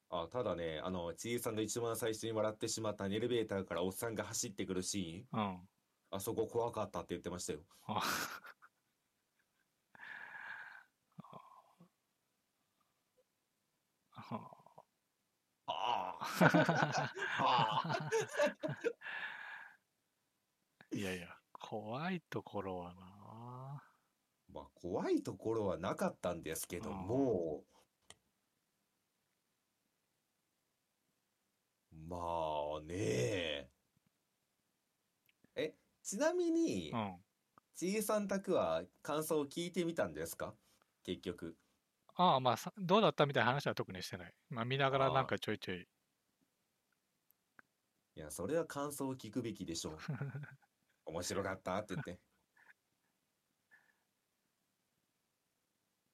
Speaker 2: あただね、あの、ちいさんが一番最初に笑ってしまったエレベーターからおっさんが走ってくるシーン、
Speaker 1: うん。
Speaker 2: あそこ怖かったって言ってまし
Speaker 1: [LAUGHS]
Speaker 2: たよ。
Speaker 1: ああ
Speaker 2: ああああ
Speaker 1: いやいや、怖いところはな。
Speaker 2: まあ怖いところはなかったんですけども、まあねえ。え、ちなみに
Speaker 1: う、ん。
Speaker 2: ちいさん宅は感想を聞いてみたんですか結局。
Speaker 1: ああ、まあさ、どうだったみたいな話は特にしてない。まあ、見ながら
Speaker 2: ああ
Speaker 1: なんかちょいちょい。
Speaker 2: いや、それは感想を聞くべきでしょう。面白かったって言って。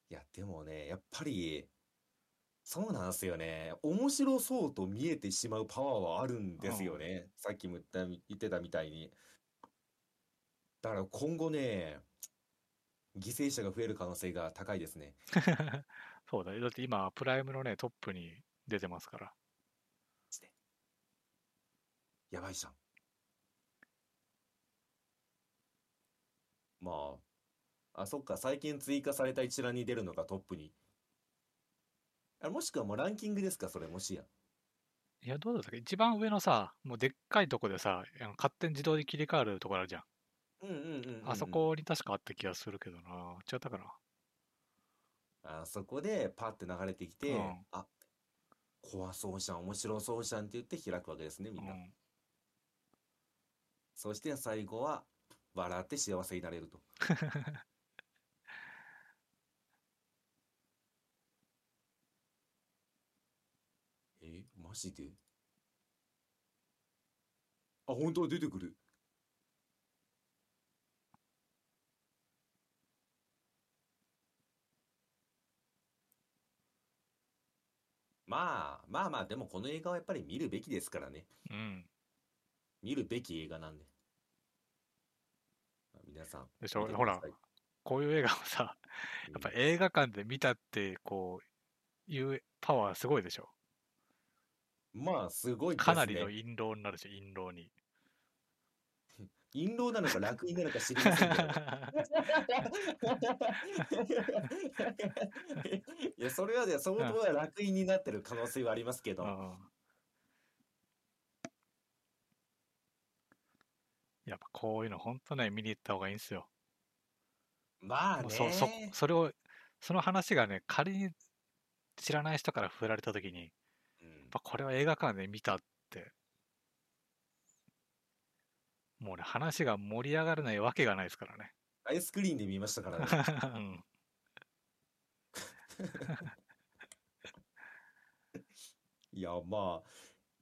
Speaker 2: いや、でもね、やっぱり、そうなんですよね。面白そうと見えてしまうパワーはあるんですよね。さっきも言った、言ってたみたいに。だから今後ね、犠牲者が増える可能性が高いですね。
Speaker 1: そうだね。だって今、プライムのね、トップに出てますから。
Speaker 2: やばいじゃん。まあ、あ、そっか、最近追加された一覧に出るのがトップに。あ、もしくはもうランキングですか、それ、もしや。
Speaker 1: いや、どうだったっけ一番上のさ、もうでっかいとこでさ、あの勝手に自動で切り替わるところあるじゃん。
Speaker 2: うんうんうんうんうん
Speaker 1: あそ。こに確かあった気がするけどな。違ったかな。
Speaker 2: あそこでパって流れてきて
Speaker 1: うん、
Speaker 2: あ、怖そうじゃん、面白そうじゃんって言って開くわけですね、み
Speaker 1: うん
Speaker 2: な。
Speaker 1: ん。
Speaker 2: そして最後は、笑って幸せになれると。 [LAUGHS] え、マジであ、本当は出てくる。まあまあまあ、でもこの映画はやっぱり見るべきですからね。
Speaker 1: うん。
Speaker 2: 見るべき映画なんで。まあ皆さん。
Speaker 1: でしょ
Speaker 2: 見て
Speaker 1: ほら
Speaker 2: ください
Speaker 1: こういう映画をさ、やっぱ
Speaker 2: うん
Speaker 1: 映画館で見たって、こう、いうパワーすごいでしょ。
Speaker 2: まあ、すごいです
Speaker 1: かなりの
Speaker 2: ね。
Speaker 1: 陰謀になるし、陰謀に。
Speaker 2: 陰謀なのか楽になのか知りません
Speaker 1: [LAUGHS]
Speaker 2: けど。いや、それはね、相当は楽印になってる可能性はありますけ
Speaker 1: う
Speaker 2: ど、
Speaker 1: んやっぱこういうの本当ね見に行った方がいいんですよ。
Speaker 2: まあ
Speaker 1: も
Speaker 2: ね
Speaker 1: う、そそそれをその話がね仮に知らない人から振られた時にやっ
Speaker 2: うん
Speaker 1: ぱこれは映画館で見たってもうね話が盛り上がらないわけがないですからね。 [LAUGHS]
Speaker 2: アイスクリーンで見ましたから
Speaker 1: う
Speaker 2: ね。
Speaker 1: ん
Speaker 2: いや、まあ、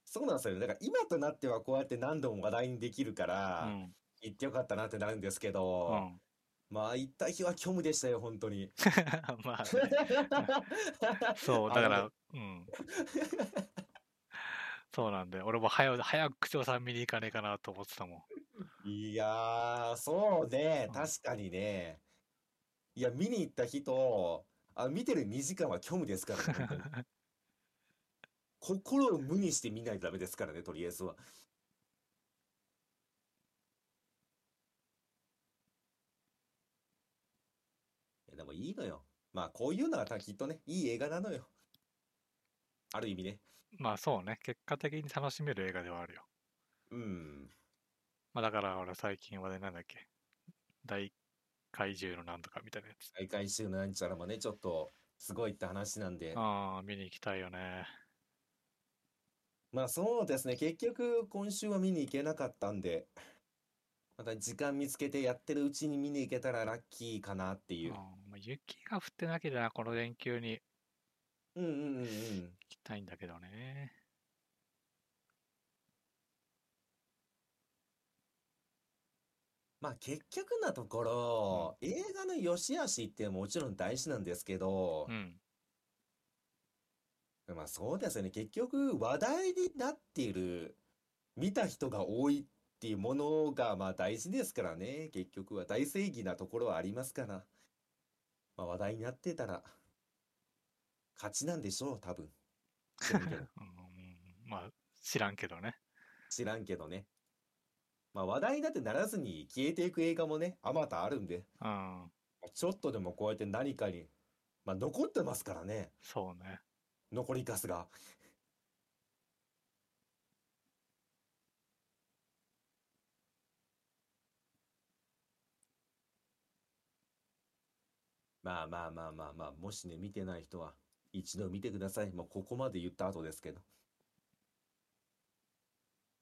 Speaker 2: そうなんですよね。だから今となってはこうやって何度も話題にできるか
Speaker 1: う
Speaker 2: ら、
Speaker 1: ん
Speaker 2: 行ってよかったなってなるんですけ
Speaker 1: う
Speaker 2: ど、
Speaker 1: ん [LAUGHS]
Speaker 2: まあ、行った日は虚無でしたよ、本当に。
Speaker 1: まあねそうだか
Speaker 2: [LAUGHS] あの
Speaker 1: らうん。そうなんで俺も早う早く口調さん見に行かねえかなと思ってたもん。
Speaker 2: いやー、そうね、確かにね。いや、見に行った日と、あ、見てる2時間は虚無ですからね、本当に心を無にして見ないとダメですからね、とりあえずは。いやでもいいのよ。まあ、こういうのがたきっとね、いい映画なのよ。ある意味ね。
Speaker 1: まあそうね、結果的に楽しめる映画ではあるよ。
Speaker 2: うん。
Speaker 1: まあだから俺最近話題なんだっけ大怪獣のなんとかみたいなやつ。
Speaker 2: 大回収のなんちゃらもね、ちょっと、すごいって話なんで。
Speaker 1: ああ、見に行きたいよね。
Speaker 2: まあそうですね。結局今週は見に行けなかったんで、また時間見つけてやってるうちに見に行けたらラッキーかなって
Speaker 1: う
Speaker 2: い
Speaker 1: ん
Speaker 2: う。
Speaker 1: まあ、雪が降ってなければこの連休に行
Speaker 2: うんうんうんうん。
Speaker 1: きたいんだけどね。
Speaker 2: まあ結局なところ、映画の良し悪しってもちろん大事なんですけど
Speaker 1: う、ん。
Speaker 2: まあそうですよね。結局話題になっている、見た人が多いっていうものがまあ大事ですからね結局は大正義なところはありますから、まあ、話題になってたら勝ちなんでしょう多分知らんけど
Speaker 1: うん、まあ、知らんけどね。
Speaker 2: 知らんけどねまあ話題になってならずに消えていく映画もねあまたあるんで
Speaker 1: うん、
Speaker 2: まあちょっとでもこうやって何かに、まあ、残ってますからね
Speaker 1: そうね。
Speaker 2: 残りカスが。まあまあまあまあまあ、もしね、見てない人は一度見てください。もうここまで言った後ですけど。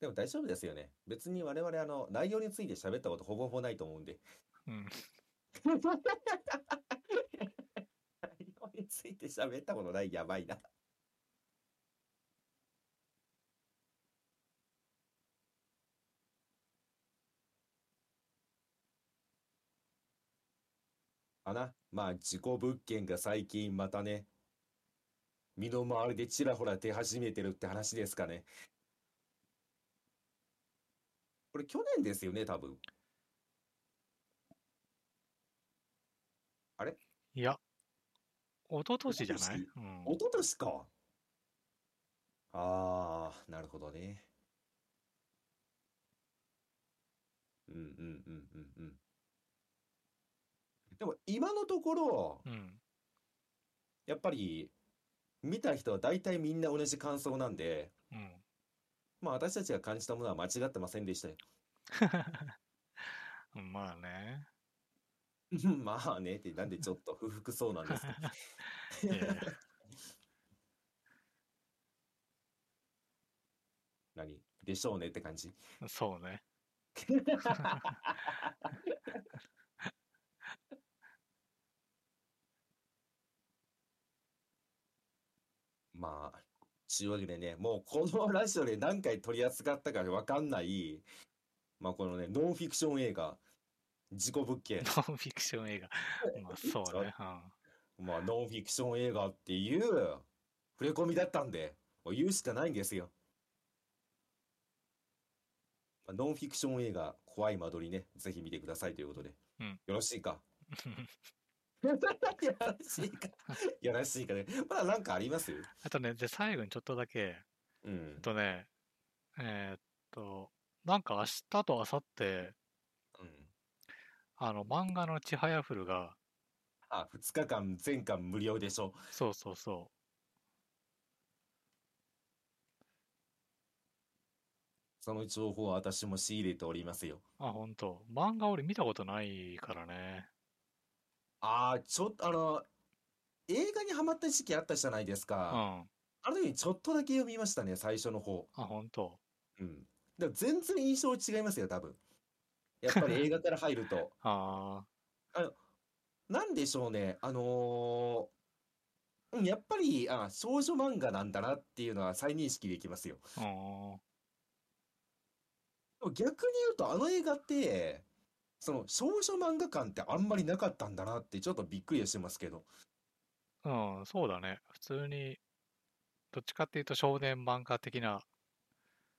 Speaker 2: でも大丈夫ですよね。別に我々あの、内容について喋ったことほぼほぼないと思うんで。
Speaker 1: うん、
Speaker 2: 内容について喋ったことないやばいな。あな、まあ事故物件が最近またね、身の回りでちらほら出始めてるって話ですかね。これ去年ですよね、多分。
Speaker 1: いや、一昨年じゃない、
Speaker 2: 一
Speaker 1: うん、
Speaker 2: 一昨年か。ああ、なるほどね。うんうんうんうんうん。でも今のところ、
Speaker 1: うん。
Speaker 2: やっぱり見た人は大体みんな同じ感想なんで、
Speaker 1: うん。 [LAUGHS]
Speaker 2: まあ私たちが感じたものは間違ってませんでしたよ。 [LAUGHS]
Speaker 1: まあ [LAUGHS] ね。
Speaker 2: まあねって、なんでちょっと不服そうなんですか。
Speaker 1: いやいや
Speaker 2: 何でしょうねって感じ。
Speaker 1: そうね。
Speaker 2: まあ、ちゅうわけでね、もうこのラジオで何回取り扱ったかわかんない、まあこのね、ノンフィクション映画、事故物件、
Speaker 1: ノンフィクション映画。まあそうね。
Speaker 2: まあノンフィクション映画っていう触れ込みだったんで、もう言うしかないんですよ。まあノンフィクション映画、怖い間取りね、ぜひ見てくださいということで。
Speaker 1: うん
Speaker 2: よろし
Speaker 1: [LAUGHS]
Speaker 2: いか
Speaker 1: うん。
Speaker 2: よろしいかよろしいかね。まだなんかあります
Speaker 1: あとね、で、最後にちょっとだけ、
Speaker 2: うん
Speaker 1: えっ。とね、えーっと、なんか明日と明後日、
Speaker 2: うん
Speaker 1: あの、漫画のちはやふるが、
Speaker 2: あ、2日間全巻無料でしょ。
Speaker 1: そうそうそ
Speaker 2: その情報は私も仕入れておりますよ。
Speaker 1: う。あ、ほんと。漫画俺見たことないからね。
Speaker 2: ああ、ちょっと、あの、映画にハマった時期あったじゃないです
Speaker 1: うん。あ、
Speaker 2: か。あの時にちょっとだけ読みましたね、最初の方。
Speaker 1: ほんと。
Speaker 2: うん。でも全然印象違いますよ、多分。やっぱり映画から入
Speaker 1: [LAUGHS]
Speaker 2: ると。
Speaker 1: あ
Speaker 2: なんでしょうね、あのーうんやっぱり、あ、少女漫画なんだなっていうのは再認識できますよ。
Speaker 1: あ、うん。
Speaker 2: でも逆に言うと、あの映画って、その少女漫画感ってあんまりなかったんだなってちょっとびっくりはしてますけど。
Speaker 1: うん、そうだね。普通に、どっちかっていうと少年漫画的な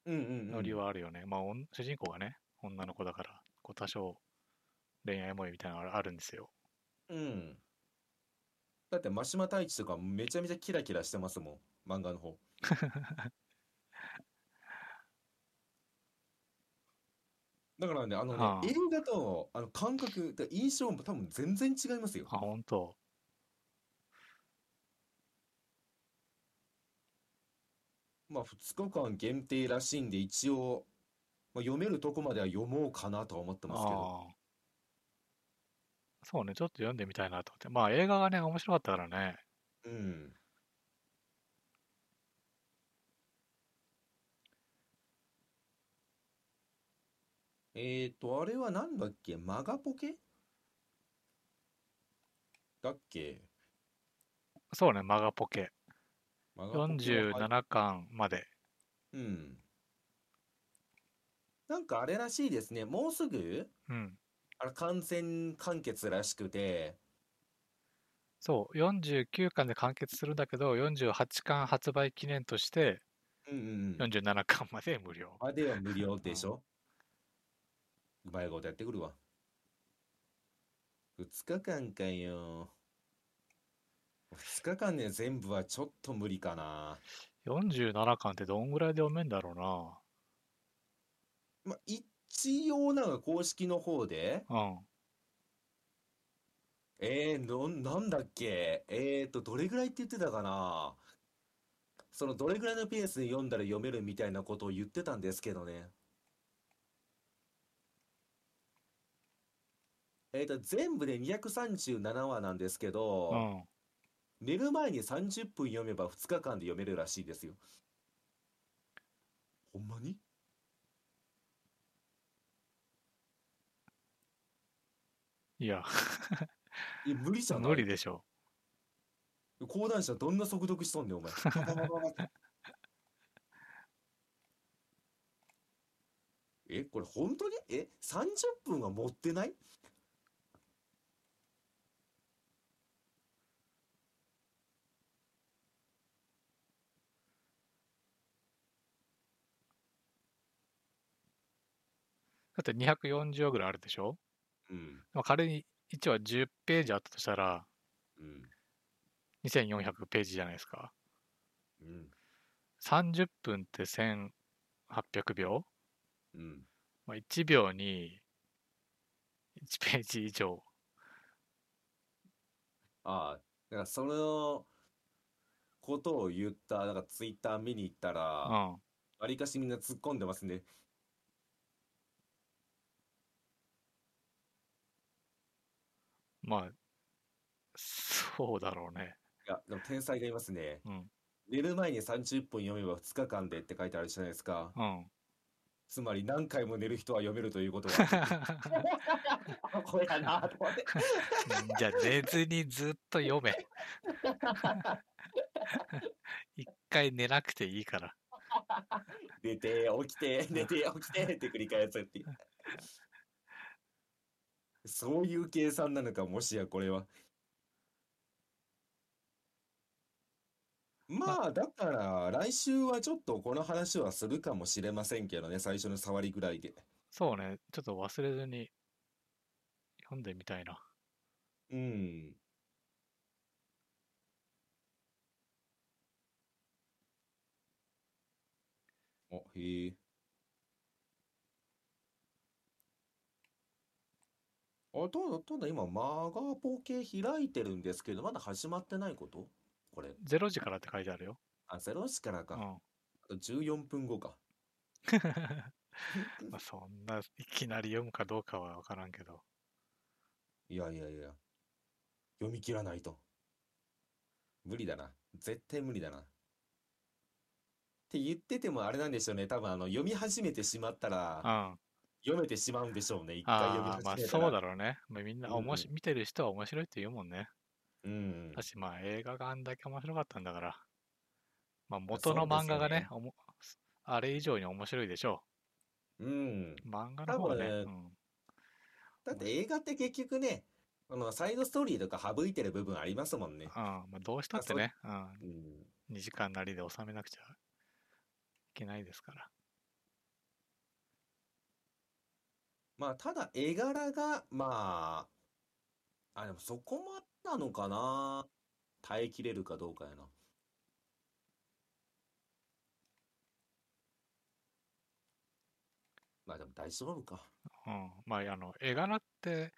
Speaker 2: うんうんうん。
Speaker 1: ノリはあるよね。まあ、おん主人公がね、女の子だから、こう多少恋愛模様みたいなのがあるんですよ。
Speaker 2: うん。だって、真島太一とかめちゃめちゃキラキラしてますもん、漫画の方。 [LAUGHS] だからね、あのね、
Speaker 1: ああ
Speaker 2: 映画とあの感覚、だから印象も多分全然違いますよ。
Speaker 1: あ、ほんと。
Speaker 2: まあ、2日間限定らしいんで、一応、まあ、読めるとこまでは読もうかなとは思ってますけど。
Speaker 1: ああ。そうね、ちょっと読んでみたいなと思って。まあ、映画がね、面白かったからね。
Speaker 2: うん。えっと、あれはなんだっけマガポケだっけ
Speaker 1: そうね、マガポケ。
Speaker 2: マガポケは入っ
Speaker 1: 47巻まで。
Speaker 2: うん。なんかあれらしいですね。もうすぐ、
Speaker 1: うん。
Speaker 2: あれ完全完結らしくて、
Speaker 1: そう、49巻で完結するんだけど、48巻発売記念として、
Speaker 2: うんうんうん。
Speaker 1: 47巻まで無料。
Speaker 2: あれは無料でしょうまいことやってくるわ。2日間かよ。2日間で全部はちょっと無理かな。
Speaker 1: 47巻ってどんぐらいで読めんだろう
Speaker 2: まあ、一応なんか公式の方で、
Speaker 1: な。うん。
Speaker 2: えー、の、なんだっけえーと、どれぐらいって言ってたかなその、どれぐらいのペースで読んだら読めるみたいなことを言ってたんですけどね。えーと、全部で237話なんですけ
Speaker 1: う
Speaker 2: ど、
Speaker 1: ん。
Speaker 2: 寝る前に30分読めば2日間で読めるらしいですよ。ほんまに
Speaker 1: いや、
Speaker 2: え、無理じゃな
Speaker 1: 無理
Speaker 2: い
Speaker 1: でしょ。
Speaker 2: 講談社どんな速読しとんねん、お [LAUGHS] 前。パパパパパパえ、これ本当にえ、30分は持ってない
Speaker 1: だって240話ぐらいあるでしょ
Speaker 2: うん、
Speaker 1: まあ、仮に1話10ページあったとしたら、
Speaker 2: うん、
Speaker 1: 2400ページじゃないですか。
Speaker 2: うん、
Speaker 1: 30分って1800秒、
Speaker 2: うん。
Speaker 1: まあ、1秒に1ページ以上。
Speaker 2: ああ、だからそのことを言った、なんかツイッター見に行った
Speaker 1: う
Speaker 2: ら、
Speaker 1: ん。
Speaker 2: わりかしみんな突っ込んでますね。
Speaker 1: まあ、そうだろうね。
Speaker 2: いや、でも天才がいますね。
Speaker 1: うん。
Speaker 2: 寝る前に30分読めば2日間でって書いてあるじゃないですか。
Speaker 1: うん。 [LAUGHS]
Speaker 2: つまり何回も寝る人は読めるということは。 [LAUGHS] あこれやなと思って。
Speaker 1: じゃあ寝ずにずっと読め。 [LAUGHS] 一回寝なくていいから。
Speaker 2: 寝て起き [LAUGHS] て寝て起きてって繰り返すっていうそういう計算なのかもしやこれはまあだから来週はちょっとこの話はするかもしれませんけどね最初の触りぐらいで
Speaker 1: そうね、ちょっと忘れずに読んでみたいな。
Speaker 2: うんおへえあ、どうだ、どうだ、今、マガポケ開いてるんですけど、まだ始まってないことこれ。
Speaker 1: 0時からって書いてあるよ。
Speaker 2: あ、0時から
Speaker 1: う
Speaker 2: か。
Speaker 1: ん。
Speaker 2: あ
Speaker 1: ま
Speaker 2: と14分後か。
Speaker 1: [LAUGHS] あ、そんないきなり読むかどうかは分からんけど。
Speaker 2: いやいやいや。読み切らないと。無理だな。絶対無理だな。って言っててもあれなんでしょうね。多分あの、読み始めてしまった
Speaker 1: う
Speaker 2: ら
Speaker 1: ん。、あ
Speaker 2: 読めてしまうんでしょうね。一回読み
Speaker 1: あ
Speaker 2: 始、
Speaker 1: まあ
Speaker 2: めた
Speaker 1: そう
Speaker 2: ら。
Speaker 1: だろうね。まあ、みんな
Speaker 2: うんうん
Speaker 1: おもし、見てる人は面白いって言うもんね。
Speaker 2: うん
Speaker 1: だ。し、まあ映画があんだけ面白かったんだから。まあ元の漫画がね、おもあれ以上に面白いでしょ
Speaker 2: うん。
Speaker 1: う。漫画の方がね。
Speaker 2: 多分
Speaker 1: うん
Speaker 2: だって映画って結局ね、あの、サイドストーリーとか省いてる部分ありますもんね
Speaker 1: うん。まあ、どうしたってね、う
Speaker 2: うん。
Speaker 1: ん、2時間なりで収めなくちゃいけないですから。
Speaker 2: まあ、ただ絵柄が、まあ、あ、でもそこまでなのかな。耐えきれるかどうかやな。まあでも大丈夫か。
Speaker 1: うん、まあ、あの、絵柄って、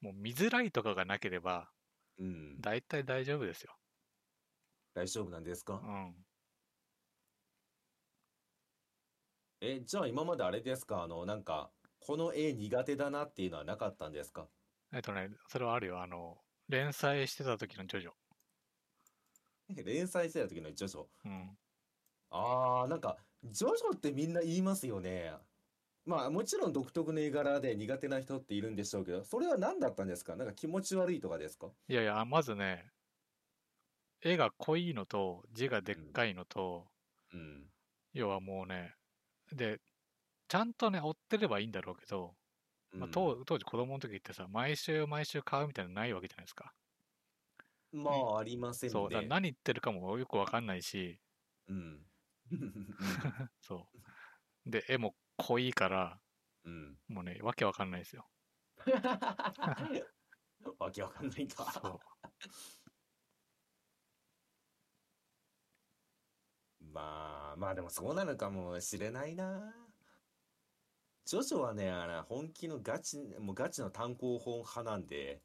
Speaker 1: もう見づらいとかがなければ、
Speaker 2: うん。
Speaker 1: 大体大丈夫ですよ。
Speaker 2: 大丈夫なんですか
Speaker 1: うん。
Speaker 2: え、じゃあ今まであれですかあの、なんか、この絵苦手だなっていうのはなかったんですか [LAUGHS]
Speaker 1: えっとね、それはあるよ。あの、連載してた時のジョジョ。
Speaker 2: 連載してた時のジョジョ。
Speaker 1: うん。
Speaker 2: ああ、なんか、ジョジョってみんな言いますよね。まあ、もちろん独特の絵柄で苦手な人っているんでしょうけど、それは何だったんですかなんか気持ち悪いとかですか
Speaker 1: いやいや、まずね、絵が濃いのと、字がでっかいのと、
Speaker 2: うん。
Speaker 1: 要はもうね、で、ちゃんとね、追ってればいいんだろうけど、まあ、
Speaker 2: うん
Speaker 1: 当当時子供の時ってさ毎週毎週買うみたいなのないわけじゃないですか。
Speaker 2: まあ、ありません
Speaker 1: そうだから
Speaker 2: ね。
Speaker 1: 何言ってるかもよくわかんないし
Speaker 2: うん。
Speaker 1: そうで絵も濃いから [LAUGHS]
Speaker 2: うん。
Speaker 1: もうね、わけわかんないですよ。
Speaker 2: わけわかんないん
Speaker 1: そ
Speaker 2: だ。
Speaker 1: う。
Speaker 2: まあ、まあでもそうなのかもしれないな。ジョジョはね、あの本気のガチ、もうガチの単行本派なんで、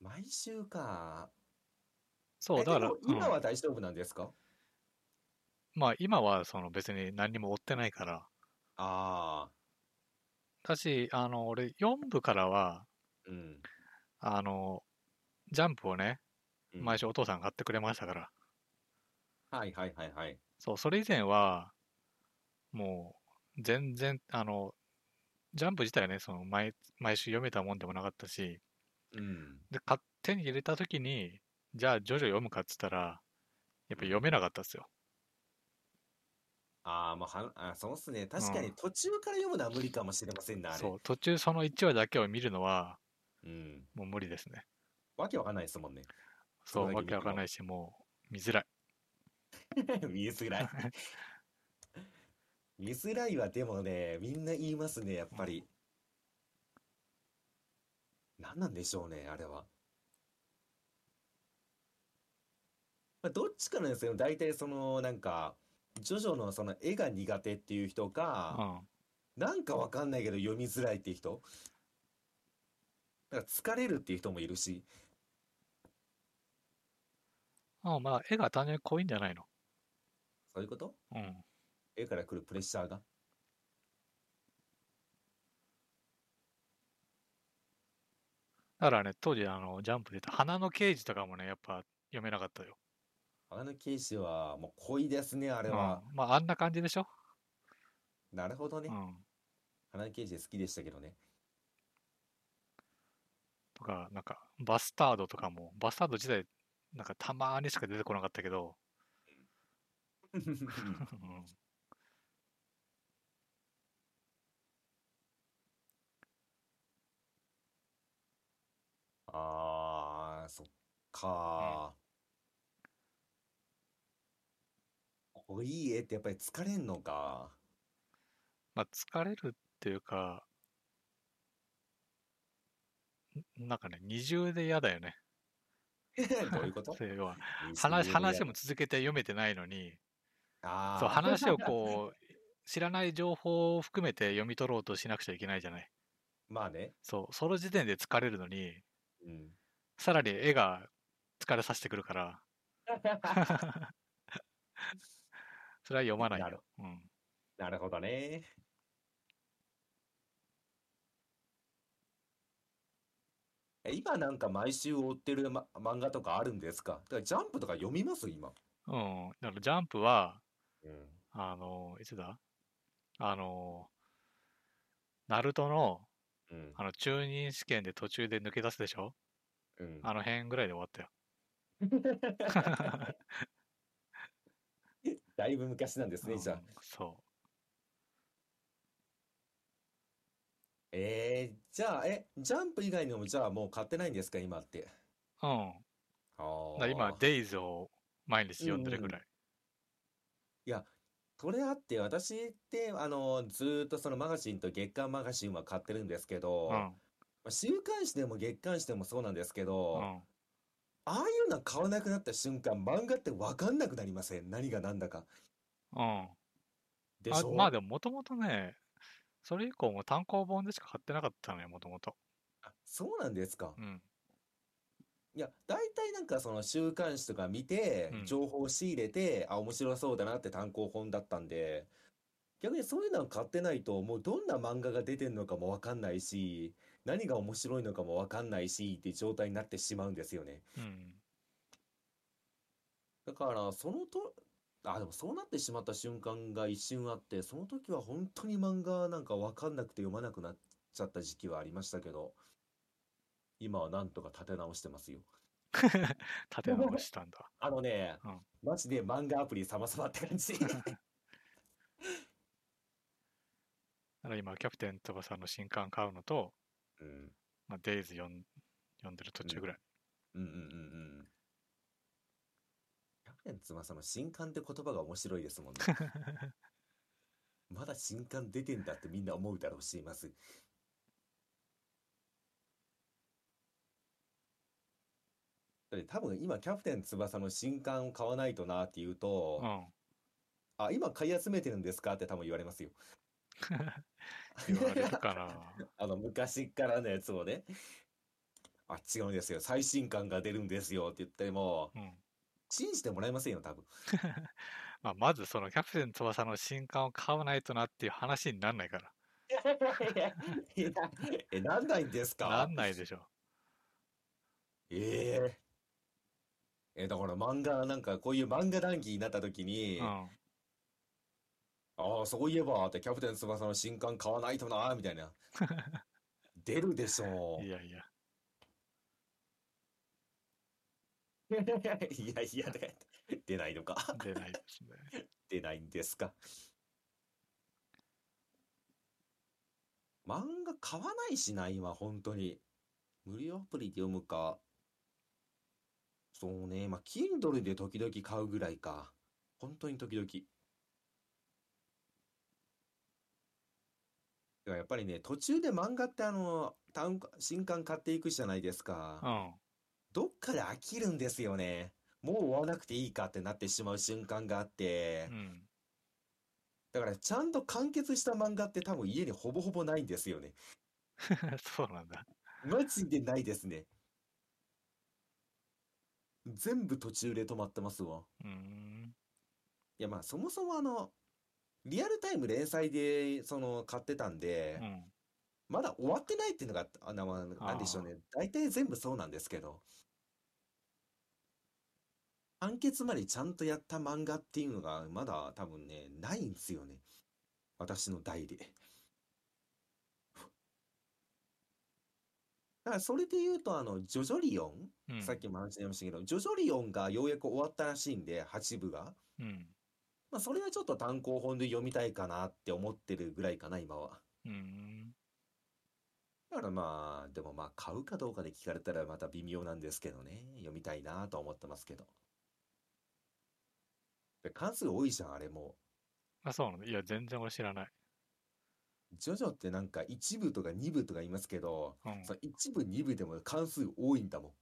Speaker 2: 毎週か。
Speaker 1: そう、
Speaker 2: え
Speaker 1: だから、
Speaker 2: でも今
Speaker 1: うん
Speaker 2: は大丈夫なんですか
Speaker 1: まあ今はその別に何にも追ってないから、
Speaker 2: ああ、
Speaker 1: だし、あの、俺4部からは、
Speaker 2: うん。
Speaker 1: あの、ジャンプをね、
Speaker 2: うん
Speaker 1: 毎週お父さんが買ってくれましたから、
Speaker 2: はいはいはいはい。
Speaker 1: そう、それ以前は、もう、全然、あの、ジャンプ自体ね、その毎、毎週読めたもんでもなかったし、
Speaker 2: うん。
Speaker 1: で、勝手に入れた時に、じゃあ、ジョジョ読むかっつったら、やっぱ読めなかったっすよ。
Speaker 2: ああ、もうは、あ、そうっすね。確か
Speaker 1: う
Speaker 2: に
Speaker 1: ん
Speaker 2: 途中から読むのは無理かもしれませんな、あれ
Speaker 1: そ。う、途中その1話だけを見るのは、
Speaker 2: うん。
Speaker 1: もう無理ですね。
Speaker 2: わけわかんないですもんね。 [LAUGHS]
Speaker 1: そ、
Speaker 2: そうれだ
Speaker 1: わ
Speaker 2: け見
Speaker 1: け
Speaker 2: ても
Speaker 1: わかんないし、もう、見づらい。
Speaker 2: 見えづらい。見づらいはでもね、みんな言いますね、やっぱり。何なんでしょうね、あれは。まあ、どっちかなんですよ。大体その、なんか、ジョジョのその絵が苦手っていう人
Speaker 1: [LAUGHS] う
Speaker 2: か、
Speaker 1: ん。
Speaker 2: なんかわかんないけど読みづらいっていう人。だから疲れるっていう人もいるし。
Speaker 1: あまあ、絵が単純に濃いんじゃないの
Speaker 2: そういうこと
Speaker 1: うん。
Speaker 2: 絵から来るプレッシャーが。
Speaker 1: だからね、当時、あの、ジャンプで言った花の刑事とかもね、やっぱ読めなかったよ。
Speaker 2: あのケイシはもう濃いですね、あれは。
Speaker 1: うん、まあ、あんな感じでしょ
Speaker 2: なるほどね
Speaker 1: う。ん。
Speaker 2: 花刑事好きでしたけど
Speaker 1: [LAUGHS]
Speaker 2: ね。
Speaker 1: とか、なんか、バスタードとかも、バスタード自体、なんかたまーにしか出てこなかったけど、うん
Speaker 2: ああ、そっかー。濃い絵ってやっぱり疲れんの
Speaker 1: [LAUGHS]
Speaker 2: か。
Speaker 1: まあ、疲れるっていうか、んなんかね、二重で嫌だよね。
Speaker 2: どういうこと
Speaker 1: そういう要は
Speaker 2: 二重
Speaker 1: 話、
Speaker 2: で
Speaker 1: 話も続けて読めてないのに、
Speaker 2: あ
Speaker 1: そう、
Speaker 2: ー
Speaker 1: 話をこう、知らない情報を含めて読み取ろうとしなくちゃいけないじゃない。
Speaker 2: [LAUGHS] まあね。
Speaker 1: そう、その時点で疲れるのに、
Speaker 2: うん。
Speaker 1: さらに絵が疲れさせてくるから、 [LAUGHS] それは読まない
Speaker 2: なる
Speaker 1: よ。うん。
Speaker 2: なるほどね。え今なんか毎週追ってる、ま、漫画とかあるんですかだからジャンプとか読みます今。
Speaker 1: うん。だからジャンプは、
Speaker 2: うん。
Speaker 1: あの、いつだあの、ナルトの、
Speaker 2: うん。
Speaker 1: あの、中任試験で途中で抜け出すでしょ
Speaker 2: うん。
Speaker 1: あの辺ぐらいで終わったよ。
Speaker 2: [LAUGHS] だいぶ昔なんですね、じゃあ。
Speaker 1: うんそ
Speaker 2: えー、じゃあ、え、ジャンプ以外にも、じゃあもう買ってないんですか、今って。
Speaker 1: う。うん。だ
Speaker 2: あ
Speaker 1: から今
Speaker 2: ー、
Speaker 1: デイズを毎日読んでるぐらい。
Speaker 2: いや、それあって、私って、あの、ずーっとそのマガジンと月刊マガジンは買ってるんですけど、
Speaker 1: うん。う
Speaker 2: ま
Speaker 1: ん。
Speaker 2: あ週刊誌でも月刊誌でもそうなんですけど、ああいうの買わなくなった瞬間、漫画ってわかんなくなりません。何が何だか。
Speaker 1: うん。
Speaker 2: で
Speaker 1: あ
Speaker 2: しょ
Speaker 1: まあでも、もともとね、それ以降も単行本でしか買ってなかったのよ、もともと。
Speaker 2: あそうなんですか
Speaker 1: う。ん。
Speaker 2: いや、大体なんかその週刊誌とか見て
Speaker 1: う、ん
Speaker 2: 情報を仕入れて、あ、面白そうだなって単行本だったんで、逆にそういうのは買ってないと、もうどんな漫画が出てんのかもわかんないし、何が面白いのかもわかんないし、っていう状態になってしまうんですよね。
Speaker 1: うん。
Speaker 2: だから、そのと、あ、でもそうなってしまった瞬間が一瞬あって、その時は本当に漫画なんかわかんなくて読まなくなっちゃった時期はありましたけど、今はなんとか立て直してますよ。
Speaker 1: 立て直したん
Speaker 2: [LAUGHS]
Speaker 1: だ。
Speaker 2: あのね
Speaker 1: うん、
Speaker 2: マジで漫画アプリ様々って
Speaker 1: [LAUGHS]
Speaker 2: 感じ。
Speaker 1: だから今、キャプテン翼の新刊買うのと、
Speaker 2: うん、
Speaker 1: まあ、デイズ読ん読んでる途中ぐらい。
Speaker 2: うんうんうんうん。
Speaker 1: [LAUGHS]
Speaker 2: キャプテン翼の新刊って言葉が面白いですもんね。まだ新刊出てんだってみんな思うだろうし、まず。だって多分今、キャプテン翼の新刊を買わないとなって言うと、
Speaker 1: うん。
Speaker 2: あ、今買い集めてるんですかって多分言われますよ。
Speaker 1: [LAUGHS] 言われるかな。
Speaker 2: あの、昔からのやつをね。あ、違うんですよ。最新刊が出るんですよって言っても、
Speaker 1: [LAUGHS] うん。
Speaker 2: 信じてもらえませんよ、
Speaker 1: [LAUGHS]
Speaker 2: 多分。
Speaker 1: まあ、まずそのキャプテン翼の新刊を買わないとなっていう話になんないから。
Speaker 2: [LAUGHS] え、なんないんですか
Speaker 1: なんないでしょ。
Speaker 2: えええ、だから漫画、なんかこういう漫画談義になった時に、
Speaker 1: う
Speaker 2: あ
Speaker 1: ん。
Speaker 2: あ、そういえば、ってキャプテン翼の新刊買わないとな、みたい
Speaker 1: [LAUGHS]
Speaker 2: な。出るでしょう。
Speaker 1: いやいや。
Speaker 2: い [LAUGHS] やいや、とか言って出ないのか。
Speaker 1: 出ないですね。
Speaker 2: 出ないんですか。 [LAUGHS] 漫画買わないしな、今、本当に。無料アプリで読むか。そうね、まあ、Kindle で時々買うぐらいか。本当に時々。いややっぱりね、途中で漫画ってあの、単新刊買っていくじゃないですか。
Speaker 1: うん。
Speaker 2: どっかで飽きるんですよね。もう追わなくていいかってなってしまう瞬間があって
Speaker 1: う、ん。 [LAUGHS]
Speaker 2: だからちゃんと完結した漫画って多分家にほぼほぼないんですよね。
Speaker 1: そうなんだ。
Speaker 2: マジでないですね。全部途中で止まってますわ。
Speaker 1: うーん。
Speaker 2: いやまあそもそもあの、リアルタイム連載でその買ってたん
Speaker 1: う
Speaker 2: で、
Speaker 1: ん。
Speaker 2: まだ終わってないっていうのが、あなまあなんでしょうね。大体全部そうなんですけど。完結までちゃんとやった漫画っていうのが、まだ多分ね、ないんですよね。私の代理。だからそれで言うと、あの、ジョジョリオン、
Speaker 1: うん。
Speaker 2: さっきも話しましたけど、ジョジョリオンがようやく終わったらしいんで、8部が。
Speaker 1: うん。
Speaker 2: まあ、それはちょっと単行本で読みたいかなって思ってるぐらいかな、今は。
Speaker 1: うーん。
Speaker 2: だからまあ、でもまあ、買うかどうかで聞かれたらまた微妙なんですけどね。読みたいなとは思ってますけど。で関数多いじゃん、あれも
Speaker 1: あ、そうなんだ。いや、全然俺知らない。
Speaker 2: う。ジョジョってなんか1部とか2部とか言いますけど、
Speaker 1: うん
Speaker 2: そ。の1部、2部でも関数多いんだもん。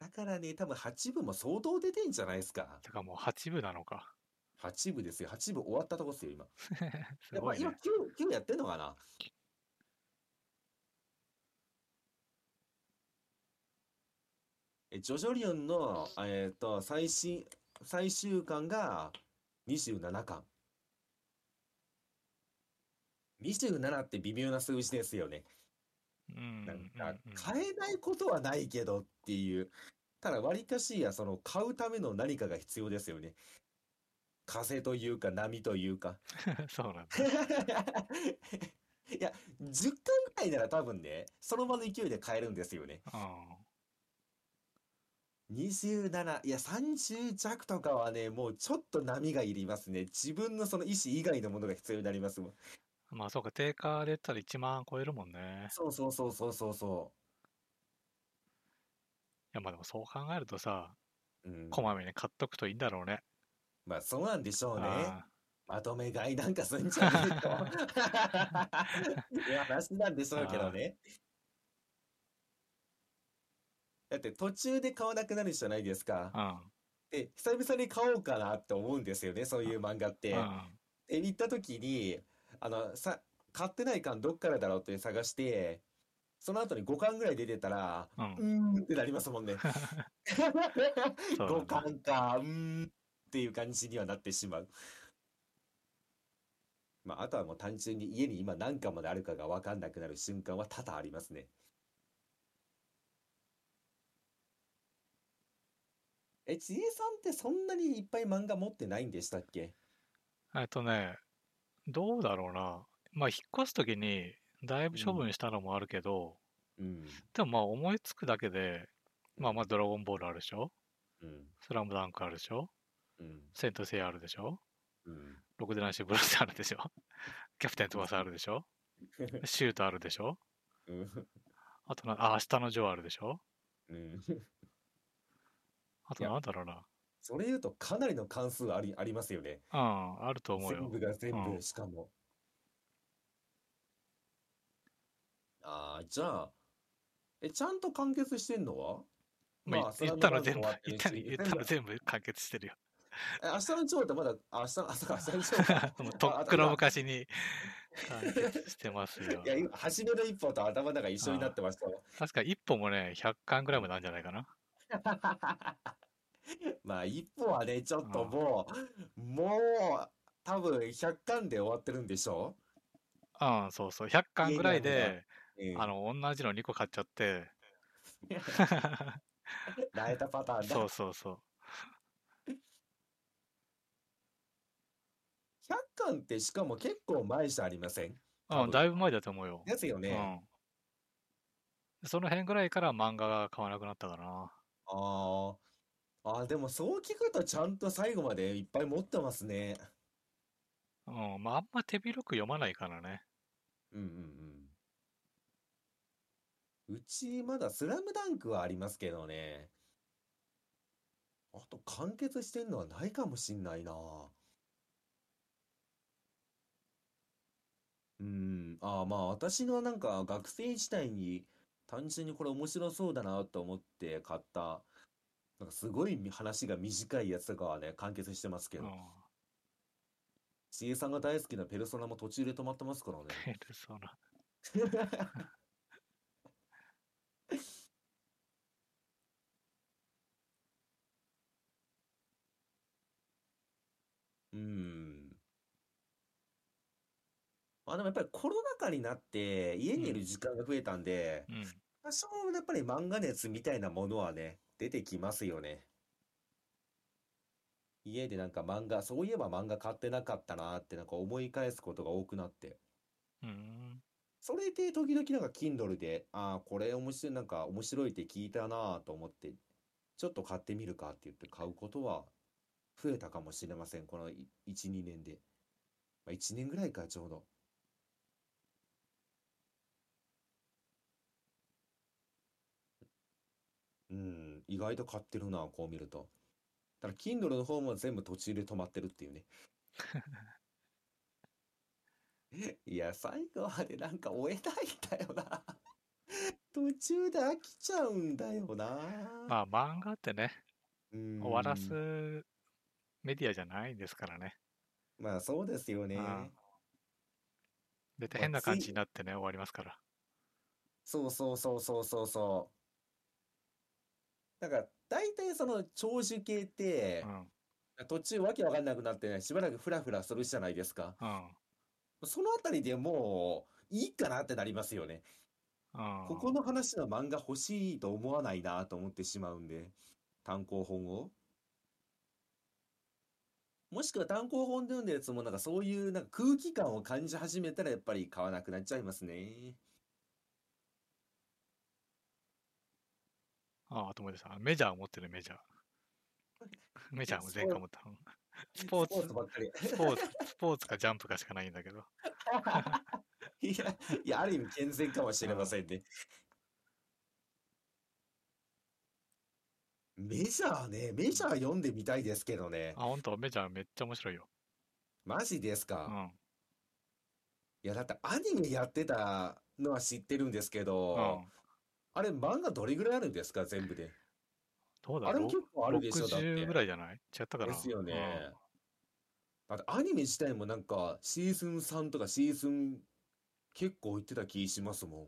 Speaker 2: だからね、多分8部も相当出てんじゃないですか。
Speaker 1: てかもう8部なのか。
Speaker 2: 8部ですよ。8部終わったとこっすよ、今。
Speaker 1: す
Speaker 2: やっぱ
Speaker 1: ごい
Speaker 2: 今
Speaker 1: ね。
Speaker 2: 9、9やってんのかなえ、ジョジョリオンの、えっと、最新、最終巻が27巻。27って微妙な数字ですよね。
Speaker 1: うん。
Speaker 2: なん
Speaker 1: うん
Speaker 2: か、買えないことはないけどっていう。ただ、割かしや、その、買うための何かが必要ですよね。風というか、波というか。
Speaker 1: うん [LAUGHS] そうなんだ。
Speaker 2: いや、10巻ぐらいなら多分ね、その場の勢いで買えるんですよね。
Speaker 1: うん。
Speaker 2: 27、いや、30弱とかはね、もうちょっと波がいりますね。自分のその意思以外のものが必要になりますもん。
Speaker 1: まあそうか、定価で言ったら1万超えるもんね。
Speaker 2: そうそうそうそうそうそ
Speaker 1: いやまあでもそう考えるとさ、
Speaker 2: う。うん。
Speaker 1: こまめに買っとくといいんだろうね。
Speaker 2: まあ、そうなんでしょうね。
Speaker 1: あ
Speaker 2: まとめ買いなんかすんじゃね
Speaker 1: [LAUGHS]
Speaker 2: えと。いや、話なんでしょうけどね。だって途中で買わなくなるじゃないですか。
Speaker 1: あ
Speaker 2: で、久々に買おうかなって思うんですよね、そういう漫画っ
Speaker 1: うん。
Speaker 2: て
Speaker 1: う。ん。
Speaker 2: で、行った時に、あの、さ、買ってない巻どっからだろうって探して、その後に5巻ぐらい出てたら、
Speaker 1: う。
Speaker 2: うんーんってなりますもんね。
Speaker 1: [LAUGHS] そうな
Speaker 2: 五
Speaker 1: んだ。
Speaker 2: 感か、うーんっていう感じにはなってしまう。まあ、あとはもう単純に家に今何巻まであるかが分かんなくなる瞬間は多々ありますね。え、ちえさんってそんなにいっぱい漫画持ってないんでしたっけ
Speaker 1: えっとね、どうだろうな。まあ引っ越すときにだいぶ処分したのもあるけど、
Speaker 2: うん。
Speaker 1: でもまあ思いつくだけで、まあまあドラゴンボールあるでしょ
Speaker 2: うん。
Speaker 1: スラムダンクあるでしょ
Speaker 2: うん。
Speaker 1: セントセイヤあるでしょ
Speaker 2: うん。
Speaker 1: ロクデナンシーブラスあるでしょ [LAUGHS] キャプテン翼あるで
Speaker 2: [LAUGHS]
Speaker 1: しょシュートあるでしょ
Speaker 2: うん。
Speaker 1: あとな、あ、明日のジョーあるでしょ
Speaker 2: うん。
Speaker 1: あとなんだろうな。
Speaker 2: [LAUGHS] それ言うとかなりの関数あり、ありますよね。
Speaker 1: うん、あると思う
Speaker 2: 全
Speaker 1: よ。
Speaker 2: 部が全
Speaker 1: う
Speaker 2: 部、
Speaker 1: ん
Speaker 2: しかも。ああ、じゃあ、え、ちゃんと完結してんのは
Speaker 1: まあ、
Speaker 2: まあ、
Speaker 1: 言ったら
Speaker 2: ス
Speaker 1: 全
Speaker 2: ラ
Speaker 1: 部
Speaker 2: ムダンクも終わっ、て
Speaker 1: 言っ
Speaker 2: る
Speaker 1: たら言っ
Speaker 2: し
Speaker 1: たら全部完結して
Speaker 2: [LAUGHS]
Speaker 1: るよ。
Speaker 2: え明日の超ってまだ、あ明日の、あ、そうか、明日の超か
Speaker 1: [LAUGHS] もう
Speaker 2: あ
Speaker 1: とっくの
Speaker 2: 頭
Speaker 1: 昔に完結してますよ
Speaker 2: い。や、今、走る一歩と頭の中一緒になってましたよ。
Speaker 1: 確か一本もね、100巻ぐらいまであるんじゃないかな。
Speaker 2: [LAUGHS] まあ、一歩はね、ちょっともう、もう、多分100巻で終わってるんでしょ
Speaker 1: うん、そうそう。100巻ぐらいで、
Speaker 2: うん
Speaker 1: あの、同じの2個買っちゃって。
Speaker 2: 慣れたパターンだ。
Speaker 1: [LAUGHS] そうそうそう。
Speaker 2: 100巻ってしかも結構前じゃありません多
Speaker 1: うん、
Speaker 2: 分
Speaker 1: だいぶ前だと思うよ。
Speaker 2: ですよ
Speaker 1: う
Speaker 2: ね。
Speaker 1: ん。その辺ぐらいから漫画が買わなくなったかな。
Speaker 2: ああ。あーでもそう聞くとちゃんと最後までいっぱい持ってますね。
Speaker 1: うん、まあ、あんま手広く読まないからね。
Speaker 2: うんうんうん。うちまだスラムダンクはありますけどね。あと完結してんのはないかもしんないな。うん、ああまあ私のなんか学生時代に単純にこれ面白そうだなと思って買った、なんかすごいみ話が短いやつとかはね、完結してますけ
Speaker 1: う
Speaker 2: ど、
Speaker 1: ん。 [LAUGHS]
Speaker 2: ちえさんが大好きなペルソナも途中で止まってますからね。
Speaker 1: ペルソナ。
Speaker 2: [LAUGHS] うん。まあでもやっぱりコロナ禍になって家にいる時間が増えたんで、
Speaker 1: うん。
Speaker 2: 多少やっぱり漫画熱みたいなものはね、出てきますよね。家でなんか漫画、そういえば漫画買ってなかったなってなんか思い返すことが多くなって。
Speaker 1: うん。
Speaker 2: それで時々なんか Kindle で、ああ、これ面白い、なんか面白いって聞いたなあと思って、ちょっと買ってみるかって言って買うことは増えたかもしれません。この1、2年で。まあ、1年ぐらいか、ちょうど。うん、意外と買ってるな、こう見ると。ただ、Kindle の方も全部途中で止まってるっていうね。いや、最後までなんか追えないんだよな。途中で飽きちゃうんだよな。
Speaker 1: まあ、漫画ってね、
Speaker 2: 終
Speaker 1: 終わらすメディアじゃないですからね。
Speaker 2: まあそうですよね。
Speaker 1: あ絶対
Speaker 2: まあ
Speaker 1: 変な感
Speaker 2: つい
Speaker 1: じになってね、終わりますから。
Speaker 2: そうそうそうそうそうそう。なんか大体その長寿系って
Speaker 1: うん。
Speaker 2: 途中わけわかんなくなってね、しばらくフラフラするじゃないですか。
Speaker 1: うん。
Speaker 2: そのあたりでもういいかなってなりますよね。
Speaker 1: うん。
Speaker 2: ここの話の漫画欲しいと思わないなと思ってしまうんで、単行本を。もしくは単行本で読んだやつもなんかそういうなんか空気感を感じ始めたらやっぱり買わなくなっちゃいますね。
Speaker 1: ああ、と思い出した。メジャー持ってるメジャー。メジャーも全巻持った。うんスポー
Speaker 2: スポー
Speaker 1: ツ
Speaker 2: ツ、ばっかり。
Speaker 1: スポーツ、スポーツかジャンプかしかないんだけど。
Speaker 2: いや、いや、ある意味健全かもしれませんね。メジャーね、メジャー読んでみたいですけどね。
Speaker 1: あ、本当メジャーめっちゃ面白いよ。
Speaker 2: マジです
Speaker 1: う
Speaker 2: か。
Speaker 1: ん。
Speaker 2: いや、だってアニメやってたのは知ってるんですけ
Speaker 1: うん
Speaker 2: ど、。あれ漫画どれぐらいあるんですか、全部で。
Speaker 1: どうだ
Speaker 2: あれ
Speaker 1: ろう
Speaker 2: も結構あるでしょ、だっ
Speaker 1: ?60
Speaker 2: て
Speaker 1: ぐ。らいじゃない違ったかな
Speaker 2: ですよね。だってアニメ自体もなんかシーズン3とかシーズン結構言ってた気しますもん。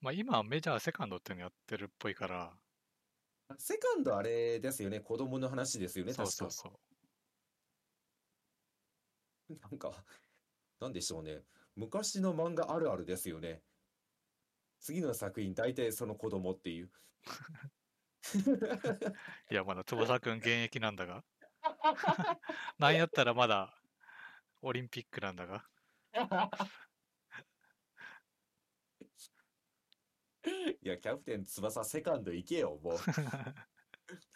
Speaker 1: まあ今メジャーセカンドっていうのやってるっぽいから、
Speaker 2: セカンドあれですよね、子供の話ですよね、
Speaker 1: そう
Speaker 2: 確
Speaker 1: そ
Speaker 2: か
Speaker 1: う。そう。
Speaker 2: なんか、 [LAUGHS] なんでしょうね。昔の漫画あるあるですよね。次の作品、大体その子供って
Speaker 1: [LAUGHS]
Speaker 2: いう。
Speaker 1: いや、まだ翼くん現役なんだが。なんやったらまだオリンピックなんだが。
Speaker 2: いや、キャプテン翼セカンド行けよ、もう。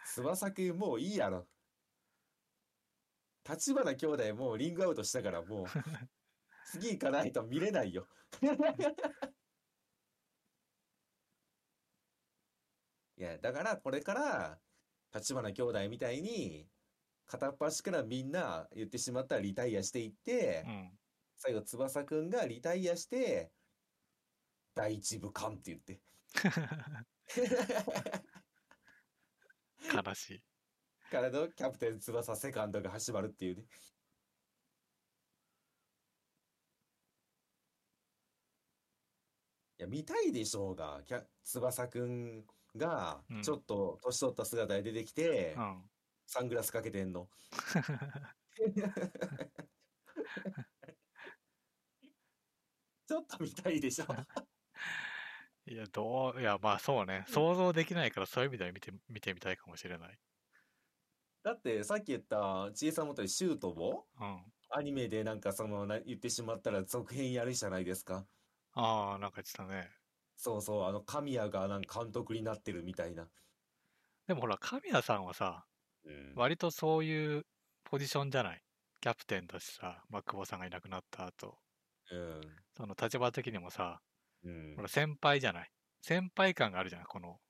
Speaker 2: 翼くんもういいやろ。立花兄弟もうリングアウトしたからもう、次行かないと見れないよ。いや、だからこれから、立花兄弟みたいに、片っ端からみんな言ってしまったらリタイアしていって、
Speaker 1: うん。
Speaker 2: 最後翼くんがリタイアして、第一部完って言って。
Speaker 1: 悲しい。
Speaker 2: からのキャプテン翼セカンドが始まるっていうね。いや、見たいでしょうが、キャ、翼くんが
Speaker 1: うん、
Speaker 2: ちょっと年取った姿で出てきて、
Speaker 1: うん。
Speaker 2: サングラスかけて
Speaker 1: [LAUGHS]
Speaker 2: んの。 [LAUGHS] ちょっと見たいでしょ。
Speaker 1: いや、どう、いや、まあそうね。想像できないから、そういう意味では見て、見てみたいかもしれない。
Speaker 2: だって、さっき言った、ちえさんもとシュートも、
Speaker 1: うん。
Speaker 2: アニメでなんかその、な言ってしまったら続編やるじゃないですか。
Speaker 1: ああ、なんか言ってたね。
Speaker 2: そうそう、あの、神谷がなんか監督になってるみたいな。
Speaker 1: でもほら、神谷さんはさ、
Speaker 2: うん
Speaker 1: 割とそういうポジションじゃない。キャプテンだしさ、まあ、久保さんがいなくなった後、その立場的にもさ、
Speaker 2: うん。うん
Speaker 1: ほら、先輩じゃない。先輩感があるじゃない。この、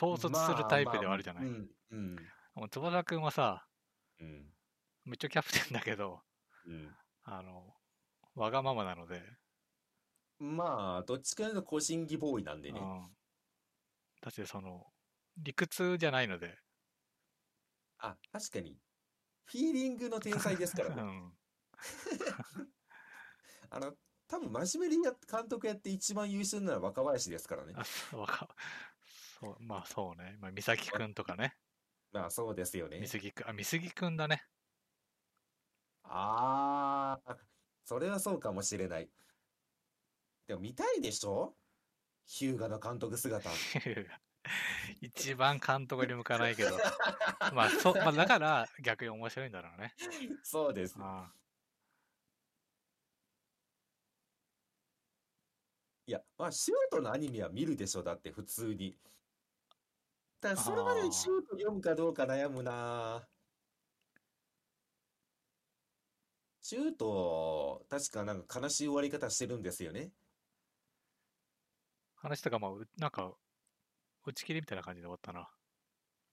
Speaker 1: 統率するタイプではあるじゃない。
Speaker 2: ままうん。
Speaker 1: もう坪田君はさ、
Speaker 2: うん。
Speaker 1: めっちゃキャプテンだけど、
Speaker 2: うん。
Speaker 1: あの、わがままなので、
Speaker 2: うん。まあ、どっちかというと、個人技ボーイなんで
Speaker 1: う
Speaker 2: ね。
Speaker 1: ん。だってその、理屈じゃないので、
Speaker 2: あ、確かに。フィーリングの天才ですか
Speaker 1: う
Speaker 2: ら
Speaker 1: [LAUGHS]
Speaker 2: ね。
Speaker 1: ん。
Speaker 2: あの、多分真面目にやっ監督やって一番優秀なのは若林ですからね。
Speaker 1: あ、そうわか、そう、まあそうね。まあ、美咲くんとかね。
Speaker 2: まあ、そうですよね
Speaker 1: 美。杉くん、あ、美杉くんだね。 [LAUGHS]
Speaker 2: ああ、それはそうかもしれない。でも見たいでしょヒューガの監督姿。
Speaker 1: 一番監督に向かないけど。まあ、そう、まあ、だから逆に面白いんだろうね。
Speaker 2: [LAUGHS] [LAUGHS] そうです。
Speaker 1: あ
Speaker 2: いや、まあ、シュートのアニメは見るでしょ、だって普通に。ただ、それまで
Speaker 1: あー
Speaker 2: シュート読むかどうか悩むな。シュート、確かなんか悲しい終わり方してるんですよね。
Speaker 1: 話とか、まあ、うなんか、打ち切りみたいな感じで終わったな。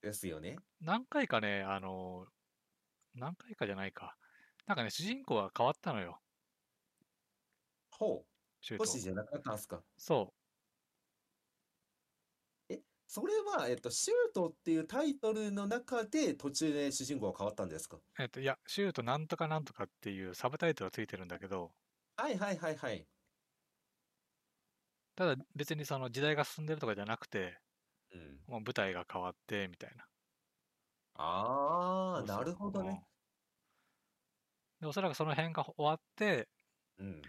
Speaker 2: ですよね。
Speaker 1: 何回かね、あの、何回かじゃないか。なんかね、主人公が変わったのよ、
Speaker 2: ほう、
Speaker 1: シュー
Speaker 2: 星
Speaker 1: ト。
Speaker 2: じゃなかったんすか。
Speaker 1: そ
Speaker 2: それは、えっと、シュートっていうタイトルの中で途中で主人公が変わったんですか。
Speaker 1: う。えっと、いや、シュートなんとかなんとかっていうサブタイトルがついてるんだけど、
Speaker 2: はいはいはいはい。
Speaker 1: ただ別にその時代が進んでるとかじゃなくて、
Speaker 2: うん。
Speaker 1: もう舞台が変わって、みたいな。そう
Speaker 2: ああ、
Speaker 1: そう
Speaker 2: なるほどね。。
Speaker 1: うんで、おそらくその辺が終わって、
Speaker 2: うん。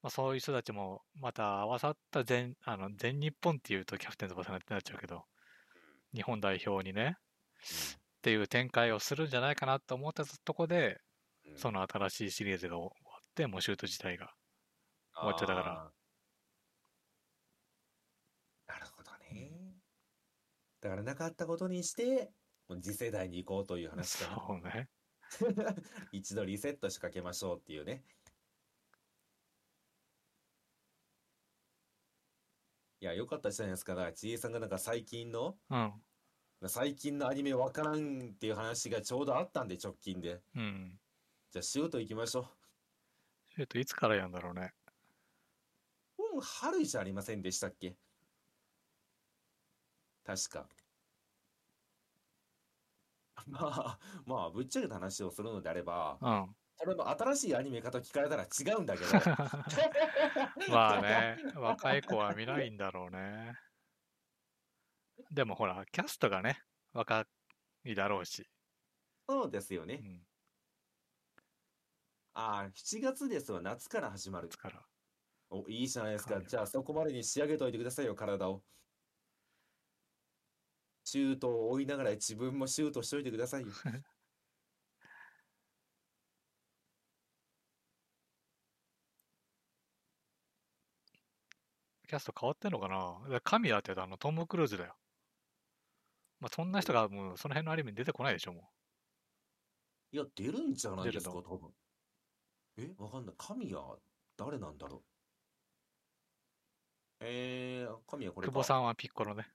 Speaker 1: まあ、そういう人たちもまた合わさった全あの全日本っていうとキャプテン翼になっちゃうけど日本代表にねっていう展開をするんじゃないかなと思ったとこで
Speaker 2: うん
Speaker 1: その新しいシリーズが終わってもうシュート自体が終わっちゃったから
Speaker 2: あー。なるほどね。だからなかったことにして、もう次世代に行こうという話
Speaker 1: そ
Speaker 2: かな。
Speaker 1: うね
Speaker 2: 一度リセットしかけましょうっていうね。いや、良かったじゃないですか。だから、ちえさんがなんか最近の、
Speaker 1: うん
Speaker 2: 最近のアニメわからんっていう話がちょうどあったんで、直近で。
Speaker 1: うん
Speaker 2: じゃあ、シュート行きましょう。
Speaker 1: シュートいつからやんだろうね
Speaker 2: 本春じゃありませんでしたっけ確か。 [LAUGHS] まあ、まあ、ぶっちゃけた話をするのであれば、
Speaker 1: うん
Speaker 2: それの新しいアニメかと聞かれたら違うんだけど、
Speaker 1: まあね [LAUGHS] 若い子は見ないんだろうね [LAUGHS] でもほらキャストがね若いだろうし、
Speaker 2: そうですよ
Speaker 1: う
Speaker 2: ね。
Speaker 1: ん、
Speaker 2: ああ、7月ですわ、夏から始まる
Speaker 1: いつ。から
Speaker 2: お、いいじゃないです
Speaker 1: は
Speaker 2: か。
Speaker 1: い
Speaker 2: じゃあ、そこまでに仕上げといてくださいよ、体を。シュートを追いながら自分もシュートしといてください
Speaker 1: [LAUGHS]
Speaker 2: よ。
Speaker 1: キャスト変わってんのかなだから神谷ってあのトム・クルーズだよ。まあ、そんな人がもうその辺のアニメに出てこないでしょ、も
Speaker 2: いや、出るんじゃない
Speaker 1: 出る
Speaker 2: ですか、
Speaker 1: の
Speaker 2: 多分。え、わかんない。神谷、誰なんだろう。えー、神谷こ
Speaker 1: う。
Speaker 2: れ
Speaker 1: 久保
Speaker 2: か。
Speaker 1: [LAUGHS] さんはピッコロね。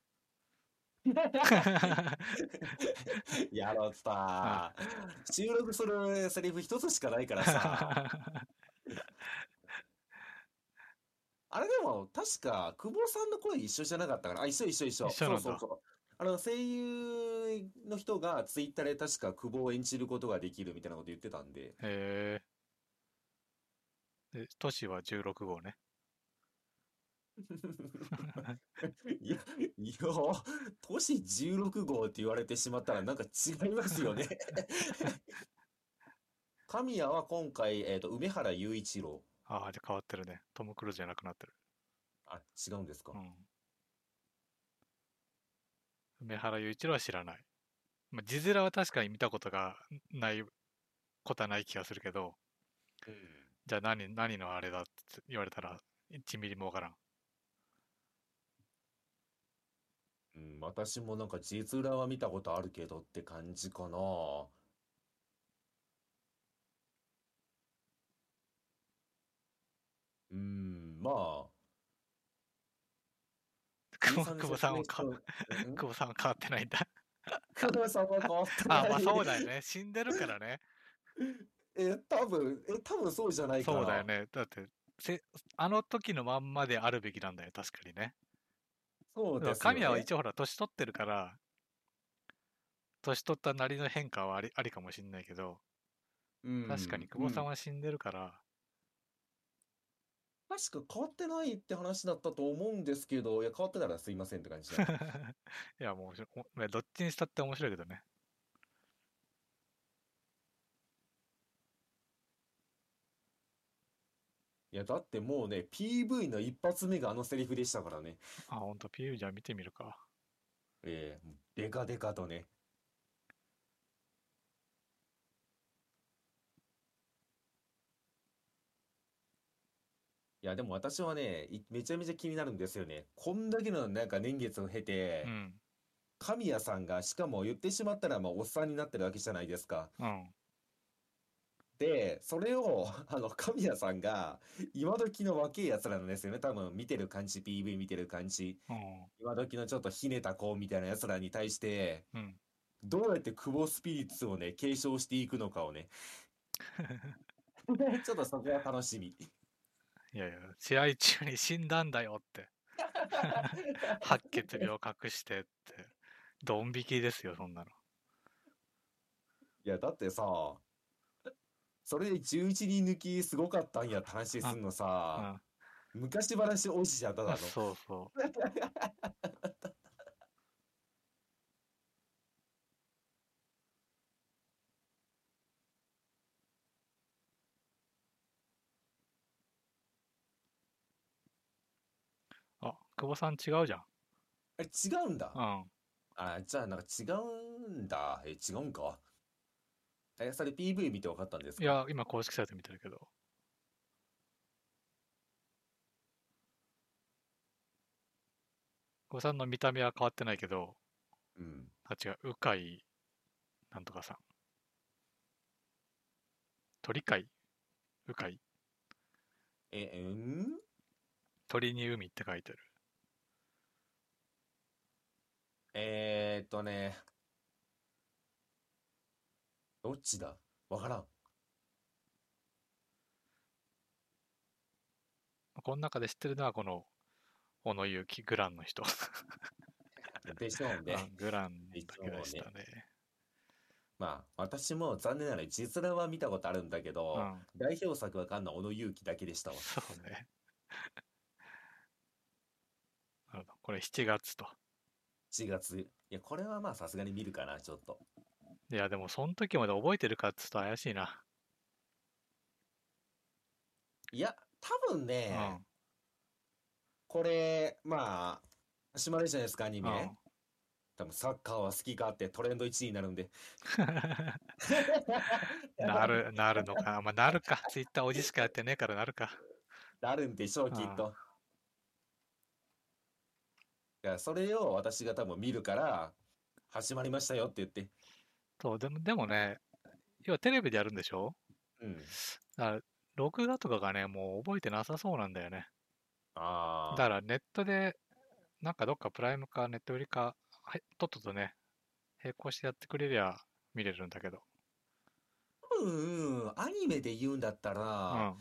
Speaker 2: [LAUGHS] やろうさ。収録するセリフ一つしかないからさ。あれでも、確か、久保さんの声一緒じゃなかったから。あ、一緒一緒一緒。
Speaker 1: 一緒なんだ
Speaker 2: そうそうそう。あの、声優の人がツイッターで確か久保を演じることができるみたいなこと言ってたんで。
Speaker 1: へえ。で、都市は16号ね。 [LAUGHS]
Speaker 2: いや、いや、都市16号って言われてしまったらなんか違いますよ
Speaker 1: [LAUGHS]
Speaker 2: ね。神谷は今回、えっと、梅原雄一郎。
Speaker 1: ああ、じゃあ変わってるね。トム・クルーズじゃなくなってる。
Speaker 2: あ、違うんですか
Speaker 1: う。ん。梅原雄一郎は知らない。まあ、字面は確かに見たことがないことはない気がするけど、じゃあ何、何のあれだって言われたら、1ミリもわからん。
Speaker 2: うん、私もなんか実裏は見たことあるけどって感じかな。うん、まあ、
Speaker 1: 久保
Speaker 2: 久
Speaker 1: 久保さんはか、
Speaker 2: 久
Speaker 1: 久保さんは変わってないんだ。
Speaker 2: 保さんは変わって
Speaker 1: あ、まあそう
Speaker 2: だ。
Speaker 1: だよね。死んでるからね。
Speaker 2: [LAUGHS] え、多分、え、多分そうじゃないか
Speaker 1: そうだ
Speaker 2: な。
Speaker 1: よね。だって、せあの時のまんまであるべきなんだよ、確かにね。
Speaker 2: そうですよ
Speaker 1: 神谷は
Speaker 2: ね
Speaker 1: 一応ほら、年取ってるから、年取ったなりの変化はありありかもしんないけど、確かに久保さん
Speaker 2: は、
Speaker 1: は死んでるから、 [LAUGHS]
Speaker 2: うん確か変わってないって話だったと思うんですけど、いや、変わってたらすいませんって感じだ
Speaker 1: [LAUGHS] いや、もう面白いおまあどっちにしたって面白いけどね。
Speaker 2: いや、だってもうね、PV の一発目があのセリフでしたからね。
Speaker 1: あ、ほんと、PU じゃあ見てみるか。
Speaker 2: ええもうデカデカとね。いや、でも私はね、いめちゃめちゃ気になるんですよね。こんだけのなんか年月を経て
Speaker 1: う、ん。
Speaker 2: 神谷さんが、しかも言ってしまったら、まあ、おっさんになってるわけじゃないですか。
Speaker 1: うん。
Speaker 2: で、それを、 [LAUGHS] あの、神谷さんが、今時の若いやつらなんですよね。多分、見てる感じ、PV 見てる感じ。
Speaker 1: うん。
Speaker 2: 今時のちょっとひねた子みたいなやつらに対して、
Speaker 1: うん。
Speaker 2: どうやって久保スピリッツをね、継承していくのか
Speaker 1: [LAUGHS]
Speaker 2: をね。ちょっとそこは楽しみ。
Speaker 1: いやいや、試合中に死んだんだよって。白血病隠してって。ドン引きですよ、そんなの。
Speaker 2: いや、だってさ、それで11人抜きすごかったんやって話すんの
Speaker 1: う
Speaker 2: さ、
Speaker 1: ん
Speaker 2: 昔話おじちゃんただの。
Speaker 1: そうそう。あ、久保さん違うじゃん。
Speaker 2: あれ違うんだ。
Speaker 1: うん。
Speaker 2: あ、じゃあなんか違うんだ。え、違うんか。え、それ PV 見て分かったんです
Speaker 1: い
Speaker 2: か
Speaker 1: や、今公式サイト見てるけど。久保さんの見た目は変わってないけど、
Speaker 2: うん。
Speaker 1: あ、違う、鵜飼なんとかさん。鳥飼鵜飼
Speaker 2: え、うん
Speaker 1: 鳥に海って書いてる。
Speaker 2: えーっとね、どっちだわからん。
Speaker 1: この中で知ってるのはこの、小野勇気、グランの人。
Speaker 2: [LAUGHS] でしょう
Speaker 1: あ
Speaker 2: ね。
Speaker 1: グランだけでしたね。
Speaker 2: まあ、私も残念ながら実話は見たことあるんだけ
Speaker 1: う
Speaker 2: ど、
Speaker 1: ん、
Speaker 2: 代表作わかんない小野勇気だけでしたわ。
Speaker 1: そうね。 [LAUGHS] なるほど。これ7月と。
Speaker 2: 4月。いや、これはまあさすがに見るかな、ちょっと。
Speaker 1: いや、でもその時まで覚えてるかっつうと怪しいな。
Speaker 2: いや、多分
Speaker 1: う
Speaker 2: ね、
Speaker 1: ん。
Speaker 2: これ、まあ、始まるじゃないですか、アニ
Speaker 1: うん
Speaker 2: メ。多分サッカーは好きかってトレンド1位になるんで。
Speaker 1: [LAUGHS] [LAUGHS] な。る、なるのか。まあ、なるか。ツイッターおじしかやってねえからなるか。
Speaker 2: [LAUGHS] なるんでしょう、きっと。いや、それを私が多分見るから、始まりましたよって言って。
Speaker 1: そう、でも、でもね、要はテレビでやるんでしょ
Speaker 2: うん。
Speaker 1: だから、録画とかがね、もう覚えてなさそうなんだよね。
Speaker 2: あ
Speaker 1: だ
Speaker 2: あ。
Speaker 1: からネットで、なんかどっかプライムかネット売りか、はいとっととね、並行してやってくれりゃ見れるんだけど。
Speaker 2: 多分、アニメで言うんだった
Speaker 1: う
Speaker 2: ら、
Speaker 1: ん。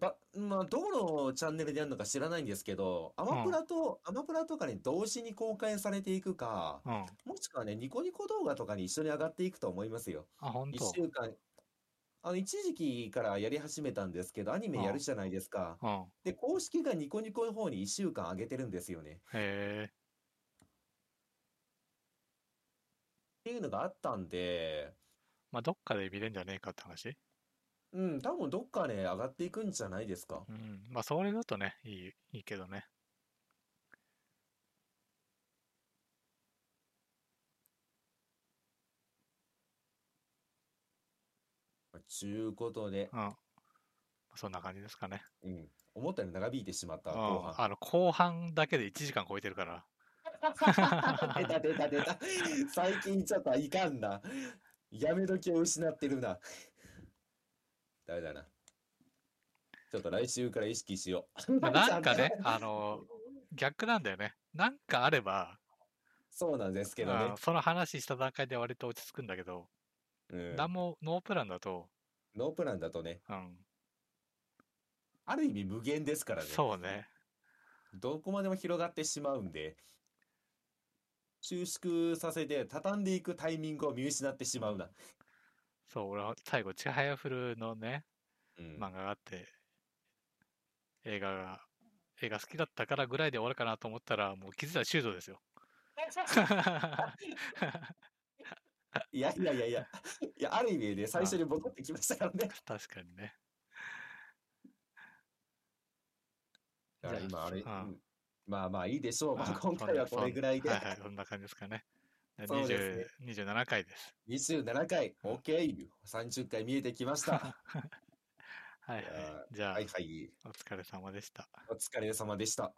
Speaker 2: ば、まあ、どのチャンネルでやるのか知らないんですけど、アマプラと、アマプラとかに同時に公開されていくか、
Speaker 1: うん。あ、
Speaker 2: もしくはね、ニコニコ動画とかに一緒に上がっていくと思いますよ。
Speaker 1: ほん
Speaker 2: 一
Speaker 1: と。
Speaker 2: 週間。あの、一時期からやり始めたんですけど、アニメやるじゃないですか。
Speaker 1: うん。
Speaker 2: で、公式がニコニコの方に一週間上げてるんですよね。
Speaker 1: へえ。
Speaker 2: っていうのがあったんで、
Speaker 1: まあ、どっかで見れんじゃねえかって話。
Speaker 2: うん、多分どっかね、上がっていくんじゃないですか。
Speaker 1: うん。まあ、それだとね、いい、いいけどね。
Speaker 2: ちゅうことで
Speaker 1: う、ん。まあそんな感じですかね。
Speaker 2: うん、思ったより長引いてしまっ
Speaker 1: う
Speaker 2: た、
Speaker 1: ん。
Speaker 2: 後半。
Speaker 1: あの、後半だけで1時間超えてる
Speaker 2: [LAUGHS]
Speaker 1: から。 [LAUGHS]
Speaker 2: 出た出た出た。最近ちょっといかんな。やめ時を失ってるな。ダメだな。ちょっと来週から意識しよう。
Speaker 1: まあなんかね、あの、逆なんだよね。なんかあれば、
Speaker 2: [LAUGHS] そうなんですけどね
Speaker 1: うん。その話した段階で割と落ち着くんだけど、
Speaker 2: うん。
Speaker 1: 何もノープランだと、
Speaker 2: ノープランだとね、
Speaker 1: うん、
Speaker 2: ある意味無限ですからね。
Speaker 1: そうね。
Speaker 2: どこまでも広がってしまうんで、収縮させて畳んでいくタイミングを見失ってしまうな。
Speaker 1: そう、俺は最後、ちはやふるのね、
Speaker 2: うん。
Speaker 1: 漫画があって、映画が、映画好きだったからぐらいで終わるかなと思ったら、もう気づいたら修道です
Speaker 2: [LAUGHS]
Speaker 1: よ。
Speaker 2: いやいやいやいや、いや、ある意味で最初に戻ってきましたからね。
Speaker 1: 確かにね。
Speaker 2: だから
Speaker 1: じゃあ
Speaker 2: 今あれ、
Speaker 1: うん
Speaker 2: うんまあまあいいでし [LAUGHS] ょう。まあ
Speaker 1: あ
Speaker 2: 今回は
Speaker 1: そん
Speaker 2: これぐらいで
Speaker 1: はいはい、そんな感じですかね。で
Speaker 2: [LAUGHS] そうですね
Speaker 1: 20 27回
Speaker 2: [LAUGHS]
Speaker 1: です。 [LAUGHS]
Speaker 2: 27回、OK、30回見えてきました。
Speaker 1: はいはい
Speaker 2: いや。
Speaker 1: じゃあ、
Speaker 2: はいはい、
Speaker 1: お疲れ様でした。
Speaker 2: お疲れ様でした。